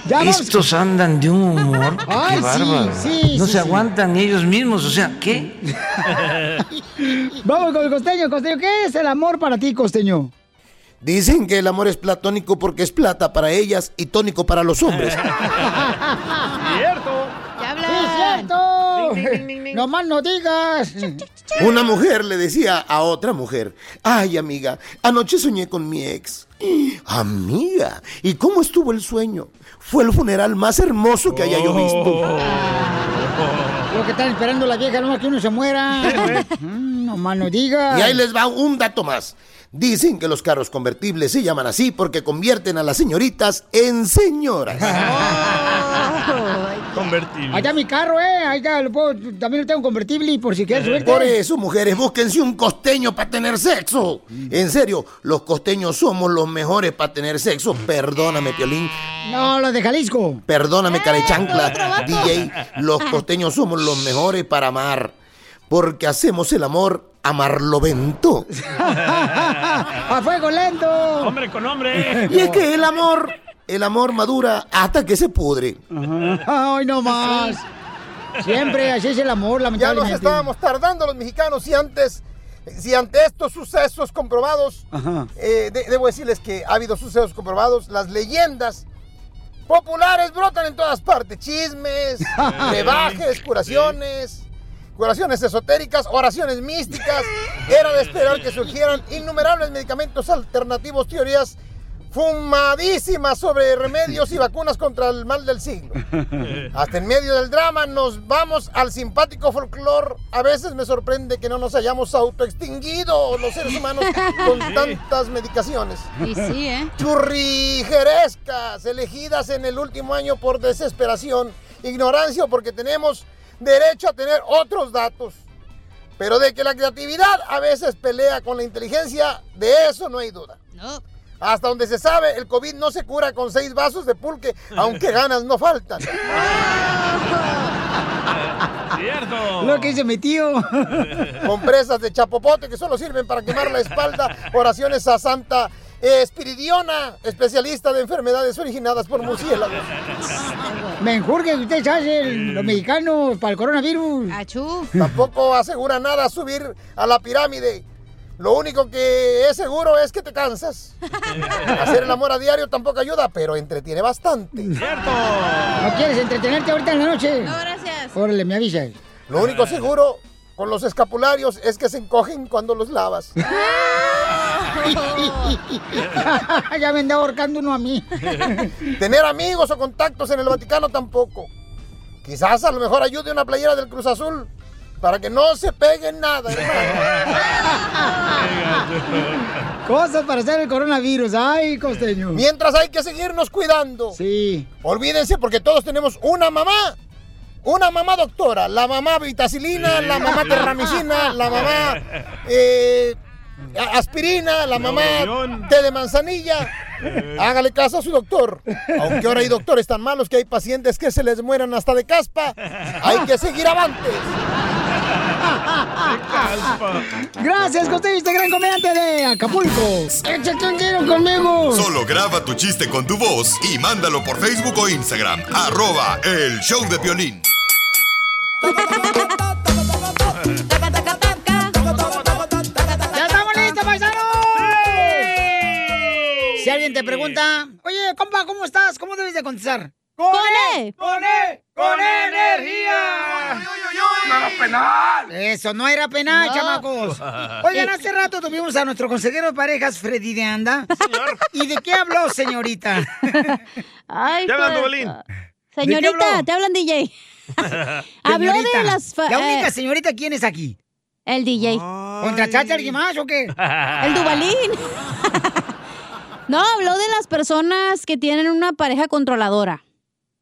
S2: Ya vamos-
S25: Estos andan de un humor. que
S2: Ay,
S25: qué
S2: sí,
S25: bárbaro.
S2: sí,
S25: no
S2: sí,
S25: se
S2: sí.
S25: aguantan ellos mismos. O sea, ¿qué?
S2: Vamos con el costeño, costeño. ¿Qué es el amor para ti, costeño?
S6: Dicen que el amor es platónico porque es plata para ellas y tónico para los hombres.
S2: ¡Cierto! ¡Sí, cierto! ¡No más no digas!
S6: Una mujer le decía a otra mujer, ay amiga, anoche soñé con mi ex. Amiga, ¿y cómo estuvo el sueño? Fue el funeral más hermoso que haya yo visto.
S2: Lo que están esperando la vieja, no más que uno se muera. Mm, no más no digas.
S6: Y ahí les va un dato más. Dicen que los carros convertibles se llaman así porque convierten a las señoritas en señoras.
S2: Ahí está mi carro, eh. Ahí está, lo puedo- también lo tengo convertible y por si quieres subirte.
S6: Eh, Por eso, mujeres, búsquense un costeño para tener sexo.
S2: Mm.
S6: En serio, los costeños somos los mejores para tener sexo. Perdóname, Piolín.
S2: No, los de Jalisco.
S6: Perdóname,
S2: Eh, otro
S6: carechancla.
S2: vato.
S6: DJ, los costeños somos los mejores para amar. Porque hacemos el amor amarlovento.
S2: ¡A fuego lento!
S6: ¡Hombre con hombre! Y es que el amor
S31: el amor madura hasta que se pudre.
S2: Ay, no más. Siempre así es el amor,
S6: Ya nos
S2: lamentablemente.
S6: estábamos tardando los mexicanos y antes, si ante estos sucesos comprobados,
S2: Ajá.
S6: eh, de- debo decirles que ha habido sucesos comprobados, las leyendas populares brotan en todas partes, chismes,
S32: Ah,
S6: rebajes, curaciones. Curaciones esotéricas, oraciones místicas. Era de esperar que surgieran innumerables medicamentos alternativos, teorías fumadísimas sobre remedios y vacunas contra el mal del siglo. Hasta en medio del drama nos vamos al simpático folclore. A veces me sorprende que no nos hayamos autoextinguido los seres humanos con
S12: Sí.
S6: tantas medicaciones.
S12: Y sí, ¿eh?
S6: Churrijerescas, elegidas en el último año por desesperación, ignorancia o porque tenemos derecho a tener otros datos. Pero de que la creatividad a veces pelea con la inteligencia, de eso no hay duda. Hasta donde se sabe, el COVID no se cura con seis vasos de pulque, aunque ganas no faltan.
S3: Cierto.
S2: Lo que dice mi tío.
S6: Compresas de chapopote que solo sirven para quemar la espalda. Oraciones a Santa Espiridiona, especialista de enfermedades originadas por murciélagos.
S2: Me enjurgue que ustedes hacen los mexicanos para el coronavirus.
S6: Tampoco asegura nada subir a la pirámide. Lo único que es seguro es que te cansas. Hacer el amor a diario tampoco ayuda, pero entretiene bastante. ¡Cierto!
S2: ¿No quieres entretenerte ahorita en la noche?
S6: No,
S2: gracias. Órale, me avisas.
S6: Lo único seguro con los escapularios es que se encogen cuando los lavas.
S2: ya me anda ahorcando uno a mí.
S6: Tener amigos o contactos en el Vaticano tampoco. Quizás a lo mejor ayude una playera del Cruz Azul para que no se pegue en nada. hermano.
S2: Cosas para hacer el coronavirus. Ay, costeño.
S6: Mientras hay que seguirnos cuidando.
S2: Sí.
S6: Olvídense porque todos tenemos una mamá. Una mamá doctora, la mamá vitacilina, la mamá terramicina, la mamá eh, a- aspirina, la mamá té de manzanilla. Hágale caso a su doctor. Aunque ahora hay doctores tan malos que hay pacientes que se les mueran hasta de caspa, hay que seguir avantes.
S2: Gracias, costeño, este gran comediante de Acapulco. Échate un tiro conmigo.
S9: Solo graba tu chiste con tu voz y mándalo por Facebook o Instagram. Arroba el show de Piolín.
S2: ¡Ya estamos listos, paisanos! Si alguien te pregunta, oye, compa, ¿cómo estás? ¿Cómo debes de contestar? ¡Con E! ¡Con E! ¡Con energía!
S12: ¡No era penal!
S2: Eso, no era penal,
S12: No.
S2: chamacos. Oigan, hace rato tuvimos a nuestro consejero de parejas, Freddy de Anda. ¿Y de qué habló, señorita?
S4: Ay, pues,
S2: ¿De
S4: Señorita, te hablan DJ. Habló
S2: Señorita,
S4: de las... fa-
S2: La única
S4: eh,
S2: señorita, ¿quién es aquí?
S4: El DJ.
S2: ¿Contrataste a alguien más o qué?
S4: El Dubalín. no, habló de las personas que tienen una pareja controladora.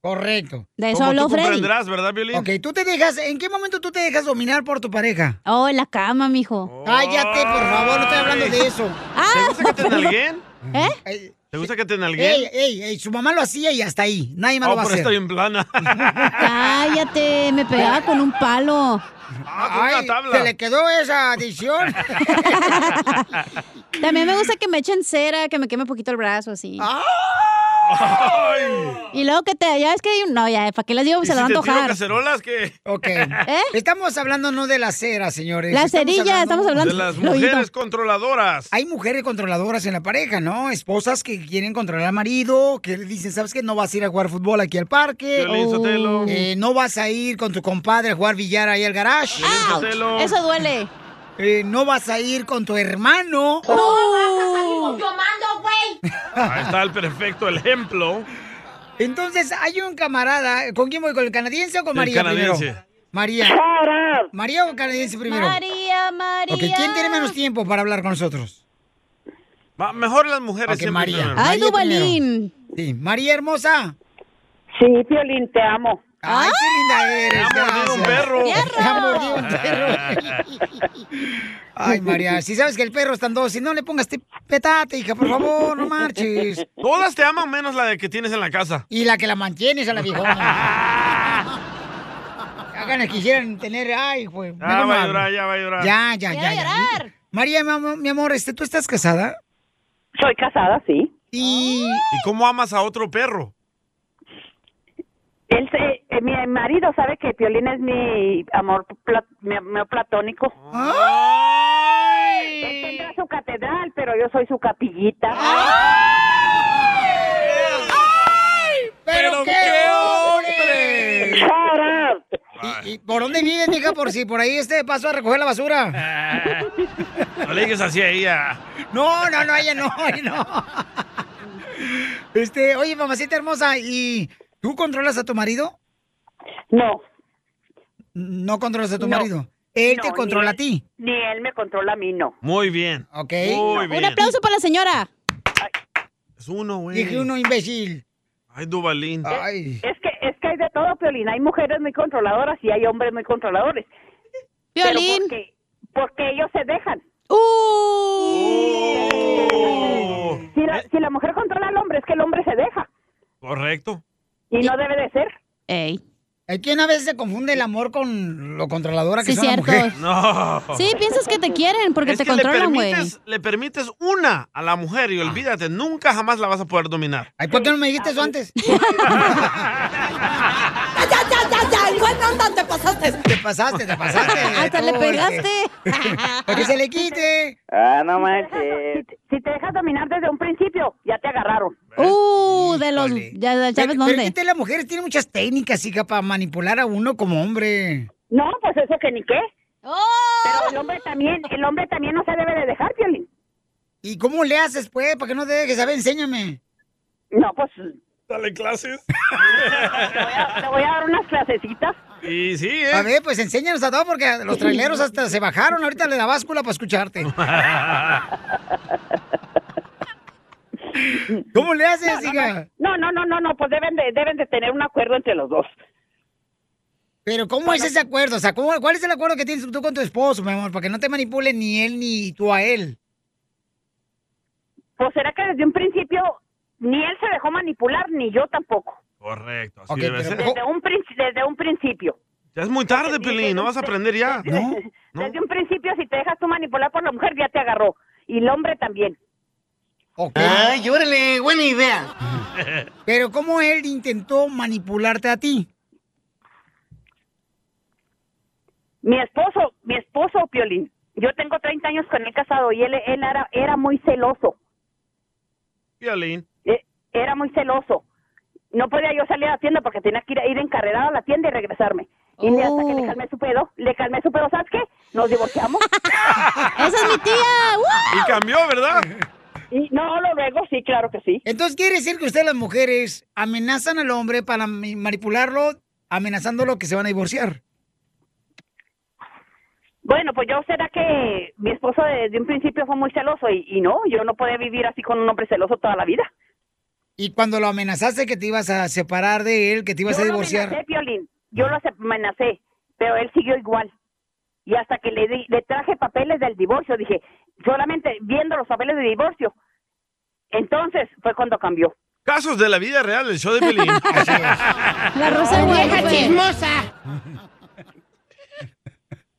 S2: Correcto.
S4: De eso habló Freddy.
S3: ¿verdad, Violín?
S2: Ok, tú te dejas, ¿en qué momento tú te dejas dominar por tu pareja?
S4: Oh, en la cama, mijo.
S2: Cállate, pues. por favor, no estoy hablando de eso.
S4: Ah,
S3: ¿Te gusta que te
S4: perdón.
S3: nalguen?
S2: ¿Eh?
S3: ¿Te gusta que te nalguen?
S2: Ey, ey, ey, su mamá lo hacía y hasta ahí. Nadie más
S3: Oh,
S2: lo va a
S3: pero
S2: hacer.
S3: estoy en plana.
S4: Cállate, me pegaba con un palo.
S3: Ah,
S2: Ay, se le quedó esa adicción.
S4: También me gusta que me echen cera, que me queme poquito el brazo, así. Y luego que te... Ya es que hay un... No, ya, ¿para qué les digo?
S3: ¿Y
S4: Se la
S3: si te
S4: van a
S3: tiro
S4: antojar. ¿Eh?
S3: cacerolas qué?
S2: Ok. Estamos hablando no de la cera, señores.
S4: La cerilla, estamos hablando-
S3: De las mujeres controladoras.
S2: Hay mujeres controladoras en la pareja, ¿no? Esposas que quieren controlar al marido, que le dicen, ¿sabes qué? No vas a ir a jugar fútbol aquí al parque.
S3: Piolín Sotelo.
S2: Eh, no vas a ir con tu compadre a jugar billar ahí al garage.
S4: Ouch, Sotelo. eso duele.
S2: Eh, no vas a ir con tu hermano.
S12: mando, güey!
S3: Ahí está el perfecto ejemplo.
S2: Entonces, hay un camarada. ¿Con quién voy? ¿Con el canadiense o con
S3: El
S2: María
S3: canadiense.
S2: primero? María. María o canadiense primero.
S4: María, María.
S2: Ok, ¿quién tiene menos tiempo para hablar con nosotros?
S3: Va, mejor las mujeres siempre
S2: María.
S3: primero.
S2: María primero. Sí, María hermosa.
S11: Sí, Violín, te amo.
S2: Ay, qué linda eres.
S11: Te ha mordido un perro.
S2: Te ha mordido un perro. Ay, María, si sabes que el perro está en dos, si no le pongas te petate, hija, por favor, no marches.
S3: Todas te aman menos la de que tienes en la casa.
S2: Y la que la mantienes a la viejona. Hagan quisieran tener, ay, pues.
S3: Ya
S2: mejor no
S3: va a
S2: hablo.
S3: llorar, ya va a llorar.
S2: Ya, ya, ya. ya. María, mi amor, mi amor, este, ¿tú estás casada?
S11: Soy casada, sí.
S2: Y...
S3: ¿Y cómo amas a otro perro?
S12: Él se- eh, mi marido sabe que Piolín es mi amor pla- mi amor platónico. Él tendrá su catedral, pero yo soy su capillita.
S11: ¡Ah!
S2: ¡Pero, qué hombre! ¿Y, y por dónde vives, mija? Por si por ahí este paso a recoger la basura.
S3: No le digas así a ella.
S2: No, no, no, ella no, ella no. Este, oye, mamacita hermosa, ¿y tú controlas a tu marido?
S12: No.
S2: No controlas a tu
S12: No.
S2: marido. Él
S12: No,
S2: te
S12: ni
S2: controla a
S12: él-
S2: ti.
S12: Ni él me controla a mí, no.
S3: Muy bien.
S2: Ok.
S3: Muy
S4: Un
S3: bien.
S4: aplauso para la señora.
S3: Es uno, güey.
S12: Dije uno,
S2: imbécil.
S3: Ay, Dubalín.
S2: Ay.
S12: Eh, Es que es que hay de todo, Piolín. Hay mujeres muy controladoras y hay hombres muy controladores. Piolín. Porque, porque ellos se dejan.
S11: Uh.
S12: Si, la, si la mujer controla al hombre, es que el hombre se deja.
S3: Correcto.
S12: Y no debe de ser.
S4: Ey.
S2: Es que una vez se confunde el amor con lo controladora que
S4: Sí,
S2: son las
S4: cierto.
S2: mujeres.
S3: No.
S4: Sí, piensas que te quieren porque
S3: Es
S4: te
S3: que le
S4: controlan, güey.
S3: permites- Le permites una a la mujer y olvídate, nunca jamás la vas a poder dominar.
S2: Ah. Ay, ¿por qué no me dijiste eso antes?
S11: ¡Ya, ya, ya, ya! ya igual no, te pasaste!
S2: ¡Te pasaste, te pasaste!
S11: ¡Hasta le pegaste!
S2: ¡Para que se le quite!
S12: Ah, no manches. Si, te- si te dejas dominar desde un principio, ya te agarraron.
S4: Uh, de los. Ya, ya sabes
S2: Pero es
S4: dónde.
S2: que te- las mujeres tienen muchas técnicas, hija, para manipular a uno como hombre.
S12: No, pues eso que ni qué.
S11: Oh.
S12: Pero el hombre también, el hombre también no se debe de dejar, Piolín.
S2: ¿Y cómo le haces, pues, para que no te dejes? A ver, enséñame.
S12: No, pues...
S3: Dale clases.
S12: Te voy a dar unas clasecitas.
S3: Y sí,
S2: A
S3: ¿eh?
S2: ver, pues enséñanos a todos porque los traileros hasta se bajaron ahorita de la báscula para escucharte. ¿Cómo le haces, hija?
S12: No, no, no, no, no, pues deben de, deben de tener un acuerdo entre los dos.
S2: Pero ¿cómo es ese acuerdo? O sea, ¿cómo- ¿cuál es el acuerdo que tienes tú con tu esposo, mi amor? Para que no te manipule ni él ni tú a él.
S12: Pues será que desde un principio ni él se dejó manipular, ni yo tampoco.
S3: Correcto, así
S2: Ok,
S3: debe
S2: pero-
S3: ser.
S12: Desde un, princi- desde un principio.
S3: Ya es muy tarde, Pelín, no vas a aprender ya. No.
S12: Desde un principio, si te dejas tú manipular por la mujer, ya te agarró. Y el hombre también.
S2: Ay,
S20: órale, buena idea.
S2: Pero ¿cómo él intentó manipularte a ti?
S12: Mi esposo, mi esposo, Piolín. Yo tengo 30 años con él casado y él, él era, era muy celoso.
S3: Piolín.
S12: Eh, Era muy celoso. No podía yo salir a la tienda porque tenía que ir, ir encarrerada a la tienda y regresarme. Y le- hasta
S4: Oh.
S12: que le calmé su pedo, le calmé su pedo, ¿sabes qué? Nos divorciamos.
S4: ¡Esa es mi tía!
S3: Y cambió, ¿verdad?
S12: Y no, lo luego sí, claro que sí.
S2: Entonces quiere decir que ustedes las mujeres amenazan al hombre para mi- manipularlo, amenazándolo que se van a divorciar.
S12: Bueno, pues yo será que mi esposo desde un principio fue muy celoso y, y no, yo no podía vivir así con un hombre celoso toda la vida.
S2: Y cuando lo amenazaste que te ibas a separar de él, que te ibas a
S12: yo lo
S2: divorciar.
S12: amenacé, Piolín, yo lo amenacé, pero él siguió igual. Y hasta que le, di- le traje papeles del divorcio, dije, solamente viendo los papeles de divorcio. Entonces fue cuando cambió.
S3: Casos de la vida real, el show de Pelín.
S4: La Rosa de
S20: vieja
S4: Guadalupe.
S20: chismosa.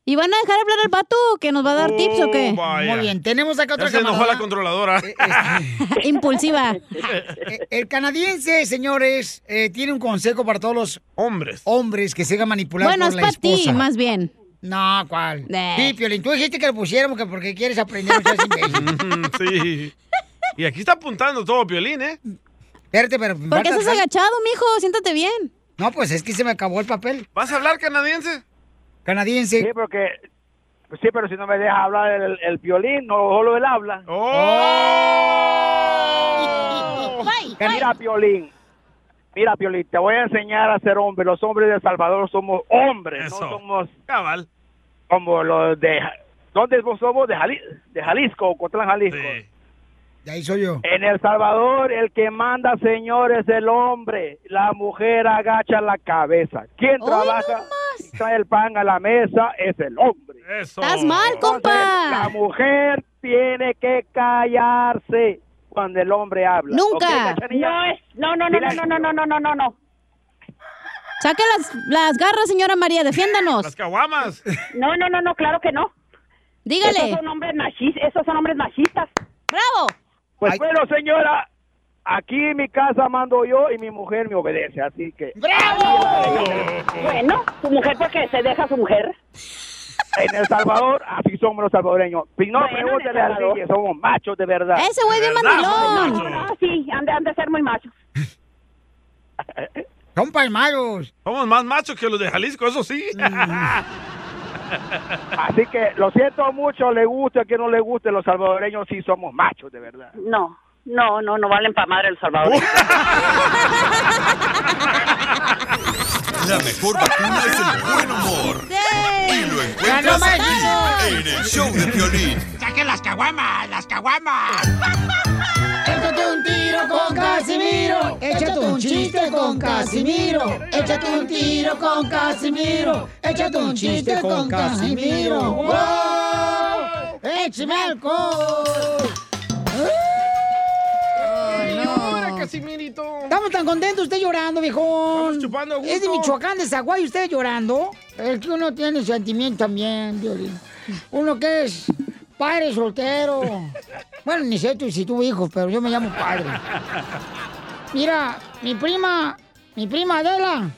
S4: ¿Y van a dejar hablar al vato que nos va a dar tips o qué?
S3: Oh, vaya. Muy bien,
S2: tenemos acá
S3: Ya se enojó la controladora.
S4: Impulsiva.
S2: Eh, El canadiense, señores, eh, tiene un consejo para todos los
S3: hombres
S2: hombres que se hagan manipular
S4: Bueno,
S2: por
S4: es
S2: la
S4: para ti,
S2: esposa.
S4: más bien.
S2: No, ¿cuál? Sí, Piolín, tú dijiste que lo pusiéramos que porque quieres aprender. no seas imbécil.
S3: Mm, sí. Y aquí está apuntando todo Piolín, ¿eh?
S2: Espérate, pero...
S4: ¿Por qué estás agachado, mijo? Siéntate bien.
S2: No, pues es que se me acabó el papel.
S3: ¿Vas a hablar canadiense?
S2: Canadiense.
S14: Sí, porque... Sí, pero si no me deja hablar el, el violín, no solo él habla. Oh. Mira, Piolín. Mira, Piolín, te voy a enseñar a ser hombre. Los hombres de El Salvador somos hombres,
S3: Eso.
S14: no somos
S3: Cabal.
S14: como los de... ¿Dónde vos somos? De, Jali- de Jalisco, Cotlán, Jalisco.
S2: De ahí soy yo.
S14: En El Salvador, el que manda, señor, es el hombre. La mujer agacha la cabeza. Quien
S4: Hoy
S14: trabaja y trae el pan a la mesa es el hombre.
S3: Eso.
S4: Estás mal, compa.
S14: La mujer tiene que callarse cuando el hombre habla.
S4: Nunca.
S14: ¿Ok, cachanilla?
S4: No es- no, no, no,
S14: Mira,
S4: no, no, no, no, no, no, no, no. Saque las, las garras, señora María, defiéndanos.
S3: Las caguamas.
S12: No, no, no, no, claro que no.
S4: Dígale.
S12: Esos son hombres, machis, esos son hombres machistas.
S4: ¡Bravo!
S14: Pues bueno, señora,
S24: Aquí en mi casa mando yo y mi mujer me obedece, así que...
S12: Bueno, su mujer porque se deja su mujer.
S24: En El Salvador, así somos los salvadoreños. Si no,
S12: Bueno,
S24: pregúntale
S12: en El
S24: al
S12: Salvador.
S24: DJ, somos machos de verdad.
S12: Ah, sí, han de, han de ser muy machos.
S33: Son palmaros.
S3: Somos más machos que los de Jalisco, eso sí.
S2: Mm.
S24: Así que lo siento mucho, le guste a quien no le guste, los salvadoreños sí somos machos de verdad.
S12: No, no, no, no valen para madre El Salvador.
S9: La mejor vacuna es el buen humor. Y lo encuentras
S11: ¡Ganó
S9: aquí,
S11: México!
S9: en el show de violín.
S11: ¡Saquen las caguamas! ¡Las caguamas!
S2: Échate un tiro con Casimiro. Échate un chiste con Casimiro. Échate un tiro con Casimiro. Échate un chiste con Casimiro. ¡Wow! ¡Échame alcohol!
S3: Llora, Casimirito.
S2: Estamos tan contentos, usted llorando, viejo. Es de Michoacán, de Zaguay, usted llorando. Es que uno tiene sentimiento también, Violín. Uno que es padre soltero. Bueno, ni sé tú si tuve hijos, pero yo me llamo padre. Mira, mi prima, mi prima Adela,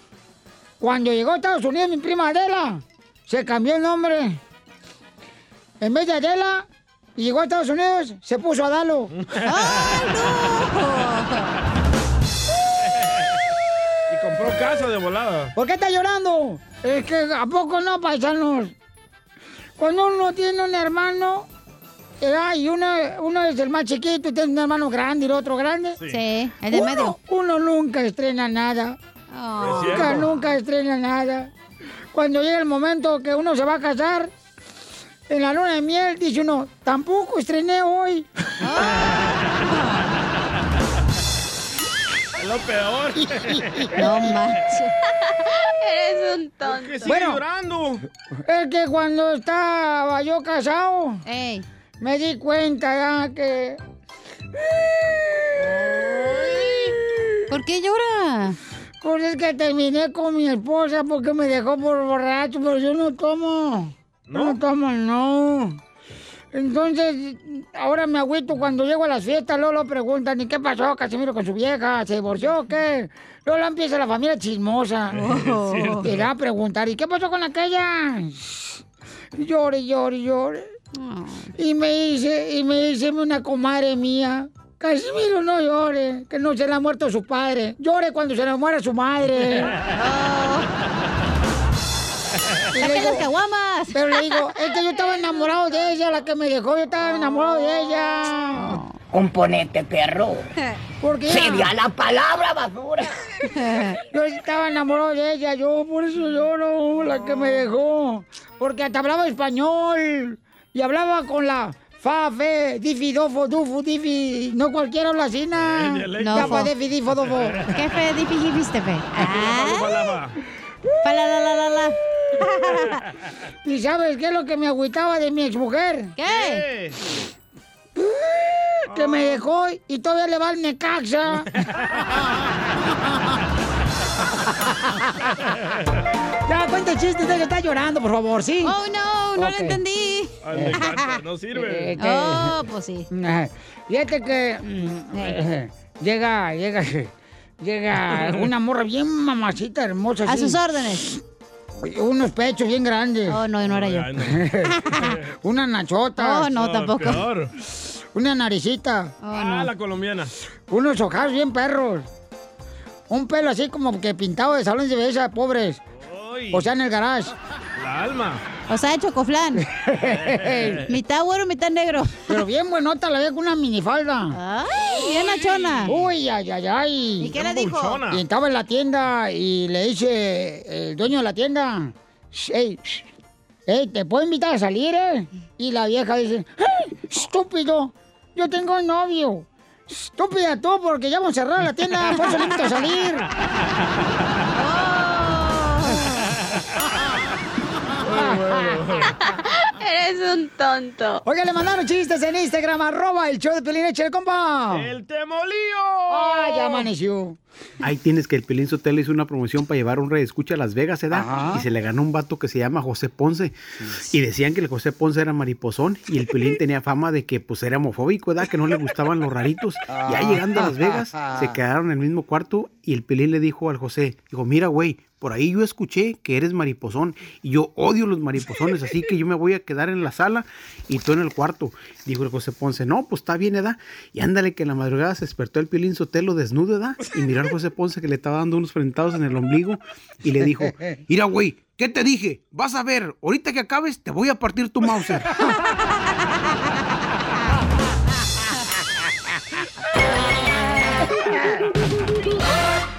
S2: cuando llegó a Estados Unidos, mi prima Adela, se cambió el nombre. En vez de Adela, y llegó a Estados Unidos, se puso Adalo.
S3: Y compró casa de volada.
S2: ¿Por qué está llorando? Es que a poco no, paisanos. Cuando uno tiene un hermano, eh, ah, y uno, uno es el más chiquito, y tiene un hermano grande y el otro grande.
S4: Sí. Sí, el de
S2: uno,
S4: medio.
S2: Uno nunca estrena nada.
S4: Oh. Es
S2: Nunca,
S4: cierto.
S2: nunca estrena nada. Cuando llega el momento que uno se va a casar, en la luna de miel, dice uno, tampoco estrené hoy.
S3: Es lo peor.
S2: No manches.
S34: Eres un tonto.
S3: sigue llorando?
S2: Es que cuando estaba yo casado, me di cuenta ya que. ¿Por qué llora? Pues es que terminé con mi esposa porque me dejó por borracho, pero yo no tomo. ¿No? no tomo, no. Entonces, ahora me agüito cuando llego a las fiestas, Lolo preguntan, ¿y qué pasó Casimiro con su vieja? ¿Se divorció o qué? Lolo empieza la familia chismosa.
S11: Es cierto.
S2: Y le va a preguntar, ¿y qué pasó con aquella? Llore, llore, llore. Y me dice, y me dice una comadre mía, Casimiro, no llore, que no se le ha muerto su padre. Llore cuando se le muera su madre.
S4: Saquen las
S2: caguamas. Pero le digo, es que yo estaba enamorado de ella, la que me dejó, yo estaba enamorado de ella.
S32: Componente, perro.
S2: Porque
S32: Sería la palabra
S2: basura. yo estaba enamorado de ella, yo por eso lloro, la que me dejó. Porque hasta hablaba español y hablaba con la fa, fe, difi, dofo, dufu, difi. No cualquiera habla así, na.
S4: El dialecto.
S2: Da,
S4: Dofo.
S2: fa, difi, difo, dofo.
S4: ¿Qué fe, difi, difi, este fe?
S3: Palabra.
S2: la, la, la, la. ¿Y sabes qué es lo que me agüitaba de mi exmujer? ¿Qué? Que me dejó y todavía le va al Necaxa. ya, cuenta el chiste, usted que está llorando, por favor, ¿sí?
S4: Oh, no, no
S2: Ok.
S4: lo entendí.
S2: Al Necaxa,
S3: no sirve.
S2: Eh, que-
S4: Oh, pues sí.
S2: Ajá. Fíjate que mm, eh, llega, llega, llega una morra bien mamacita, hermosa.
S4: A
S2: así.
S4: sus órdenes.
S2: Unos pechos bien grandes.
S4: Oh, no, no era yo.
S2: una nachota.
S4: Oh, no, No, tampoco. Oh,
S3: peor.
S2: Una naricita.
S3: Ah, la colombiana.
S2: Unos ojazos bien perros. Un pelo así como que pintado de salón de belleza, pobres. O sea, en el garage.
S3: La alma.
S2: O sea, de chocoflán. mitad güero, mitad negro. Pero bien buenota, la veo con una minifalda. Ay,
S4: bien achona.
S2: Uy, ay, ay, ay.
S4: ¿Y qué le dijo? Buchona.
S2: Y estaba en la tienda y le dice el dueño de la tienda, hey, hey, ¿te puedo invitar a salir, eh? Y la vieja dice, hey, estúpido, yo tengo novio. Estúpida tú, porque ya hemos cerrado la tienda, por eso le invito a salir.
S34: Eres un tonto.
S2: Oiga, le mandaron chistes en Instagram, arroba el show de Pelín Eche el compa.
S3: ¡El temolío!
S2: ¡Ah, ya amaneció!
S32: Ahí tienes que el Pelín Sotelo hizo una promoción para llevar un redescucha a Las Vegas, ¿eh, da? Y se le ganó un vato que se llama José Ponce. Y decían que el José Ponce era mariposón y el Pelín tenía fama de que pues era homofóbico, ¿verdad? Que no le gustaban los raritos. Y ya llegando a Las Vegas, se quedaron en el mismo cuarto y el Pelín le dijo al José, dijo, mira, güey, por ahí yo escuché que eres mariposón y yo odio los mariposones, así que yo me voy a quedar en la sala y tú en el cuarto. Dijo el José Ponce, no, pues está bien, edad. Y ándale que en la madrugada se despertó el Piolín Sotelo desnudo, edad, y miró al José Ponce que le estaba dando unos frentados en el ombligo y le dijo, mira, güey, ¿qué te dije? Vas a ver, ahorita que acabes te voy a partir tu Mauser.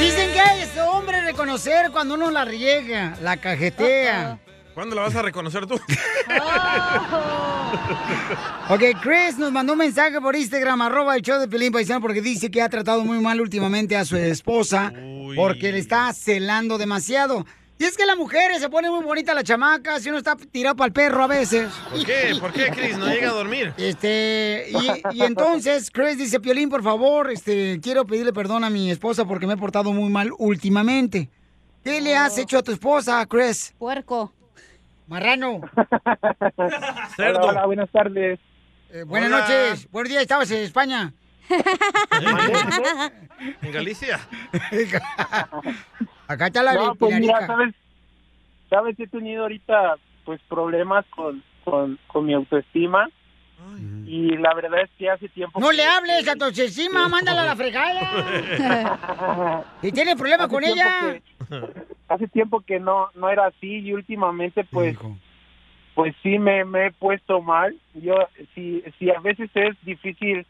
S2: Dicen que hay este hombre reconocer cuando uno la riega, la cajetea.
S3: ¿Cuándo la vas a reconocer tú?
S2: Ok, Chris nos mandó un mensaje por Instagram, arroba el show de Pelín Paisano, porque dice que ha tratado muy mal últimamente a su esposa porque le está celando demasiado. Y es que las mujeres se ponen muy bonitas las chamacas si uno está tirado para el perro a veces.
S3: ¿Por qué? ¿Por qué, Chris? ¿No llega a dormir?
S2: Este, y, y entonces Chris dice, Piolín, por favor, este, quiero pedirle perdón a mi esposa porque me he portado muy mal últimamente. ¿Qué le has hecho a tu esposa, Chris?
S4: Puerco.
S2: Marrano.
S14: Hola, hola, buenas tardes.
S2: Buenas
S14: Hola.
S2: noches. Buenos días, estabas en España.
S3: ¿En Galicia?
S2: Acá está la
S14: No, pues mira,
S2: Pilarica.
S14: sabes, sabes, he tenido ahorita pues problemas con, con, con mi autoestima y la verdad es que hace tiempo...
S2: No
S14: que-
S2: le hables a tu encima, mándala a la fregada. Si tiene problema
S14: Hace
S2: con
S14: tiempo
S2: ella.
S14: hace tiempo que no no era así y últimamente pues pues sí me, me he puesto mal yo si si a veces es difícil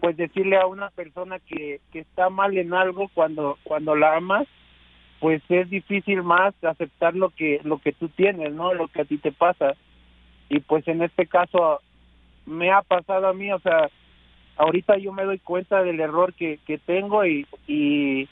S14: pues decirle a una persona que, que está mal en algo cuando cuando la amas pues es difícil más aceptar lo que lo que tú tienes no lo que a ti te pasa y pues en este caso me ha pasado a mí o sea ahorita yo me doy cuenta del error que, que tengo y, y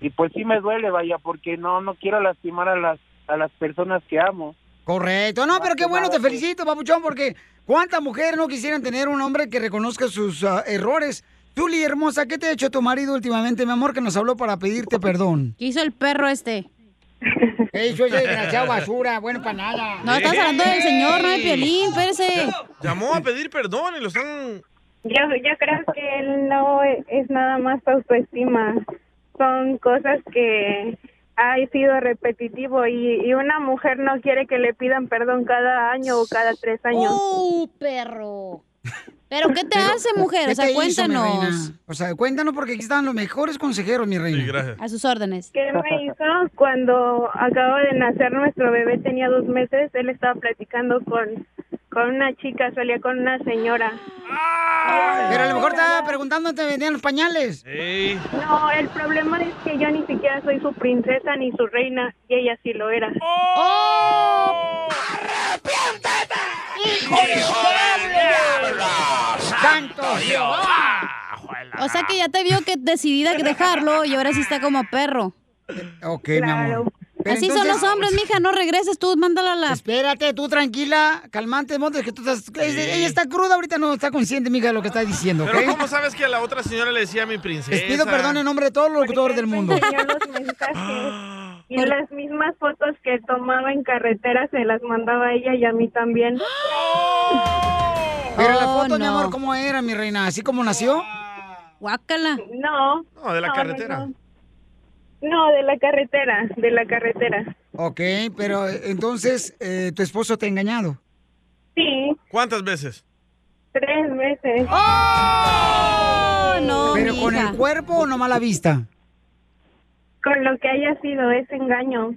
S14: y pues sí me duele vaya porque no no quiero lastimar a las a las personas que amo
S2: Correcto, no, pero qué bueno, te
S14: nada, pues.
S2: felicito, papuchón, porque ¿cuántas mujeres no quisieran tener un hombre que reconozca sus ah, errores? Tuli, hermosa, ¿qué te ha hecho tu marido últimamente, mi amor, que nos habló para pedirte
S14: Pues
S2: perdón?
S4: ¿Qué hizo el perro este?
S2: ¿Qué hizo ese desgraciado basura? Bueno, para nada.
S4: No, estás hablando del señor, no del Piolín, espérese.
S3: Llamó a pedir perdón y lo están...
S23: Yo, yo creo que no es nada más autoestima. Son cosas que ha sido repetitivo y, y una mujer no quiere que le pidan perdón cada año o cada tres años.
S4: ¡Uh, perro! ¿Pero qué te hace, mujer?
S2: ¿Qué
S4: O sea,
S2: te hizo, mi
S4: cuéntanos.
S2: reina? o sea, cuéntanos porque aquí están los mejores consejeros, mi reina.
S4: a sus órdenes.
S23: ¿Qué me hizo cuando acabo de nacer nuestro bebé? Tenía dos meses. Él estaba platicando con, con una chica, salía con una señora.
S2: ¡Ah! Pero a lo mejor estaba preguntando dónde vendían los pañales.
S23: No, el problema es que yo ni siquiera soy su princesa ni su reina y ella sí lo era.
S2: ¡Oh! ¡Santo
S4: O sea que ya te vio que decidida que dejarlo y ahora sí está como perro.
S2: Ok, mi
S4: Claro.
S2: amor. Pero
S4: Así son
S2: entonces-
S4: los hombres, mija, no regreses tú, mándala a la...
S2: Espérate, tú tranquila, calmante, Montes, que tú estás... es- Ella está cruda, ahorita no está consciente, mija, de lo que está diciendo, ¿ok?
S3: Pero ¿cómo sabes que a la otra señora le decía mi princesa?
S2: Les pido perdón en nombre de todos los locutores del mundo.
S23: Y las mismas fotos que tomaba en carretera se las mandaba a ella y a mí también.
S2: Pero la foto, mi amor, ¿cómo era, mi reina? ¿Así como nació?
S4: Guácala.
S23: No.
S3: No, de la carretera.
S23: No, No, de la carretera, de la carretera.
S2: Ok, pero eh, entonces, eh, ¿tu esposo te ha engañado?
S23: Sí,
S3: ¿Cuántas veces?
S23: tres meses.
S4: ¡Oh!
S2: ¿Pero con el cuerpo o nomás la vista?
S23: Con lo que haya sido ese engaño.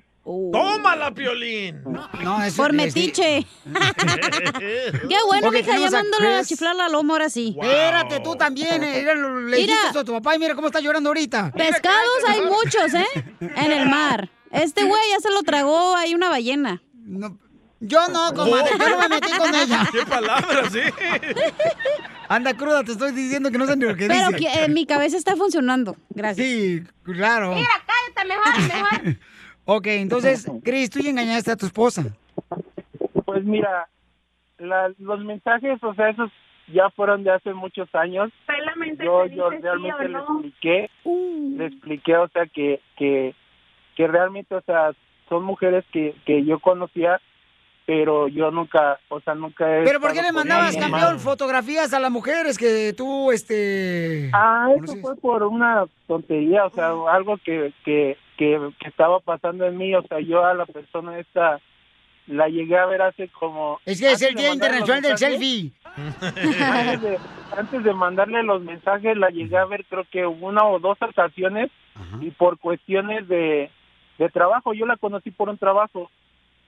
S3: ¡Tómala, Piolín!
S2: No, eso
S4: Por
S2: te iba a
S4: metiche. Qué bueno,
S2: Ok,
S4: mija,
S2: tenemos a
S4: llamándolo a
S2: Chris.
S4: chiflar la loma ahora sí.
S2: Espérate, tú también. eh, mira, le
S4: Mira.
S2: dijiste eso a tu papá y mira cómo está llorando ahorita.
S4: Pescados hay muchos, ¿eh? En el mar. Este güey ya se lo tragó ahí una ballena.
S2: yo no, comadre, yo no me metí con ella.
S3: ¿Qué palabras, eh?
S2: Anda cruda, te estoy diciendo que no sé ni lo que
S4: Pero
S2: dice.
S4: que- eh, mi cabeza está funcionando. Gracias.
S2: Sí, claro.
S10: Mira, cállate mejor, mejor.
S2: Ok, entonces, Chris, tú ya engañaste a tu esposa.
S14: Pues mira, la- los mensajes, o sea, esos ya fueron de hace muchos años. yo, yo
S19: dices sí o
S14: realmente le
S19: no.
S14: expliqué,
S2: Mm.
S14: le expliqué, o sea, que, que, que realmente, o sea, son mujeres que, que yo conocía, pero yo nunca, o sea, nunca he
S2: Pero ¿por qué le
S14: estado con
S2: mandabas,
S14: alguien más.
S2: campeón, fotografías a las mujeres que tú, este...
S14: Ah, eso fue por una tontería, o sea,
S19: Ah.
S14: algo que, que, que, que estaba pasando en mí, o sea, yo a la persona esta la llegué a ver hace como...
S2: Es que es
S14: antes
S2: el
S14: de
S2: Día
S14: mandarle los
S2: Internacional del
S14: mensajes,
S2: Selfie.
S14: Antes de, antes de mandarle los mensajes la llegué a ver creo que una o dos ocasiones y por cuestiones de, de trabajo, yo la conocí por un trabajo.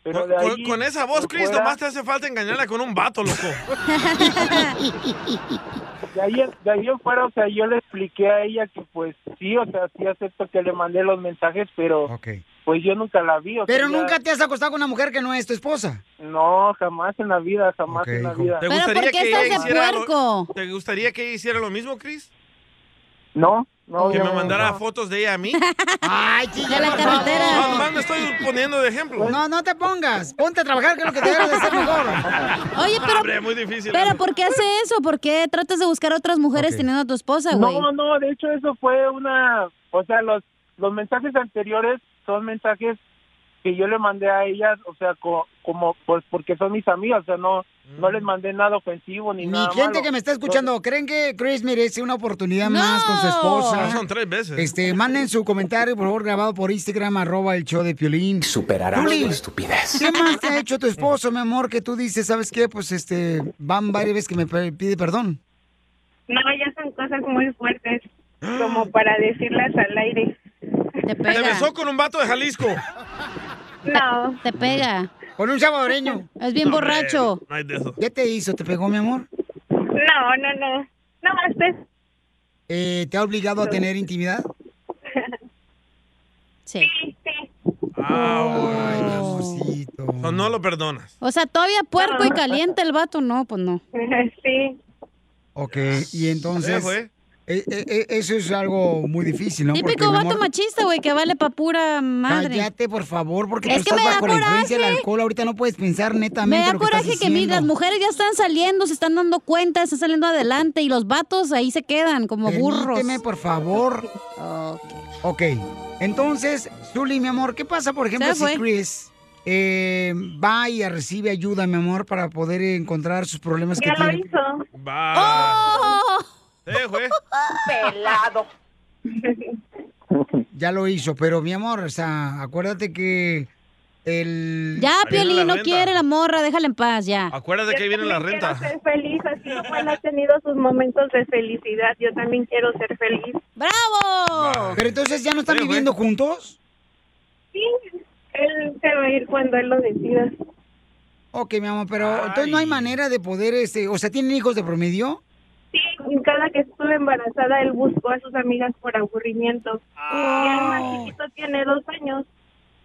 S14: Pero
S3: Con,
S14: de
S3: con-
S14: ahí
S3: con esa voz,
S14: por
S3: Chris,
S14: fuera-
S3: nomás te hace falta engañarla con un vato, loco.
S14: de ahí, de ahí en fuera, o sea, yo le expliqué a ella que pues sí, o sea, sí acepto que le mandé los mensajes, pero pues yo nunca la vi. O sea,
S2: Pero
S14: ya-
S2: nunca te has acostado con una mujer que no es tu esposa.
S14: No, jamás en la vida, jamás en la vida.
S3: ella hiciera lo- ¿Te gustaría que ella hiciera lo mismo, Chris?
S14: No, no.
S3: que
S14: yo
S3: me
S14: no,
S3: mandara
S14: no.
S3: fotos de ella a mí.
S2: Ay,
S3: De la carretera. Más- más me
S2: estoy poniendo de ejemplo. Pues No, no te pongas. Ponte a trabajar, que es lo que te debes de hacer mejor.
S4: Oye, pero-
S3: Hombre, muy difícil.
S4: Pero ¿por qué hace eso? ¿Por qué tratas de buscar otras mujeres teniendo a tu esposa, güey?
S14: No, no, de hecho eso fue una, o sea, los los mensajes anteriores son mensajes que yo le mandé a ellas, o sea, co- como pues porque son mis amigas, o sea, no no les mandé nada ofensivo ni,
S2: Mi
S14: nada.
S2: Mm. gente
S14: malo.
S2: que me está escuchando, ¿creen que Chris merece una oportunidad más con su esposa?
S3: No, son tres veces.
S2: Este, manden su comentario, por favor, grabado por Instagram, arroba el show de Piolín.
S15: Superarás
S2: Piolín,
S15: tu estupidez.
S2: ¿Qué más te ha hecho tu esposo, mi amor, que tú dices, ¿sabes qué? Pues, este, van varias veces que me pe- pide perdón.
S19: No, ya son cosas muy fuertes, como para decirlas al aire.
S4: Te
S3: Te besó con un vato de Jalisco.
S19: No.
S4: Te pega.
S2: Con un salvadoreño.
S4: Es bien
S3: Hombre,
S4: borracho.
S3: No hay de eso.
S2: ¿Qué te hizo? ¿Te pegó, mi amor?
S19: No, no, no. No más,
S4: este
S19: pues.
S2: Eh, ¿Te ha obligado a tener intimidad?
S4: Sí.
S3: Ay, Diosito. No, no lo perdonas.
S4: O sea, todavía puerco
S14: Ah,
S4: y caliente el vato. No, pues no.
S19: Sí.
S2: Ok, y entonces...
S4: Sí, fue.
S2: eh, eh, eh, eso es algo muy difícil, ¿no? Porque,
S4: Típico
S2: mi
S4: vato
S2: amor,
S4: machista, güey, que vale pa' pura madre.
S2: Cállate, por favor, porque
S4: Es
S2: tú
S4: que
S2: estás
S4: me da
S2: bajo la influencia del
S4: coraje.
S2: alcohol. Ahorita no puedes pensar
S4: Me
S2: netamente
S4: da
S2: lo que estás
S4: coraje que mi- las
S2: haciendo.
S4: mujeres ya están saliendo, se están dando cuenta, están saliendo adelante y los vatos ahí se quedan como burros.
S2: Permíteme, por favor. Ok. Entonces, Zuli, mi amor, ¿qué pasa, por ejemplo,
S4: Se
S2: si
S4: fue.
S2: Chris eh, va y recibe ayuda, mi amor, para poder encontrar sus problemas
S19: Ya
S2: que
S19: lo
S2: tiene?
S19: hizo.
S3: Eh,
S19: Pelado.
S2: Ya lo hizo, pero mi amor, o sea, acuérdate que el...
S4: Ya, Piolín, no quiere la morra, déjala en paz, ya.
S3: Acuérdate que ahí viene la
S19: Quiero
S3: renta.
S19: ser feliz, así como él ha tenido sus momentos de felicidad. Yo también quiero ser feliz.
S4: ¡Bravo!
S2: Pero entonces, ¿ya no están viviendo juntos?
S19: Sí, él se va a ir cuando él lo decida.
S2: Ok, mi amor, pero entonces no hay manera de poder, este, o sea, ¿tienen hijos de promedio?
S19: Sí, cada que estuve embarazada, él buscó a sus amigas por aburrimiento. Y
S3: Ah.
S19: el más chiquito tiene dos años.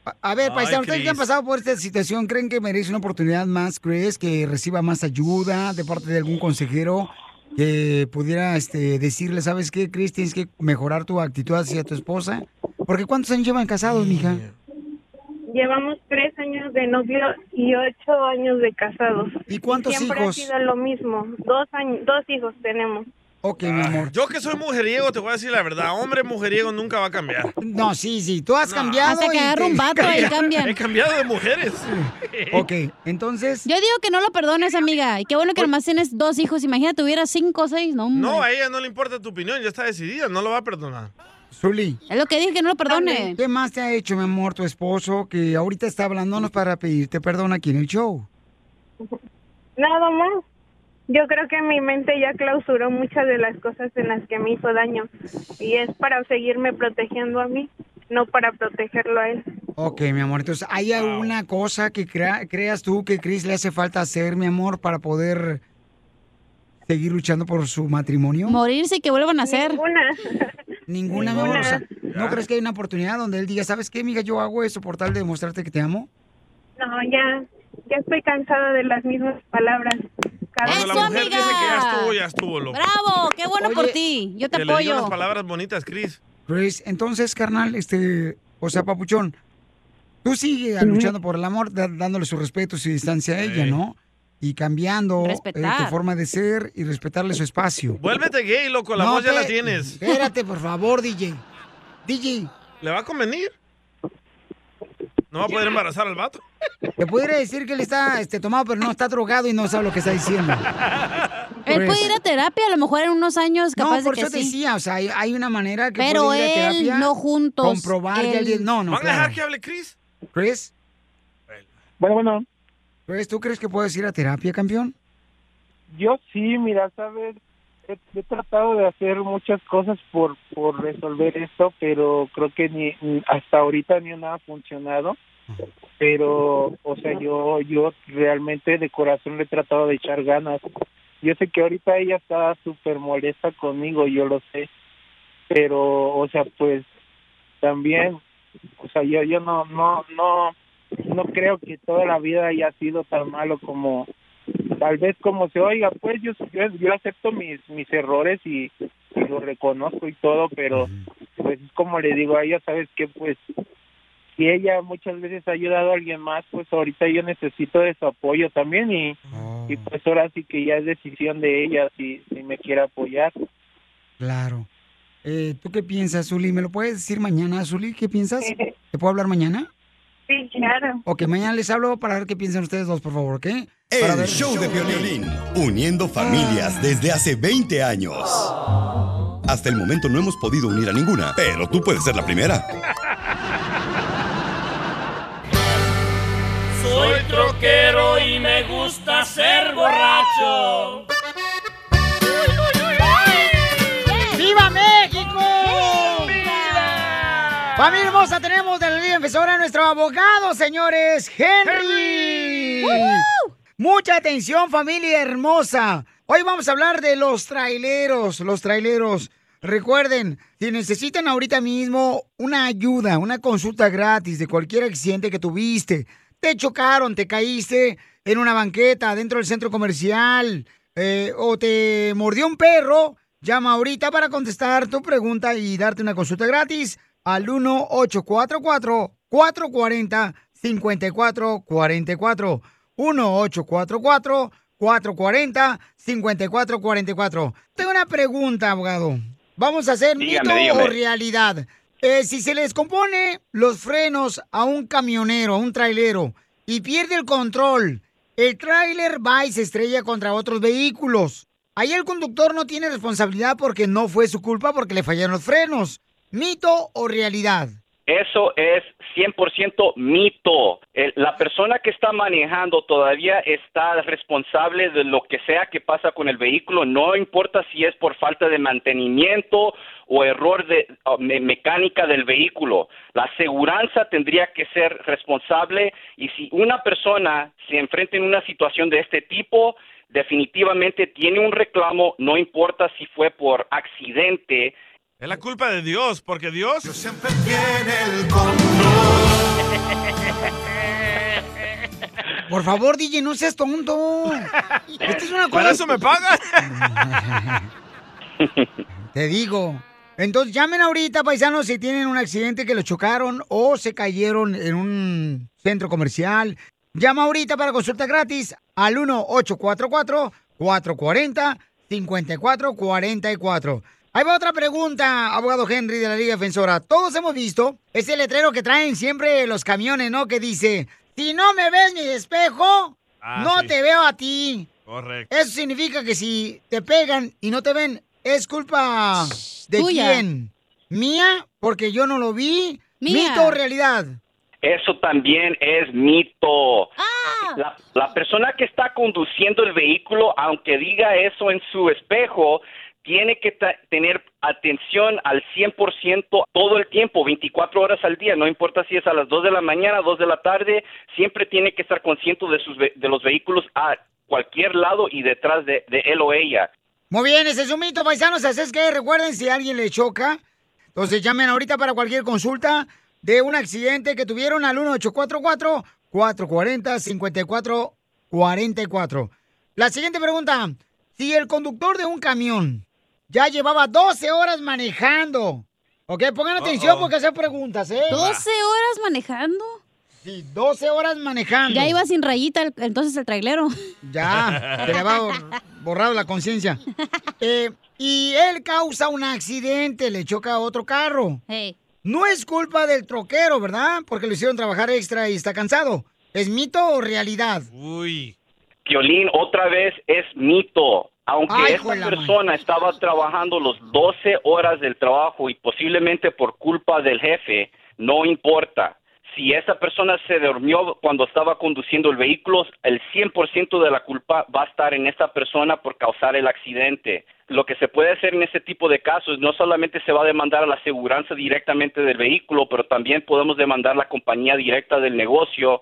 S2: A, a ver,
S19: Ay,
S2: paisano, ustedes que han
S19: Cris.
S2: pasado por esta situación, ¿creen que merece una oportunidad más? ¿Crees que reciba más ayuda de parte de algún consejero que pudiera este, decirle, ¿sabes qué, Chris? Tienes que mejorar tu actitud hacia tu esposa. Porque ¿cuántos años llevan casados, mija?
S19: Llevamos tres años de novio y ocho años de casados.
S2: ¿Y cuántos
S19: Siempre
S2: hijos?
S19: ha sido lo mismo. Dos, años, dos hijos tenemos.
S2: Ok, mi amor.
S3: Ah, Yo que soy mujeriego, te voy a decir la verdad. Hombre mujeriego nunca va a cambiar.
S2: No, sí, sí, tú has
S3: No.
S2: cambiado.
S4: Hasta que
S2: y
S4: agarre
S2: te-
S4: un vato ahí cambian.
S3: He cambiado de mujeres.
S2: Ok, entonces...
S4: Yo digo que no lo perdones, amiga. Y qué bueno que nomás tienes dos hijos. Imagínate, tuviera cinco o seis, ¿no? hombre.
S3: No, eh. a ella no le importa tu opinión, ya está decidida, no lo va a perdonar.
S2: Zuli.
S4: Es lo que dije, que no lo perdone.
S2: ¿Qué más te ha hecho, mi amor, tu esposo, que ahorita está hablándonos para pedirte perdón aquí en el show?
S19: Nada más. Yo creo que mi mente ya clausuró muchas de las cosas en las que me hizo daño. Y es para seguirme protegiendo a mí, no para protegerlo a él.
S2: Ok, mi amor. Entonces, ¿hay alguna cosa que crea- creas tú que Chris le hace falta hacer, mi amor, para poder seguir luchando por su matrimonio?
S4: Morirse y que vuelvan a hacer.
S2: Ninguna, mi amor. O sea, ¿No crees que hay una oportunidad donde él diga, ¿sabes qué, amiga? Yo hago eso por tal de demostrarte que te amo?
S19: No, ya, ya estoy cansada de las mismas palabras.
S3: Cuando la mujer dice que ya estuvo, ya estuvo, loco.
S4: ¡Bravo! ¡Qué bueno por
S3: Oye,
S4: ti! Yo te
S3: Que le digo
S4: apoyo.
S3: las palabras bonitas, Chris.
S2: Chris, entonces, carnal, este, o sea, papuchón, tú sigue luchando por el amor, da- dándole su respeto, su distancia a ella, ¿no? Y cambiando eh, tu
S3: Respetar.
S2: forma de ser y respetarle su espacio.
S3: Vuélvete gay, loco, la
S2: No,
S3: voz ya la
S2: pe-
S3: tienes.
S2: Espérate, por favor, DJ. DJ,
S3: ¿Le va a convenir? ¿No va a poder embarazar al vato?
S2: te pudiera decir que él está este, tomado, pero no está drogado y no sabe lo que está diciendo.
S4: Él
S2: Pues-
S4: puede ir a terapia, a lo mejor en unos años, capaz
S2: No, por
S4: de
S2: eso
S4: que
S2: te
S4: sí.
S2: decía, o sea, hay, hay una manera que
S4: Pero
S2: puede ir a
S4: él,
S2: terapia,
S4: no juntos,
S2: Comprobar que
S4: él.
S2: alguien... No, no,
S3: ¿Van a
S2: claro.
S3: dejar que hable Chris?
S2: ¿Chris?
S14: Bueno, bueno.
S2: Chris, ¿tú crees que puedes ir a terapia, campeón?
S14: Yo sí, mira, sabes, he, he tratado de hacer muchas cosas por, por resolver esto, pero creo que ni, ni- hasta ahorita ni una ha funcionado. Pero, o sea, yo, yo realmente de corazón le he tratado de echar ganas. Yo sé que ahorita ella está súper molesta conmigo, yo lo sé. Pero, o sea, pues también, o sea, yo, yo no, no, no, no creo que toda la vida haya sido tan malo como, tal vez como se oiga, pues yo yo, yo acepto mis mis errores y, y los reconozco y todo, pero pues es como le digo a ella, sabes que pues si ella muchas veces ha ayudado a alguien más, pues ahorita yo necesito de su apoyo también y, y pues ahora sí que ya es decisión de ella si si me quiere apoyar.
S2: Claro. Eh, ¿Tú qué piensas, Zuli? ¿Me lo puedes decir mañana, Zuli? ¿Qué piensas? ¿Te puedo hablar mañana?
S19: Sí, claro.
S2: Ok, mañana les hablo para ver qué piensan ustedes dos, por favor, ¿ok? Para
S9: El
S2: ver-
S9: show de Piolín, uniendo familias desde hace 20 años. Hasta el momento no hemos podido unir a ninguna, pero tú puedes ser la primera.
S15: Soy troquero y me gusta ser borracho.
S2: ¡Viva México! Familia hermosa, tenemos de la Liga Defensora a nuestro abogado, señores, Henry. Mucha atención, familia hermosa. Hoy vamos a hablar de los traileros, los traileros. Recuerden, si necesitan ahorita mismo una ayuda, una consulta gratis de cualquier accidente que tuviste, te chocaron, te caíste en una banqueta, dentro del centro comercial, eh, o te mordió un perro, Llama ahorita para contestar tu pregunta y darte una consulta gratis al 1-844-440-5444. 1-844-440-5444. Tengo una pregunta, abogado. Vamos a hacer
S21: Dígame,
S2: mito
S21: dígame.
S2: o realidad. Eh, si se les compone los frenos a un camionero, a un trailero, y pierde el control, el tráiler va y se estrella contra otros vehículos. Ahí el conductor no tiene responsabilidad porque no fue su culpa porque le fallaron los frenos. ¿Mito o realidad?
S21: Eso es 100% mito. El- la persona que está manejando todavía está responsable de lo que sea que pasa con el vehículo, no importa si es por falta de mantenimiento o error de o me- mecánica del vehículo. La aseguranza tendría que ser responsable y si una persona se enfrenta en una situación de este tipo, definitivamente tiene un reclamo, no importa si fue por accidente,
S3: Es la culpa de Dios, porque Dios siempre
S21: tiene
S3: el
S2: Por favor, DJ, no seas tonto. Esta es una cosa...
S3: ¿Para eso me pagan?
S2: Te digo. Entonces llamen ahorita, paisanos, si tienen un accidente que los chocaron o se cayeron en un centro comercial. Llama ahorita para consulta gratis al 1-844-440-5444. Ahí va otra pregunta, abogado Henry de la Liga Defensora. Todos hemos visto ese letrero que traen siempre los camiones, ¿no? Que dice, si no me ves mi espejo,
S3: Ah,
S2: no
S3: sí.
S2: te veo a ti.
S3: Correcto.
S2: Eso significa que si te pegan y no te ven, es culpa de
S21: Tuya.
S2: quién? ¿Mía? Porque yo no lo vi.
S21: Mía.
S2: ¿Mito o realidad?
S21: Eso también es mito. La, la persona que está conduciendo el vehículo, aunque diga eso en su espejo, tiene que ta- tener atención al 100% todo el tiempo, 24 horas al día, no importa si es a las 2 de la mañana, 2 de la tarde, siempre tiene que estar consciente de, sus ve- de los vehículos a cualquier lado y detrás de, de él o ella.
S2: Muy bien, ese es un mito, paisanos. Así es que recuerden, si a alguien le choca, entonces llamen ahorita para cualquier consulta de un accidente que tuvieron al 1844-440-5444. La siguiente pregunta. Si el conductor de un camión ya llevaba 12 horas manejando, ¿ok? Pongan atención porque hacen preguntas, ¿eh?
S4: 12 horas manejando.
S2: Sí, 12 horas manejando.
S4: Ya iba sin rayita, el- entonces el trailero.
S2: Ya, te le va bor- borrado la conciencia. Eh, y él causa un accidente, le choca a otro carro. No es culpa del troquero, ¿verdad? Porque lo hicieron trabajar extra y está cansado. ¿Es mito o realidad?
S21: Uy. Piolín, otra vez es mito. Aunque
S2: Ay, hijo
S21: esta
S2: de la
S21: persona estaba trabajando los 12 horas del trabajo y posiblemente por culpa del jefe, no importa. Si esa persona se durmió cuando estaba conduciendo el vehículo, el 100% de la culpa va a estar en esta persona por causar el accidente. Lo que se puede hacer en este tipo de casos no solamente se va a demandar a la aseguranza directamente del vehículo, pero también podemos demandar la compañía directa del negocio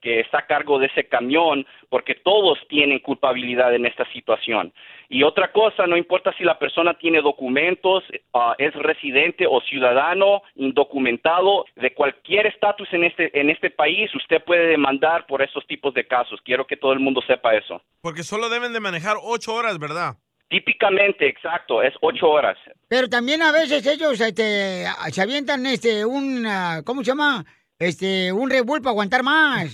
S21: que está a cargo de ese camión, porque todos tienen culpabilidad en esta situación. Y otra cosa, no importa si la persona tiene documentos, ah, es residente o ciudadano indocumentado, de cualquier estatus en este, en este país, usted puede demandar por estos tipos de casos. Quiero que todo el mundo sepa eso.
S3: Porque solo deben de manejar ocho horas, ¿verdad?
S21: Típicamente, exacto, es ocho horas.
S2: Pero también a veces ellos este, a- se avientan este, un, ah, ¿cómo se llama? Este, un Red Bull para aguantar más.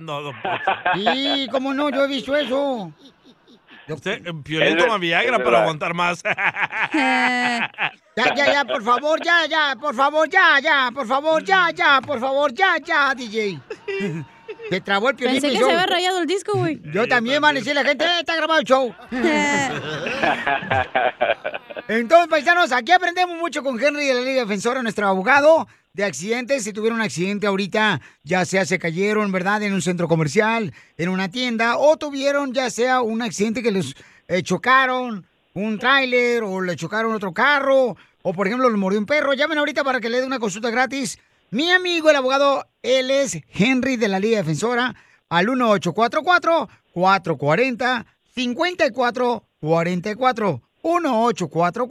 S3: no, don
S2: Sí, cómo no, yo he visto eso.
S3: Usted, eh,
S2: Es
S3: Piolín
S2: ver-
S3: toma
S2: es
S3: Viagra para
S2: verdad.
S3: aguantar más.
S2: Ya, ya, ya, por favor, ya, ya, por favor, ya, ya, por favor, ya, ya, por favor, ya, ya, DJ. Se trabó el piolín.
S4: Pensé que se había rayado el disco, güey.
S2: Yo también van a decir la gente, "Eh, está grabado el show. Entonces, paisanos, aquí aprendemos mucho con Henry de la Liga Defensora, nuestro abogado de accidentes. Si tuvieron un accidente ahorita, ya sea se cayeron, ¿verdad? En un centro comercial, en una tienda, o tuvieron ya sea un accidente que les eh, chocaron un tráiler o le chocaron otro carro, o por ejemplo le mordió un perro. Llamen ahorita para que le dé una consulta gratis. Mi amigo, el abogado, él es Henry de la Liga Defensora, al 1844 440 5444 1844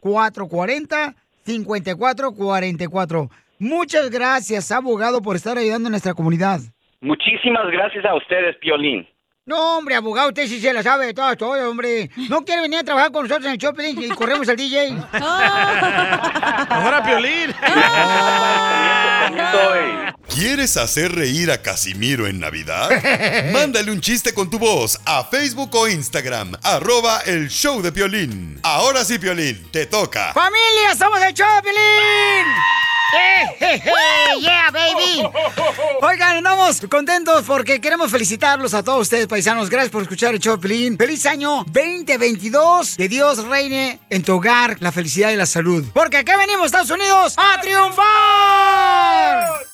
S2: 440 5444 Muchas gracias, abogado, por estar ayudando a nuestra comunidad.
S21: Muchísimas gracias a ustedes, Piolín.
S2: No, hombre, abogado, usted sí se la sabe de todas, todo, hombre. No quiere venir a trabajar con nosotros en el shopping y corremos al DJ.
S3: Ahora Piolín.
S9: ¿Quieres hacer reír a Casimiro en Navidad? Mándale un chiste con tu voz a Facebook o Instagram, arroba el show de Piolín. Ahora sí, Piolín, te toca.
S2: ¡Familia, somos el Choplin! ¡Eh, ¡Yeah, baby! Oigan, andamos contentos porque queremos felicitarlos a todos ustedes, paisanos. Gracias por escuchar el Choplin. ¡Feliz año 2022! Que Dios reine en tu hogar la felicidad y la salud. Porque acá venimos, Estados Unidos, a triunfar.